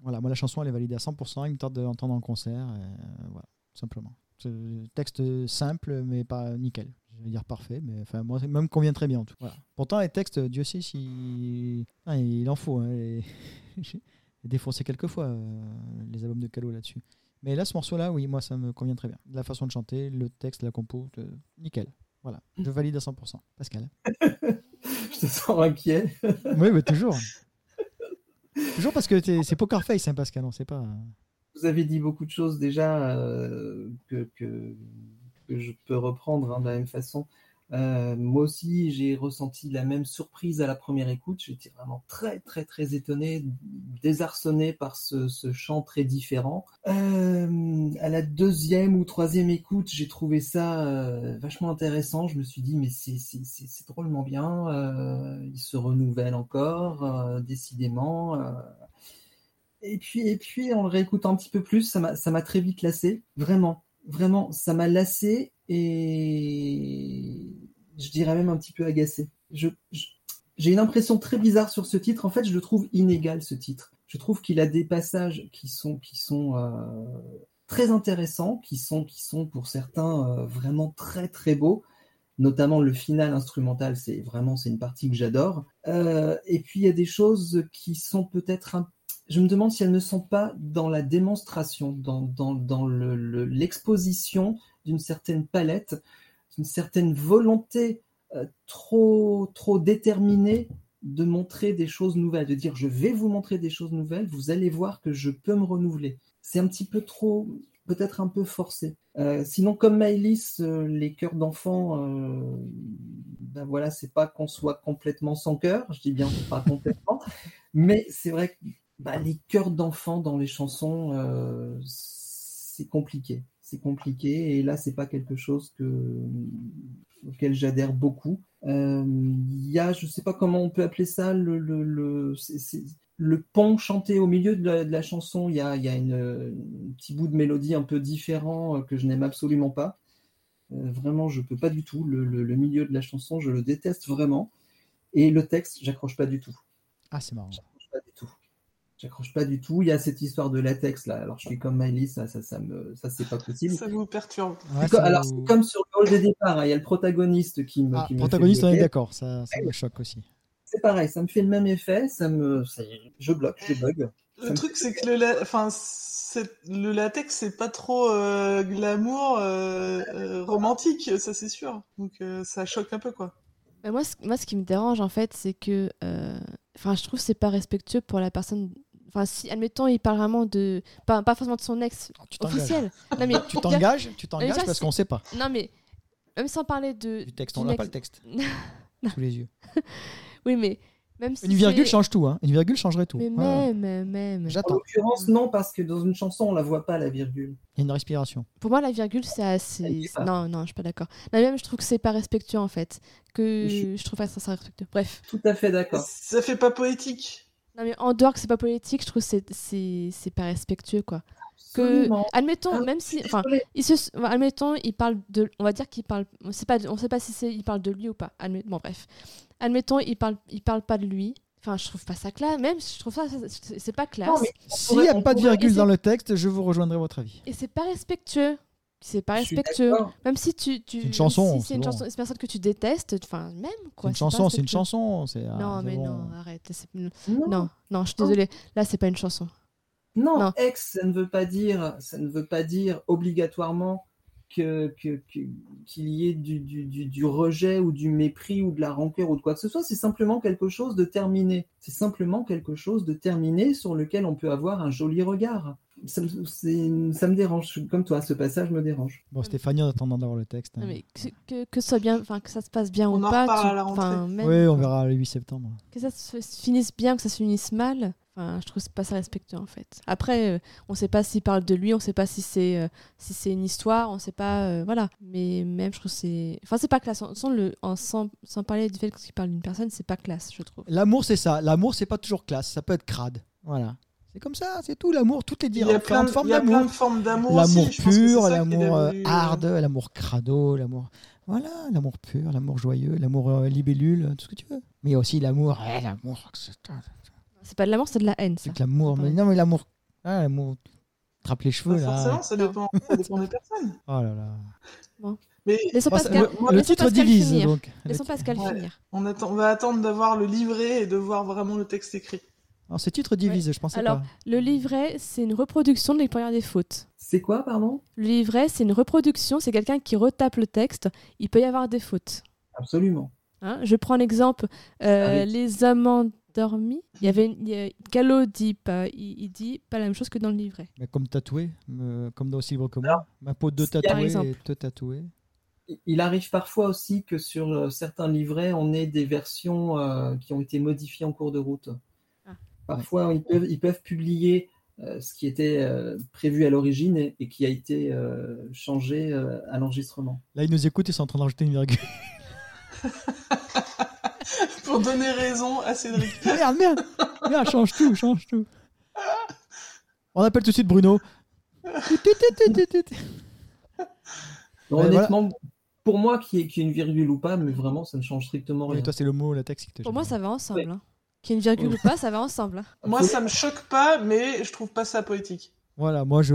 Speaker 1: voilà, moi, la chanson, elle est validée à 100%, il me tarde de l'entendre en concert, euh, voilà, tout simplement. Ce Texte simple, mais pas nickel. Je vais dire parfait, mais enfin, moi, même convient très bien en tout cas. Voilà. Pourtant, les textes, Dieu sait si. Ah, il en faut. hein, les- J'ai défoncé quelques fois euh, les albums de Calo là-dessus. Mais là, ce morceau-là, oui, moi, ça me convient très bien. La façon de chanter, le texte, la compo, euh, nickel. Voilà, je valide à 100%. Pascal.
Speaker 4: Je te sens inquiet.
Speaker 1: oui, mais toujours. toujours parce que t'es- c'est Poker Face, hein, Pascal, on sait pas.
Speaker 4: Vous avez dit beaucoup de choses déjà euh, que, que, que je peux reprendre hein, de la même façon. Euh, moi aussi, j'ai ressenti la même surprise à la première écoute. J'étais vraiment très, très, très étonné, désarçonné par ce, ce chant très différent. Euh, à la deuxième ou troisième écoute, j'ai trouvé ça euh, vachement intéressant. Je me suis dit, mais c'est c'est- c'est- c'est drôlement bien. Euh, il se renouvelle encore, euh, décidément. euh, et puis, et puis, en le réécoutant un petit peu plus, ça m'a, ça m'a très vite lassé. Vraiment, vraiment, ça m'a lassé et je dirais même un petit peu agacé. Je, je- j'ai une impression très bizarre sur ce titre. En fait, je le trouve inégal, ce titre. Je trouve qu'il a des passages qui sont, qui sont euh, très intéressants, qui sont, qui sont pour certains euh, vraiment très, très beaux. Notamment le final instrumental, c'est vraiment c'est une partie que j'adore. Euh, et puis il y a des choses qui sont peut-être un je me demande si elles ne sont pas dans la démonstration, dans, dans, dans le- le- l'exposition d'une certaine palette, d'une certaine volonté euh, trop, trop déterminée de montrer des choses nouvelles, de dire je vais vous montrer des choses nouvelles, vous allez voir que je peux me renouveler. C'est un petit peu trop, peut-être un peu forcé. Euh, sinon, comme Maëlys, euh, les cœurs d'enfants, euh, ben voilà, c'est pas qu'on soit complètement sans cœur, je dis bien pas complètement, mais c'est vrai que bah, les chœurs d'enfants dans les chansons, euh, c'est compliqué. C'est compliqué et là, c'est pas quelque chose que, auquel j'adhère beaucoup. Euh, Il y a, je sais pas comment on peut appeler ça, le, le, le, c'est- c'est- le pont chanté au milieu de la, de la chanson. Il y a, il y a une, un petit bout de mélodie un peu différent euh, que je n'aime absolument pas. Euh, vraiment, je peux pas du tout. Le, le- le milieu de la chanson, je le déteste vraiment. Et le texte, j'accroche pas du tout.
Speaker 1: Ah, c'est marrant.
Speaker 4: J'accroche pas du tout. J'accroche pas du tout. Il y a cette histoire de latex là. Alors je suis comme Maëlys, ça, ça, ça me, ça c'est pas possible.
Speaker 3: Ça vous perturbe.
Speaker 1: Ouais,
Speaker 4: C'est co-
Speaker 1: Ah, ça
Speaker 4: Alors
Speaker 1: vous-
Speaker 4: c'est comme sur le hall des départs. hein. Il y a le protagoniste qui me.
Speaker 1: Ah,
Speaker 4: qui me fait
Speaker 1: protagoniste, on est
Speaker 4: bloquer.
Speaker 1: d'accord, ça, ça me choque aussi.
Speaker 4: C'est pareil, ça me fait le même effet, ça me, ça- je bloque, je bug. Ça
Speaker 3: Le
Speaker 4: me
Speaker 3: truc, c'est que le, la- enfin, c'est- le latex, c'est pas trop euh, glamour euh, euh, romantique, ça c'est sûr. Donc euh, ça choque un peu, quoi.
Speaker 2: Mais moi, ce, moi, ce qui me dérange, en fait, c'est que. euh, Enfin, je trouve que c'est pas respectueux pour la personne. Enfin, si, admettons, il parle vraiment de. Pas, pas forcément de son ex
Speaker 1: Oh, Tu t'engages.
Speaker 2: officiel. Non, mais.
Speaker 1: Tu t'engages, tu
Speaker 2: Mais
Speaker 1: t'engages
Speaker 2: ça,
Speaker 1: parce
Speaker 2: c'est-
Speaker 1: qu'on sait pas
Speaker 2: Non, mais. Même sans parler de.
Speaker 1: du texte,
Speaker 2: du
Speaker 1: on n'a
Speaker 2: mec-
Speaker 1: pas le texte
Speaker 2: Non.
Speaker 1: sous les yeux.
Speaker 2: Oui, mais. Même si
Speaker 1: Une virgule
Speaker 2: c'est-
Speaker 1: change tout, hein. Une virgule changerait tout.
Speaker 2: Mais
Speaker 1: Ouais, ouais.
Speaker 2: même, même.
Speaker 4: En
Speaker 1: J'attends.
Speaker 4: l'occurrence, non, parce que dans une chanson, on la voit pas, la virgule.
Speaker 1: Il y a une respiration.
Speaker 2: Pour moi, la virgule, c'est
Speaker 4: Elle
Speaker 2: assez.
Speaker 4: dit pas.
Speaker 2: Non, non, je suis pas d'accord. Non, même, je trouve que c'est pas respectueux, en fait. Que
Speaker 4: Je-
Speaker 2: je trouve pas ça, ça respectueux. Bref.
Speaker 4: Tout à fait d'accord.
Speaker 3: Ça fait pas poétique.
Speaker 2: Non, mais en dehors que c'est pas politique, je trouve que c'est- c'est c'est pas respectueux, quoi. Que,
Speaker 4: Absolument.
Speaker 2: admettons,
Speaker 4: Ah,
Speaker 2: même si.
Speaker 4: je suis
Speaker 2: Enfin,
Speaker 4: désolée.
Speaker 2: il se, admettons, il parle de. On va dire qu'il parle. On sait pas, on sait pas si c'est. Il parle de lui ou pas. Admet- bon, bref. Admettons, il parle, il parle pas de lui. Enfin, je trouve pas ça classe. Même, je trouve ça. c'est- C'est pas classe.
Speaker 4: Non, mais
Speaker 1: S'il n'y a
Speaker 4: on
Speaker 1: pas de
Speaker 4: pourrait
Speaker 1: virgule
Speaker 2: essayer-
Speaker 1: dans le texte, je vous rejoindrai votre avis.
Speaker 2: Et c'est pas respectueux. C'est pas
Speaker 4: je suis
Speaker 2: respectueux.
Speaker 4: d'accord.
Speaker 2: Même si tu. tu
Speaker 1: C'est une
Speaker 2: même
Speaker 1: chanson,
Speaker 2: Si c'est une
Speaker 1: c'est bon.
Speaker 2: chanson. C'est une personne que tu détestes. Enfin, même,
Speaker 1: C'est
Speaker 2: quoi.
Speaker 1: une
Speaker 2: pas
Speaker 1: chanson, c'est une
Speaker 2: respectueux.
Speaker 1: chanson. c'est- ah,
Speaker 2: Non,
Speaker 1: c'est
Speaker 2: mais
Speaker 1: bon.
Speaker 2: non, arrête. c'est-
Speaker 4: Non, non,
Speaker 2: Non, non, je suis désolée. Là, c'est pas une chanson. Non.
Speaker 4: ex, ça ne veut pas dire, ça ne veut pas dire obligatoirement que que- que- qu'il y ait du, du- du- du rejet ou du mépris ou de la rancœur ou de quoi que ce soit. C'est simplement quelque chose de terminé. C'est simplement quelque chose de terminé sur lequel on peut avoir un joli regard. Ça, me- c'est- ça me dérange, comme toi, ce passage me dérange.
Speaker 1: Bon, Stéphanie, en attendant d'avoir le texte. hein.
Speaker 2: Non, mais que, que, que ce soit bien, enfin que ça se passe bien
Speaker 3: On
Speaker 2: ou
Speaker 3: en
Speaker 2: pas,
Speaker 3: reparle à la rentrée.
Speaker 2: enfin, même-
Speaker 1: Oui, on verra le 8 septembre.
Speaker 2: Que ça se se finisse bien, que ça se finisse mal, enfin je trouve que c'est pas ça respectueux en fait. Après, euh, on sait pas s'il parle de lui, on sait pas si c'est euh, si c'est une histoire, on sait pas, euh, voilà. Mais même je trouve que c'est, enfin c'est pas classe. En- Sans, le, en- sans, sans parler du fait qu'il parle d'une personne, c'est pas classe, je trouve.
Speaker 1: L'amour, c'est ça. L'amour, c'est pas toujours classe. Ça peut être crade. Voilà. C'est comme ça, c'est tout. L'amour, toutes les
Speaker 3: Il y a plein,
Speaker 1: différentes
Speaker 3: de-
Speaker 1: formes
Speaker 3: il y a plein
Speaker 1: d'amour.
Speaker 3: de formes d'amour.
Speaker 1: L'amour
Speaker 3: aussi, je pense que c'est
Speaker 1: pur,
Speaker 3: ça qui est
Speaker 1: l'amour euh,
Speaker 3: devenu-
Speaker 1: hard, l'amour crado, l'amour. Voilà, l'amour pur, l'amour joyeux, l'amour euh, libellule, tout ce que tu veux. Mais il y a aussi l'amour. eh, l'amour. C'est
Speaker 2: C'est pas de l'amour, c'est de la haine. Ça.
Speaker 1: c'est que l'amour. mais non, mais l'amour. Ah, l'amour. Trappe les
Speaker 3: Pas
Speaker 1: cheveux, là.
Speaker 3: forcément, ça dépend, ça dépend des personnes.
Speaker 1: Oh là là.
Speaker 3: Mais
Speaker 2: Laissons
Speaker 1: Moi, ça-
Speaker 2: Pascal,
Speaker 1: le- le,
Speaker 2: laissons
Speaker 1: titre
Speaker 2: Pascal
Speaker 1: divise,
Speaker 2: finir.
Speaker 1: donc.
Speaker 2: Laissons Pascal
Speaker 3: Ouais.
Speaker 2: finir.
Speaker 3: on, attend, on va attendre d'avoir le livret et de voir vraiment le texte écrit.
Speaker 1: Alors, ce titre divise, je pensais
Speaker 2: Alors,
Speaker 1: pas.
Speaker 2: Le livret, c'est une reproduction de les premières des fautes.
Speaker 4: C'est quoi, pardon
Speaker 2: Le livret, c'est une reproduction, c'est quelqu'un qui retape le texte. Il peut y avoir des fautes.
Speaker 4: Absolument.
Speaker 2: hein. Je prends l'exemple euh,
Speaker 4: Ah oui.
Speaker 2: Les hommes endormis. Il y avait une- il y a- Gallo dit pas, il, il dit pas la même chose que dans le livret.
Speaker 1: Mais comme tatoué, me- comme dans aussi libre que moi. Ma peau de
Speaker 4: si, par
Speaker 1: tatoué et
Speaker 2: exemple.
Speaker 1: te tatoué.
Speaker 4: Il arrive parfois aussi que sur euh, certains livrets, on ait des versions euh, qui ont été modifiées en cours de route.
Speaker 2: Ah.
Speaker 4: Parfois, ils peuvent, ils peuvent publier euh, ce qui était euh, prévu à l'origine et, et qui a été euh, changé euh, à l'enregistrement.
Speaker 1: Là, ils nous écoutent, ils sont en train de rajouter une virgule.
Speaker 3: Pour donner raison à Cédric.
Speaker 1: merde, merde Merde, change tout, change tout. On appelle tout de suite Bruno.
Speaker 4: Donc,
Speaker 1: Ouais,
Speaker 4: honnêtement, pour moi, qu'il y, ait- qu'il y ait une virgule ou pas, mais vraiment, ça ne change strictement rien.
Speaker 1: Oui, Oh, toi, c'est le mot, le texte qui te
Speaker 2: Pour
Speaker 1: gêne.
Speaker 2: moi, ça va ensemble.
Speaker 4: Oui.
Speaker 2: hein. Qu'il y ait une virgule ou pas, ça va ensemble. hein.
Speaker 3: Moi, ça me choque pas, mais je trouve pas ça poétique.
Speaker 1: Voilà, moi, je.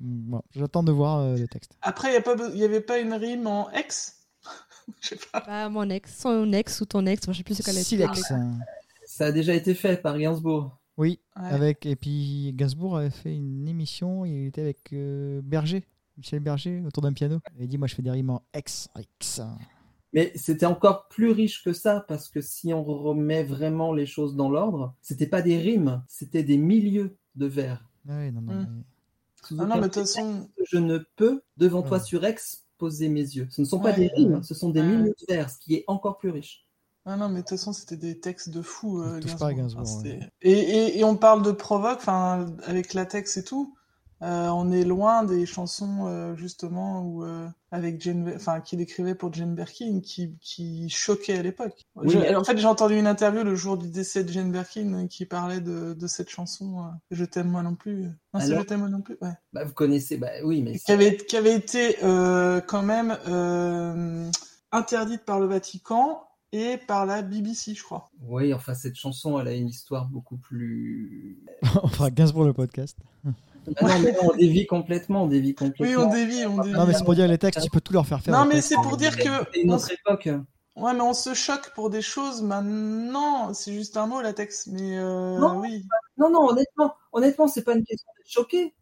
Speaker 1: moi, J'attends de voir euh, le texte.
Speaker 3: Après, il n'y avait pas une rime en ex Je sais pas.
Speaker 2: Pas mon ex, son ex ou ton ex, moi, je sais plus ce qu'elle est.
Speaker 1: Silex. hein.
Speaker 4: Ça a déjà été fait par Gainsbourg.
Speaker 1: Oui,
Speaker 3: Ouais.
Speaker 1: avec. Et puis, Gainsbourg avait fait une émission, il était avec euh, Berger, Michel Berger, autour d'un piano. Il dit Moi, je fais des rimes en X, X. Ah
Speaker 4: Mais c'était encore plus riche que ça, parce que si on remet vraiment les choses dans l'ordre, c'était pas des rimes, c'était des milieux de vers.
Speaker 1: Ouais, non, non,
Speaker 3: Hmm.
Speaker 1: mais-
Speaker 4: Sous
Speaker 3: Ah non,
Speaker 4: aucun
Speaker 3: mais de toute façon,
Speaker 4: je ne peux devant toi
Speaker 1: Ouais.
Speaker 4: sur X poser mes yeux. Ce ne sont pas
Speaker 3: Ouais.
Speaker 4: des rimes, hein, ce sont des
Speaker 3: Ouais.
Speaker 4: milieux de vers, ce qui est encore plus riche.
Speaker 3: ah non, mais de toute façon, c'était des textes de fou. euh, hein.
Speaker 1: Ne touche pas à Gainsbourg,
Speaker 3: c'était- et, et- et on parle de provoque, enfin, avec la texte et tout. euh, on est loin des chansons euh, justement où euh, avec Jane, enfin qu'il écrivait pour Jane Birkin qui, qui choquait à l'époque.
Speaker 4: Oui,
Speaker 3: Je-
Speaker 4: mais-
Speaker 3: En fait, j'ai entendu une interview le jour du décès de Jane Birkin euh, qui parlait de, de cette chanson. euh, je t'aime moi non plus. Non, c'est
Speaker 4: Alors
Speaker 3: je t'aime moi non plus. Ouais.
Speaker 4: Bah, vous connaissez, bah oui, mais
Speaker 3: qui avait, qui avait été euh, quand même euh, interdite par le Vatican et par la BBC, je crois.
Speaker 4: oui, enfin cette chanson, elle a une histoire beaucoup plus.
Speaker 1: On fera 15 pour le podcast.
Speaker 4: Ah non, mais non, on dévie complètement, on dévie complètement.
Speaker 3: Oui, on dévie, on dévie.
Speaker 1: Non, mais c'est pour dire les textes, tu peux tout leur faire faire.
Speaker 3: Non,
Speaker 1: les
Speaker 3: mais
Speaker 1: textes.
Speaker 3: c'est pour dire que
Speaker 4: C'est une autre époque.
Speaker 3: on- Ouais, mais on se choque pour des choses maintenant. C'est juste un mot, latex. Mais euh,
Speaker 4: Non.
Speaker 3: oui.
Speaker 4: Non, non, honnêtement, honnêtement, c'est pas une question d'être choqué.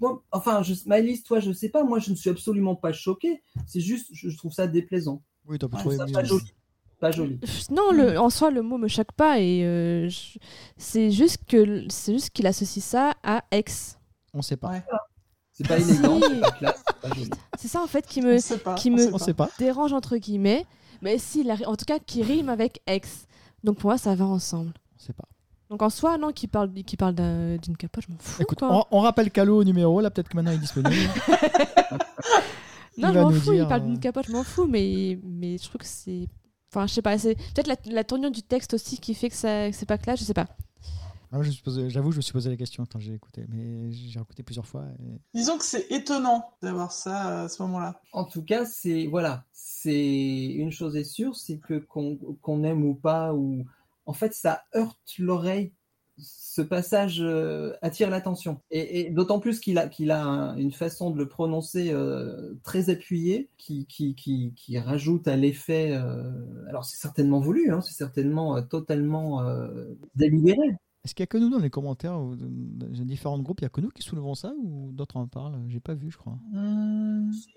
Speaker 4: Moi, enfin, je, Maëlys, toi, je sais pas. Moi, je ne suis absolument pas choqué. C'est juste, je je trouve ça déplaisant.
Speaker 1: Oui, t'as pu
Speaker 3: Ouais,
Speaker 1: trouver
Speaker 4: ça,
Speaker 1: mieux.
Speaker 4: pas joli. Pas joli.
Speaker 2: Pff, Non, le, en soi, le mot me choque pas et euh, je- c'est juste que l- c'est juste qu'il associe ça à ex.
Speaker 1: On sait pas.
Speaker 3: Ouais.
Speaker 4: C'est pas élégant,
Speaker 2: Si.
Speaker 4: c'est pas classe, c'est pas joli.
Speaker 2: C'est ça en fait qui
Speaker 3: On
Speaker 2: me
Speaker 3: sait pas.
Speaker 2: euh, qui
Speaker 3: on
Speaker 2: me-
Speaker 3: sait
Speaker 1: On
Speaker 3: pas.
Speaker 1: sait pas.
Speaker 2: dérange entre guillemets, mais si, la- en tout cas, qui rime avec ex. Donc pour moi, ça va ensemble.
Speaker 1: On sait pas.
Speaker 2: Donc en soi, non, qui parle qui parle d'un- d'une capote, je m'en fous.
Speaker 1: Écoute,
Speaker 2: quoi.
Speaker 1: on, on rappelle Calo au numéro, là peut-être que maintenant il est disponible. Il
Speaker 2: Non, je
Speaker 1: va
Speaker 2: m'en
Speaker 1: nous
Speaker 2: fous,
Speaker 1: dire,
Speaker 2: il parle
Speaker 1: euh,
Speaker 2: d'une capote, je m'en fous, mais, mais je trouve que c'est. Enfin, je sais pas, c'est peut-être la, la tournure du texte aussi qui fait que, ça- que c'est pas clair, je sais pas.
Speaker 1: Ah, je me suis posé- J'avoue, je me suis posé la question quand j'ai écouté, mais j'ai écouté plusieurs fois. et-
Speaker 3: Disons que c'est étonnant d'avoir ça euh, à ce moment-là.
Speaker 4: En tout cas, c'est voilà, c'est une chose est sûre, c'est que qu'on qu'on aime ou pas ou en fait ça heurte l'oreille. Ce passage euh, attire l'attention et, et d'autant plus qu'il a qu'il a un- une façon de le prononcer euh, très appuyée qui qui, qui qui rajoute à l'effet. euh, alors c'est certainement voulu, hein, c'est certainement euh, totalement euh, délibéré.
Speaker 1: Est-ce qu'il y a que nous dans les commentaires ou dans dans différents groupes, il y a que nous qui soulevons ça ou d'autres en parlent J'ai pas vu, je crois.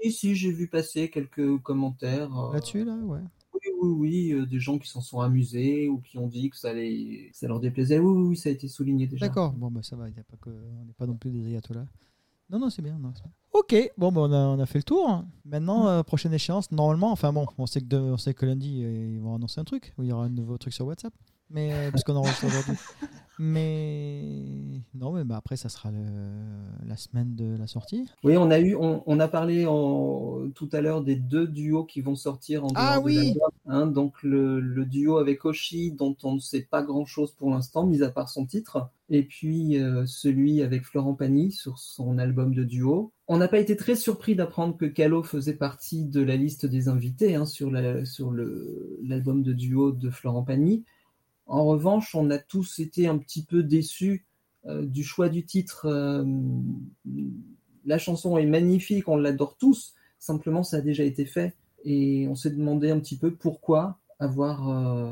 Speaker 4: Si si, j'ai vu passer quelques commentaires euh,
Speaker 1: Là-dessus, là, ouais.
Speaker 4: Oui, oui, oui, euh, des gens qui s'en sont amusés ou qui ont dit que ça, les... ça leur déplaisait. Oui, oui, oui, ça a été souligné déjà.
Speaker 1: D'accord, bon bah ça va, il y a pas que... on n'est pas non plus des ayatollahs. Non, non, c'est bien. non, c'est bien. ok, bon bah on a, on a fait le tour. Maintenant, euh, prochaine échéance, normalement, enfin bon, on sait que, de- on sait que lundi, euh, ils vont annoncer un truc, ou il y aura un nouveau truc sur WhatsApp, mais euh, parce qu'on enregistre aujourd'hui. Mais non, mais bah, après, ça sera le- la semaine de la sortie.
Speaker 4: Oui, on a eu, on, on a parlé en- tout à l'heure des deux duos qui vont sortir en
Speaker 1: Ah
Speaker 4: dehors de
Speaker 1: oui.
Speaker 4: l'album, hein. donc le, le duo avec Oshi, dont on ne sait pas grand-chose pour l'instant, mis à part son titre, et puis euh, celui avec Florent Pagny sur son album de duo. On n'a pas été très surpris d'apprendre que Calo faisait partie de la liste des invités hein, sur la- sur le- l'album de duo de Florent Pagny. En revanche, on a tous été un petit peu déçus euh, du choix du titre. euh, la chanson est magnifique, on l'adore tous, simplement ça a déjà été fait et on s'est demandé un petit peu pourquoi avoir euh,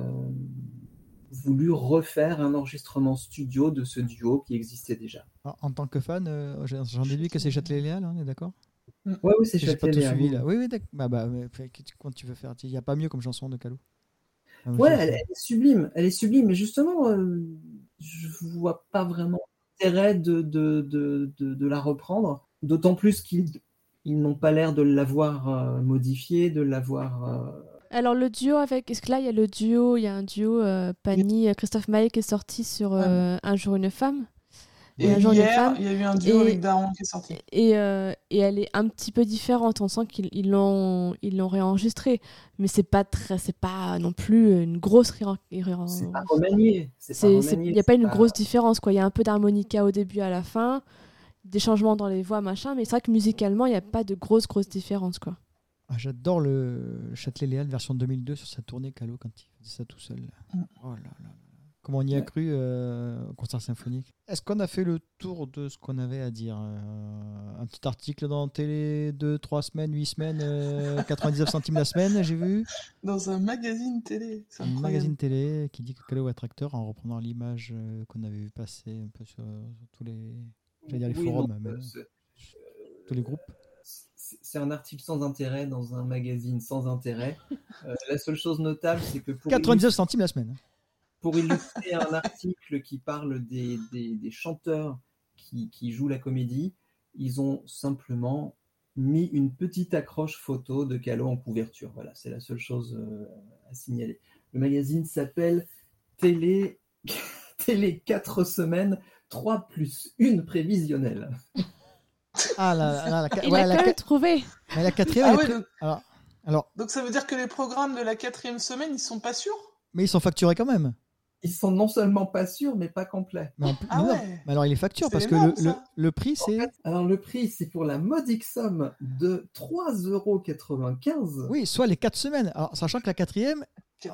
Speaker 4: voulu refaire un enregistrement studio de ce duo qui existait déjà.
Speaker 1: Alors, en tant que fan, euh, j'en j'en déduis que c'est Châtelet Léal, hein, on est d'accord
Speaker 4: Ouais, oui, c'est
Speaker 1: J'ai pas
Speaker 4: Châtelet,
Speaker 1: tout
Speaker 4: hein.
Speaker 1: suivi là. Oui, oui, d'accord. Bah, bah, mais, fait que tu- quand tu veux faire, il n'y a pas mieux comme chanson de Calou. Ah, mais
Speaker 4: Ouais,
Speaker 1: je-
Speaker 4: elle, elle est sublime, elle est sublime, mais justement, euh, je vois pas vraiment l'intérêt de, de, de, de, de la reprendre, d'autant plus qu'ils ils n'ont pas l'air de l'avoir euh, modifiée, de l'avoir... euh,
Speaker 2: Alors le duo avec, est-ce que là il y a le duo, il y a un duo euh, Pani euh, Christophe Maé qui est sorti sur euh, Un jour une femme
Speaker 3: Et
Speaker 2: Et un jour, il y a une
Speaker 3: hier,
Speaker 2: femme.
Speaker 3: il y a eu un duo
Speaker 2: Et-
Speaker 3: avec Daron qui est sorti.
Speaker 2: et, euh, et elle est un petit peu différente. On sent qu'ils ils l'ont ils l'ont réenregistrée, mais c'est pas très, c'est pas non plus une grosse réen- réen-
Speaker 4: C'est pas remanié.
Speaker 2: C'est- c'est- Il n'y a pas une
Speaker 4: c'est
Speaker 2: grosse différence, quoi. Il y a un peu d'harmonica au début, à la fin, des changements dans les voix, machin, mais c'est vrai que musicalement, il n'y a pas de grosse, grosse différence, quoi.
Speaker 1: Ah, J'adore le Châtelet Léal version 2002 sur sa tournée Calo quand il faisait ça tout seul.
Speaker 3: Mm.
Speaker 1: Oh là là là. Comment on y a cru euh, au concert symphonique. Est-ce qu'on a fait le tour de ce qu'on avait à dire Euh, Un petit article dans télé, 2, 3 semaines, 8 semaines, euh, 99 centimes la semaine, j'ai vu.
Speaker 3: Dans un magazine télé. C'est
Speaker 1: Un
Speaker 3: incroyable.
Speaker 1: magazine télé qui dit que Calo est tracteur en reprenant l'image euh, qu'on avait vu passer un peu sur, sur tous les, j'allais dire les forums, mais non. tous les groupes.
Speaker 4: C'est un article sans intérêt dans un magazine sans intérêt. Euh, la seule chose notable, c'est que pour,
Speaker 1: 99 centimes la semaine.
Speaker 4: pour illustrer un article qui parle des, des- des chanteurs qui, qui jouent la comédie, ils ont simplement mis une petite accroche photo de Calo en couverture. Voilà, c'est la seule chose euh, à signaler. Le magazine s'appelle Télé... Télé 4 semaines, 3 plus 1 prévisionnelle.
Speaker 1: Ah là là, la,
Speaker 2: Il
Speaker 1: ouais,
Speaker 2: a
Speaker 1: la
Speaker 2: quand même
Speaker 1: quat-
Speaker 2: trouvé
Speaker 1: mais la quatrième.
Speaker 3: Ah
Speaker 1: elle est pr-
Speaker 3: ouais, donc,
Speaker 1: Alors, alors,
Speaker 3: donc ça veut dire que les programmes de la quatrième semaine, ils sont pas sûrs
Speaker 1: mais ils sont facturés quand même.
Speaker 4: Ils sont non seulement pas sûrs, mais pas complets.
Speaker 1: Mais en plus-
Speaker 3: Ah
Speaker 1: non,
Speaker 3: ouais.
Speaker 1: mais alors il est facture
Speaker 3: C'est
Speaker 1: parce que
Speaker 3: énorme,
Speaker 1: le, le,
Speaker 3: ça.
Speaker 1: le prix c'est.
Speaker 4: Alors le prix, c'est pour la modique somme de 3,95€.
Speaker 1: Oui, soit les 4 semaines. Alors sachant que la quatrième,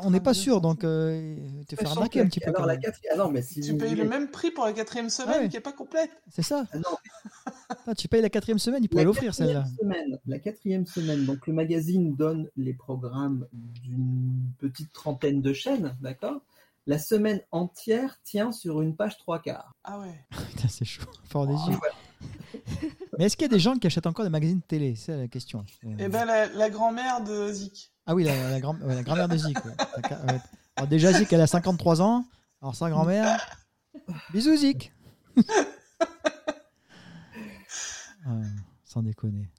Speaker 1: on n'est pas sûr donc euh, tu fais
Speaker 3: Sachant
Speaker 1: arnaquer un petit peu
Speaker 4: Alors
Speaker 1: quand
Speaker 4: la
Speaker 1: même.
Speaker 4: quatrième... Ah non, mais si
Speaker 3: Tu
Speaker 4: vous
Speaker 3: payes le
Speaker 4: voulez-
Speaker 3: même prix pour la quatrième semaine
Speaker 1: ouais.
Speaker 3: qui est pas complète.
Speaker 1: C'est ça.
Speaker 4: Ah non,
Speaker 1: Ah, tu payes la quatrième semaine, il pourrait l'offrir
Speaker 4: quatrième
Speaker 1: celle-là.
Speaker 4: semaine, la quatrième semaine, donc le magazine donne les programmes d'une petite trentaine de chaînes, d'accord La semaine entière tient sur une page trois quarts.
Speaker 3: Ah ouais.
Speaker 1: Putain, c'est chaud. Fort des
Speaker 4: Ah,
Speaker 1: yeux. Mais est-ce qu'il y a des gens qui achètent encore des magazines de télé C'est la question. Euh,
Speaker 4: Eh
Speaker 3: Et ben la, la grand-mère de Zik.
Speaker 1: Ah oui, la, la grand- ouais, la grand-mère de Zik. ouais. T'as qu'à- ouais. Alors déjà, Zik, elle a 53 ans. Alors sa grand-mère. Bisous, Zik Ah, Sans déconner.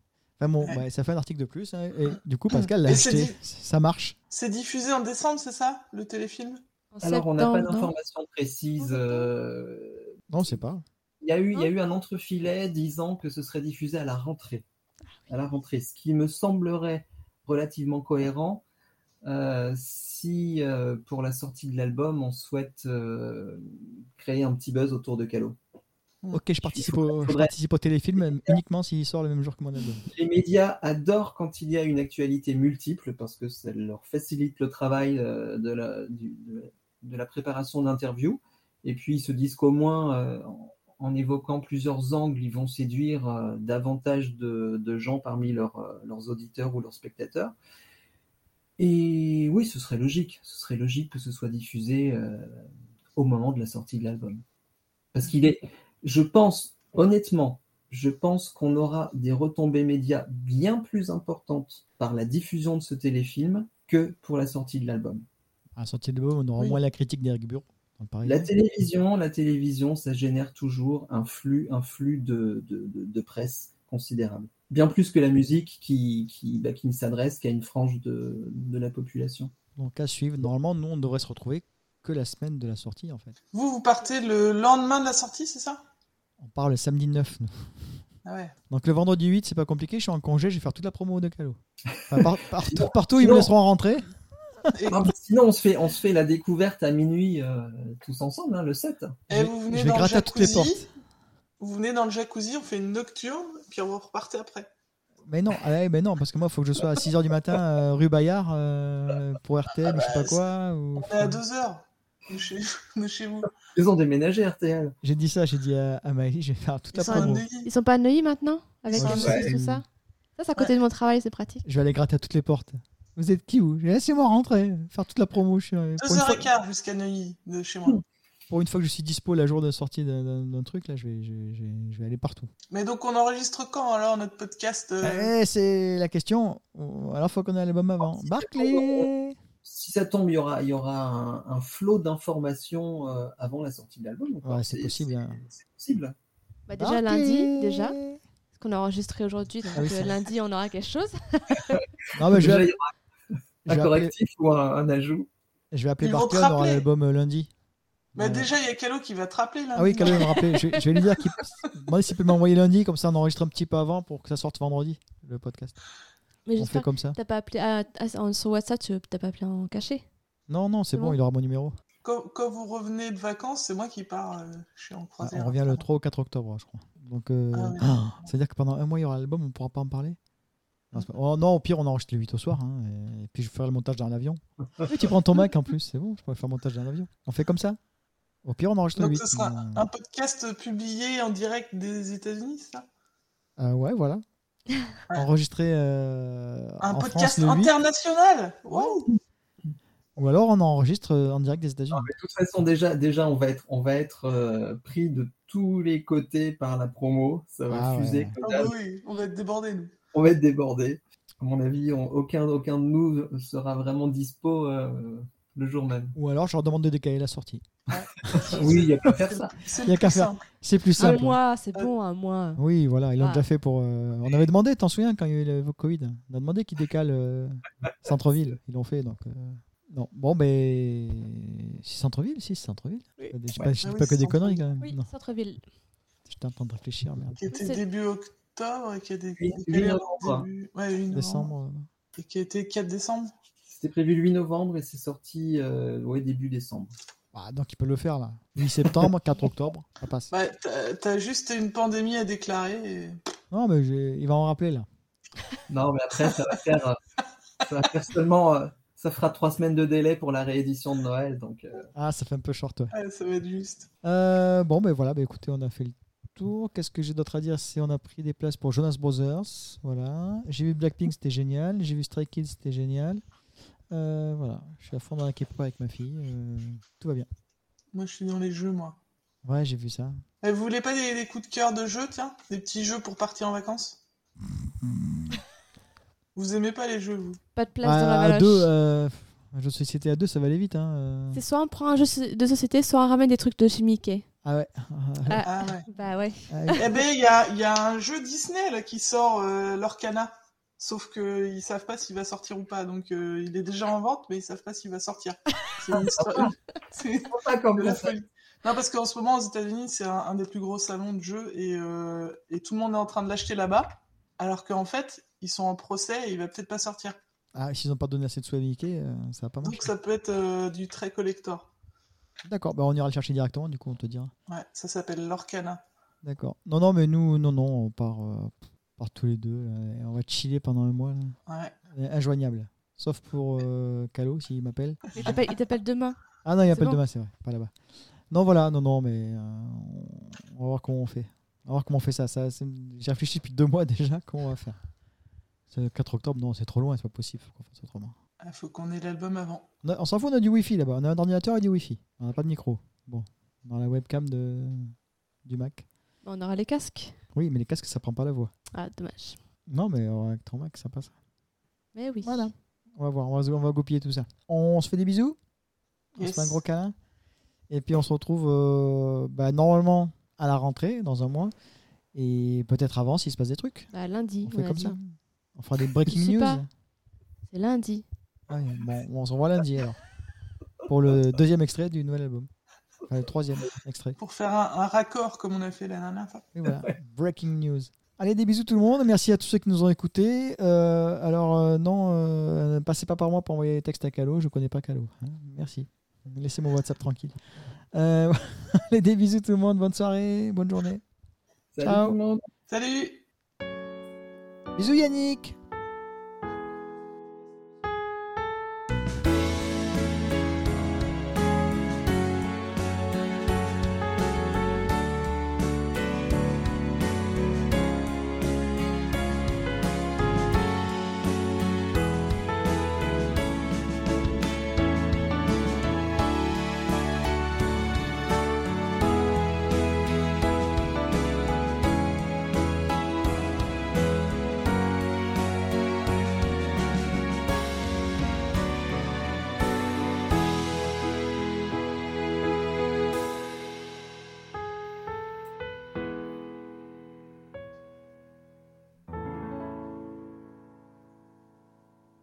Speaker 1: Enfin bon,
Speaker 3: Ouais.
Speaker 1: bah, ça fait un article de plus. hein, et du coup, Pascal l'a
Speaker 3: Et c'est
Speaker 1: acheté.
Speaker 3: dit.
Speaker 1: Ça marche.
Speaker 3: C'est diffusé en décembre, c'est ça, le téléfilm
Speaker 2: En
Speaker 4: Alors, on n'a pas
Speaker 2: septembre, non
Speaker 4: d'informations précises. euh,
Speaker 1: Non, c'est pas.
Speaker 4: Il y, a eu- il y a eu un entrefilet disant que ce serait diffusé à la rentrée. À la rentrée, ce qui me semblerait relativement cohérent euh, si, euh, pour la sortie de l'album, on souhaite euh, créer un petit buzz autour de Calo.
Speaker 1: Ok, je participe, au, je
Speaker 4: faudrait-
Speaker 1: participe au téléfilm uniquement s'il sort le même jour que mon album.
Speaker 4: Les médias adorent quand il y a une actualité multiple parce que ça leur facilite le travail euh, de la, du- de, de la préparation d'interviews. Et puis ils se disent qu'au moins, euh, en, en évoquant plusieurs angles, ils vont séduire euh, davantage de, de gens parmi leurs, euh, leurs auditeurs ou leurs spectateurs. Et oui, ce serait logique. Ce serait logique que ce soit diffusé euh, au moment de la sortie de l'album. Parce qu'il est, je pense, honnêtement, je pense qu'on aura des retombées médias bien plus importantes par la diffusion de ce téléfilm que pour la sortie de l'album.
Speaker 1: À la sortie de l'album, on aura au
Speaker 3: Oui.
Speaker 1: moins la critique d'Eric Bureau.
Speaker 4: La télévision, la télévision, ça génère toujours un flux, un flux de, de- de- de presse considérable. Bien plus que la musique qui, qui, bah, qui ne s'adresse qu'à une frange de, de la population.
Speaker 1: Donc à suivre. Normalement, nous, on devrait se retrouver que la semaine de la sortie, en fait.
Speaker 3: Vous, vous partez le lendemain de la sortie, c'est ça
Speaker 1: On part le samedi 9. nous.
Speaker 3: Ah ouais.
Speaker 1: Donc le vendredi 8, c'est pas compliqué. Je suis en congé, je vais faire toute la promo de Calo. Enfin, par- partout, partout, ils me
Speaker 4: Sinon-
Speaker 1: laisseront rentrer.
Speaker 3: Et,
Speaker 4: Ah, bah, sinon, on se, fait, on se fait la découverte à minuit euh, tous ensemble, hein, le 7.
Speaker 3: et
Speaker 1: je vais-
Speaker 3: Eh, vous venez
Speaker 1: je vais
Speaker 3: dans le
Speaker 1: gratter à toutes les
Speaker 3: jacuzzi.
Speaker 1: portes.
Speaker 3: Vous venez dans le jacuzzi, on fait une nocturne, puis on repartez après.
Speaker 1: Mais non, ah ouais, mais non, parce que moi, il faut que je sois à 6h du matin, euh, rue Bayard, euh, pour RTL, ou je sais pas quoi. ou-
Speaker 3: On est à deux heures de chez, de chez vous.
Speaker 4: Ils ont déménagé RTL.
Speaker 1: J'ai dit ça, j'ai dit à, à Maëlie, je vais faire toute
Speaker 3: Ils
Speaker 1: la
Speaker 3: sont à
Speaker 1: promo.
Speaker 3: Neuilly.
Speaker 2: Ils sont pas à Neuilly maintenant Avec
Speaker 1: Ouais,
Speaker 2: la
Speaker 1: ouais.
Speaker 2: musique, tout ça Ça, c'est à côté de mon travail, c'est pratique.
Speaker 1: Je vais aller gratter à toutes les portes. Vous êtes qui, vous Laissez-moi rentrer, faire toute la promo. Je suis- euh, pour,
Speaker 3: Deux
Speaker 1: une
Speaker 3: heures
Speaker 1: fois,
Speaker 3: et quart jusqu'à Neuilly de chez moi.
Speaker 1: pour une fois que je suis dispo la jour de sortie d'un- d'un d'un truc, là, je vais, je, je- je vais aller partout.
Speaker 3: Mais donc on enregistre quand alors notre podcast euh,
Speaker 1: Eh, c'est la question. Alors, faut qu'on ait l'album
Speaker 3: Oh,
Speaker 1: avant. Barclay
Speaker 4: si ça tombe, il y aura, il y aura un, un flot d'informations euh, avant la sortie de l'album. encore.
Speaker 1: Ouais, c'est possible, hein.
Speaker 4: c'est- C'est possible.
Speaker 2: Bah, déjà lundi, déjà. Parce qu'on a enregistré aujourd'hui, donc
Speaker 1: Ah oui,
Speaker 2: euh,
Speaker 1: c'est vrai.
Speaker 2: lundi, on aura quelque chose.
Speaker 1: Non, mais je
Speaker 4: Déjà,
Speaker 1: vais,
Speaker 4: il y aura
Speaker 1: je
Speaker 4: un
Speaker 1: vais appeler,
Speaker 4: correctif ou un, un ajout.
Speaker 1: je vais appeler
Speaker 3: Ils vont
Speaker 1: Barclay,
Speaker 3: te
Speaker 1: on aura
Speaker 3: rappeler.
Speaker 1: l'album euh, lundi.
Speaker 3: Bah,
Speaker 1: Euh,
Speaker 3: déjà il y a Calo qui va te rappeler là.
Speaker 1: Ah oui, Calais va me rappeler. Je, vais- je vais lui dire qu'il demander s'il peut m'envoyer lundi, comme ça on enregistre un petit peu avant pour que ça sorte vendredi, le podcast.
Speaker 2: Mais
Speaker 1: on fait
Speaker 2: j'espère que
Speaker 1: comme ça.
Speaker 2: t'as pas appelé ah, ah, en- sur WhatsApp, tu t'as pas appelé en cachet.
Speaker 1: Non, non, c'est
Speaker 2: C'est
Speaker 1: bon,
Speaker 2: bon.
Speaker 1: il aura mon numéro.
Speaker 3: Quand, quand vous revenez de vacances, c'est moi qui pars. euh, je suis en
Speaker 1: Ah,
Speaker 3: croisière.
Speaker 1: on revient le 3 ou 4 octobre, je crois. Donc, euh,
Speaker 3: Ah ouais.
Speaker 1: ah, ça veut dire que pendant un mois, il y aura l'album, on pourra pas en parler non, c'est pas- oh, non, au pire, on enregistre le 8 au soir, hein, et puis je ferai le montage dans l'avion. Oui, tu prends ton Mac en plus, c'est bon, je pourrais faire le montage dans l'avion. On fait comme ça Au pire, on enregistre le
Speaker 3: Donc
Speaker 1: 8.
Speaker 3: ce sera
Speaker 1: mais, euh,
Speaker 3: un podcast publié en direct des États-Unis, c'est ça
Speaker 1: euh, ouais, voilà. Enregistré euh,
Speaker 3: Un
Speaker 1: en France
Speaker 3: podcast
Speaker 1: le 8,
Speaker 3: international Waouh
Speaker 1: ou alors on enregistre euh, en direct des États-Unis.
Speaker 4: Non, mais de toute façon, déjà, déjà on va être, on va être euh, pris de tous les côtés par la promo. Ça va
Speaker 1: Ah
Speaker 4: fuser.
Speaker 1: ouais.
Speaker 4: comme
Speaker 3: Ah bah
Speaker 4: d'hab.
Speaker 3: oui, on va être débordés nous.
Speaker 4: On va être débordé. À mon avis, on- aucun, aucun de nous sera vraiment dispo euh, le jour même.
Speaker 1: Ou alors je leur demande de décaler la sortie.
Speaker 4: Oui, il n'y a qu'à faire ça.
Speaker 3: C'est
Speaker 1: Y a
Speaker 3: le
Speaker 1: qu'à
Speaker 3: plus
Speaker 1: faire.
Speaker 3: simple.
Speaker 1: C'est plus
Speaker 2: Un
Speaker 1: simple.
Speaker 2: mois, c'est bon, un mois.
Speaker 1: Oui, voilà, ils l'ont
Speaker 2: Ah.
Speaker 1: déjà fait pour. euh, On avait demandé, t'en souviens, quand il y a eu le Covid On a demandé qu'ils décalent euh, Centre-Ville. Ils l'ont fait, donc. euh, Non, bon, ben. Si Centre-Ville, si c'est Centre-ville.
Speaker 2: Oui.
Speaker 1: Je dis
Speaker 4: Ouais.
Speaker 1: pas, je dis
Speaker 3: Ah oui,
Speaker 1: pas que
Speaker 3: c'est
Speaker 1: des conneries
Speaker 3: Centre-Ville.
Speaker 1: quand même.
Speaker 2: Oui,
Speaker 1: Non,
Speaker 2: centre-ville.
Speaker 1: j'étais en train de réfléchir, merde.
Speaker 3: Qui était
Speaker 2: C'est-
Speaker 3: début octobre et qui a été
Speaker 4: Huit-
Speaker 3: décalé
Speaker 4: huit
Speaker 3: au
Speaker 4: novembre.
Speaker 3: début- ouais, huit novembre.
Speaker 1: Décembre. euh,
Speaker 3: Et qui a été 4 décembre.
Speaker 4: C'était prévu le 8 novembre et c'est sorti euh, ouais, début décembre.
Speaker 1: bah, donc ils peuvent le faire, là. 8 septembre, 4 octobre, ça passe.
Speaker 3: Bah, t'as t'as juste une pandémie à déclarer. et-
Speaker 1: Non, mais j'ai- il va en rappeler, là.
Speaker 4: Non, mais après, ça va faire, euh, ça va faire seulement. euh, ça fera trois semaines de délai pour la réédition de Noël. Donc, euh,
Speaker 1: Ah, ça fait un peu short, ouais.
Speaker 3: Ouais, ça va être juste.
Speaker 1: Euh, bon, ben voilà, ben écoutez, on a fait le tour. Qu'est-ce que j'ai d'autre à dire C'est on a pris des places pour Jonas Brothers. Voilà. J'ai vu Blackpink, c'était génial. J'ai vu Stray Kids, c'était génial. Euh, voilà. Je suis à fond dans la K-pop avec ma fille. euh, tout va bien.
Speaker 3: Moi, je suis dans les jeux, moi.
Speaker 1: Ouais, j'ai vu ça.
Speaker 3: Eh, Vous voulez pas des, des coups de cœur de jeux, tiens Des petits jeux pour partir en vacances Vous aimez pas les jeux, vous
Speaker 2: Pas de place
Speaker 1: Ah,
Speaker 2: dans la
Speaker 1: à
Speaker 2: valoche.
Speaker 1: deux, euh, un jeu de société à deux, ça va aller vite. Hein. euh.
Speaker 2: C'est soit on prend un jeu so- de société, soit on ramène des trucs de chez Mickey.
Speaker 1: Ah ouais.
Speaker 3: Ah ouais.
Speaker 2: Bah ouais.
Speaker 1: Ah oui.
Speaker 3: Eh ben, il y a, il y a un jeu Disney là, qui sort, euh, l'Orcana. Sauf qu'ils savent pas s'il va sortir ou pas. Donc, euh, il est déjà en vente, mais ils savent pas s'il va sortir. C'est une histoire- c'est-
Speaker 4: Pour ça qu'en
Speaker 3: de la
Speaker 4: plus,
Speaker 3: folie. Non, parce qu'en ce moment, aux États-Unis, c'est un, un des plus gros salons de jeux et, euh, et tout le monde est en train de l'acheter là-bas. Alors qu'en fait, ils sont en procès et il va peut-être pas sortir.
Speaker 1: Ah, s'ils n'ont pas donné assez de sous à Mickey, euh, ça va pas marcher.
Speaker 3: Donc, ça peut être euh, du trait collector.
Speaker 1: D'accord, bah on ira le chercher directement, du coup, on te dira.
Speaker 3: Ouais, ça s'appelle l'Orcana.
Speaker 1: D'accord. Non, non, mais nous, non, non, on part, euh, on part tous les deux. là, et on va chiller pendant un mois. là.
Speaker 3: Ouais.
Speaker 1: Et Euh, Injoignable. Sauf pour euh, Calo, s'il m'appelle.
Speaker 2: Il t'appelle il t'appelle demain.
Speaker 1: Ah non, il
Speaker 2: C'est
Speaker 1: appelle
Speaker 2: bon.
Speaker 1: demain, c'est vrai, pas là-bas. Non, voilà, non, non, mais euh, on va voir comment on fait. On va voir comment on fait ça. ça c'est- J'ai réfléchi depuis deux mois déjà, comment on va faire. C'est le 4 octobre, non, c'est trop loin, c'est pas possible, faut qu'on fasse autrement.
Speaker 3: Il faut qu'on ait l'album avant.
Speaker 1: On, a- on s'en fout, on a du Wi-Fi là-bas. On a un ordinateur et du Wi-Fi. On n'a pas de micro. Bon, dans la webcam de, du Mac.
Speaker 2: On aura les casques.
Speaker 1: Oui, mais les casques, ça prend pas la voix.
Speaker 2: Ah, dommage.
Speaker 1: Non, mais euh, avec ton Mac, ça passe.
Speaker 2: Mais oui.
Speaker 1: Voilà. On va voir, on va, on va goupiller tout ça. On se fait des bisous. On se
Speaker 3: Yes.
Speaker 1: fait Ah, un gros câlin. Et puis on se retrouve euh, bah, normalement à la rentrée, dans un mois. Et peut-être avant s'il se passe des trucs.
Speaker 2: Bah, lundi,
Speaker 1: On
Speaker 2: on
Speaker 1: fait
Speaker 2: a
Speaker 1: comme
Speaker 2: dit.
Speaker 1: ça. On fera des
Speaker 2: Je
Speaker 1: breaking
Speaker 2: sais
Speaker 1: news.
Speaker 2: pas. C'est lundi.
Speaker 1: Ah oui, bon, on se revoit lundi alors. Pour le deuxième extrait du nouvel album. Enfin, le troisième extrait.
Speaker 3: Pour faire un, un raccord comme on a fait la dernière fois.
Speaker 1: Et voilà, breaking news. Allez, des bisous tout le monde. Merci à tous ceux qui nous ont écoutés. Euh, alors, euh, non, euh, ne passez pas par moi pour envoyer des textes à Calo. Je connais pas Calo. hein. Merci. Laissez mon WhatsApp tranquille. Euh, allez, des bisous tout le monde. Bonne soirée, bonne journée.
Speaker 4: Salut
Speaker 1: Ciao.
Speaker 4: tout le monde.
Speaker 3: Salut
Speaker 1: Bisous Yannick.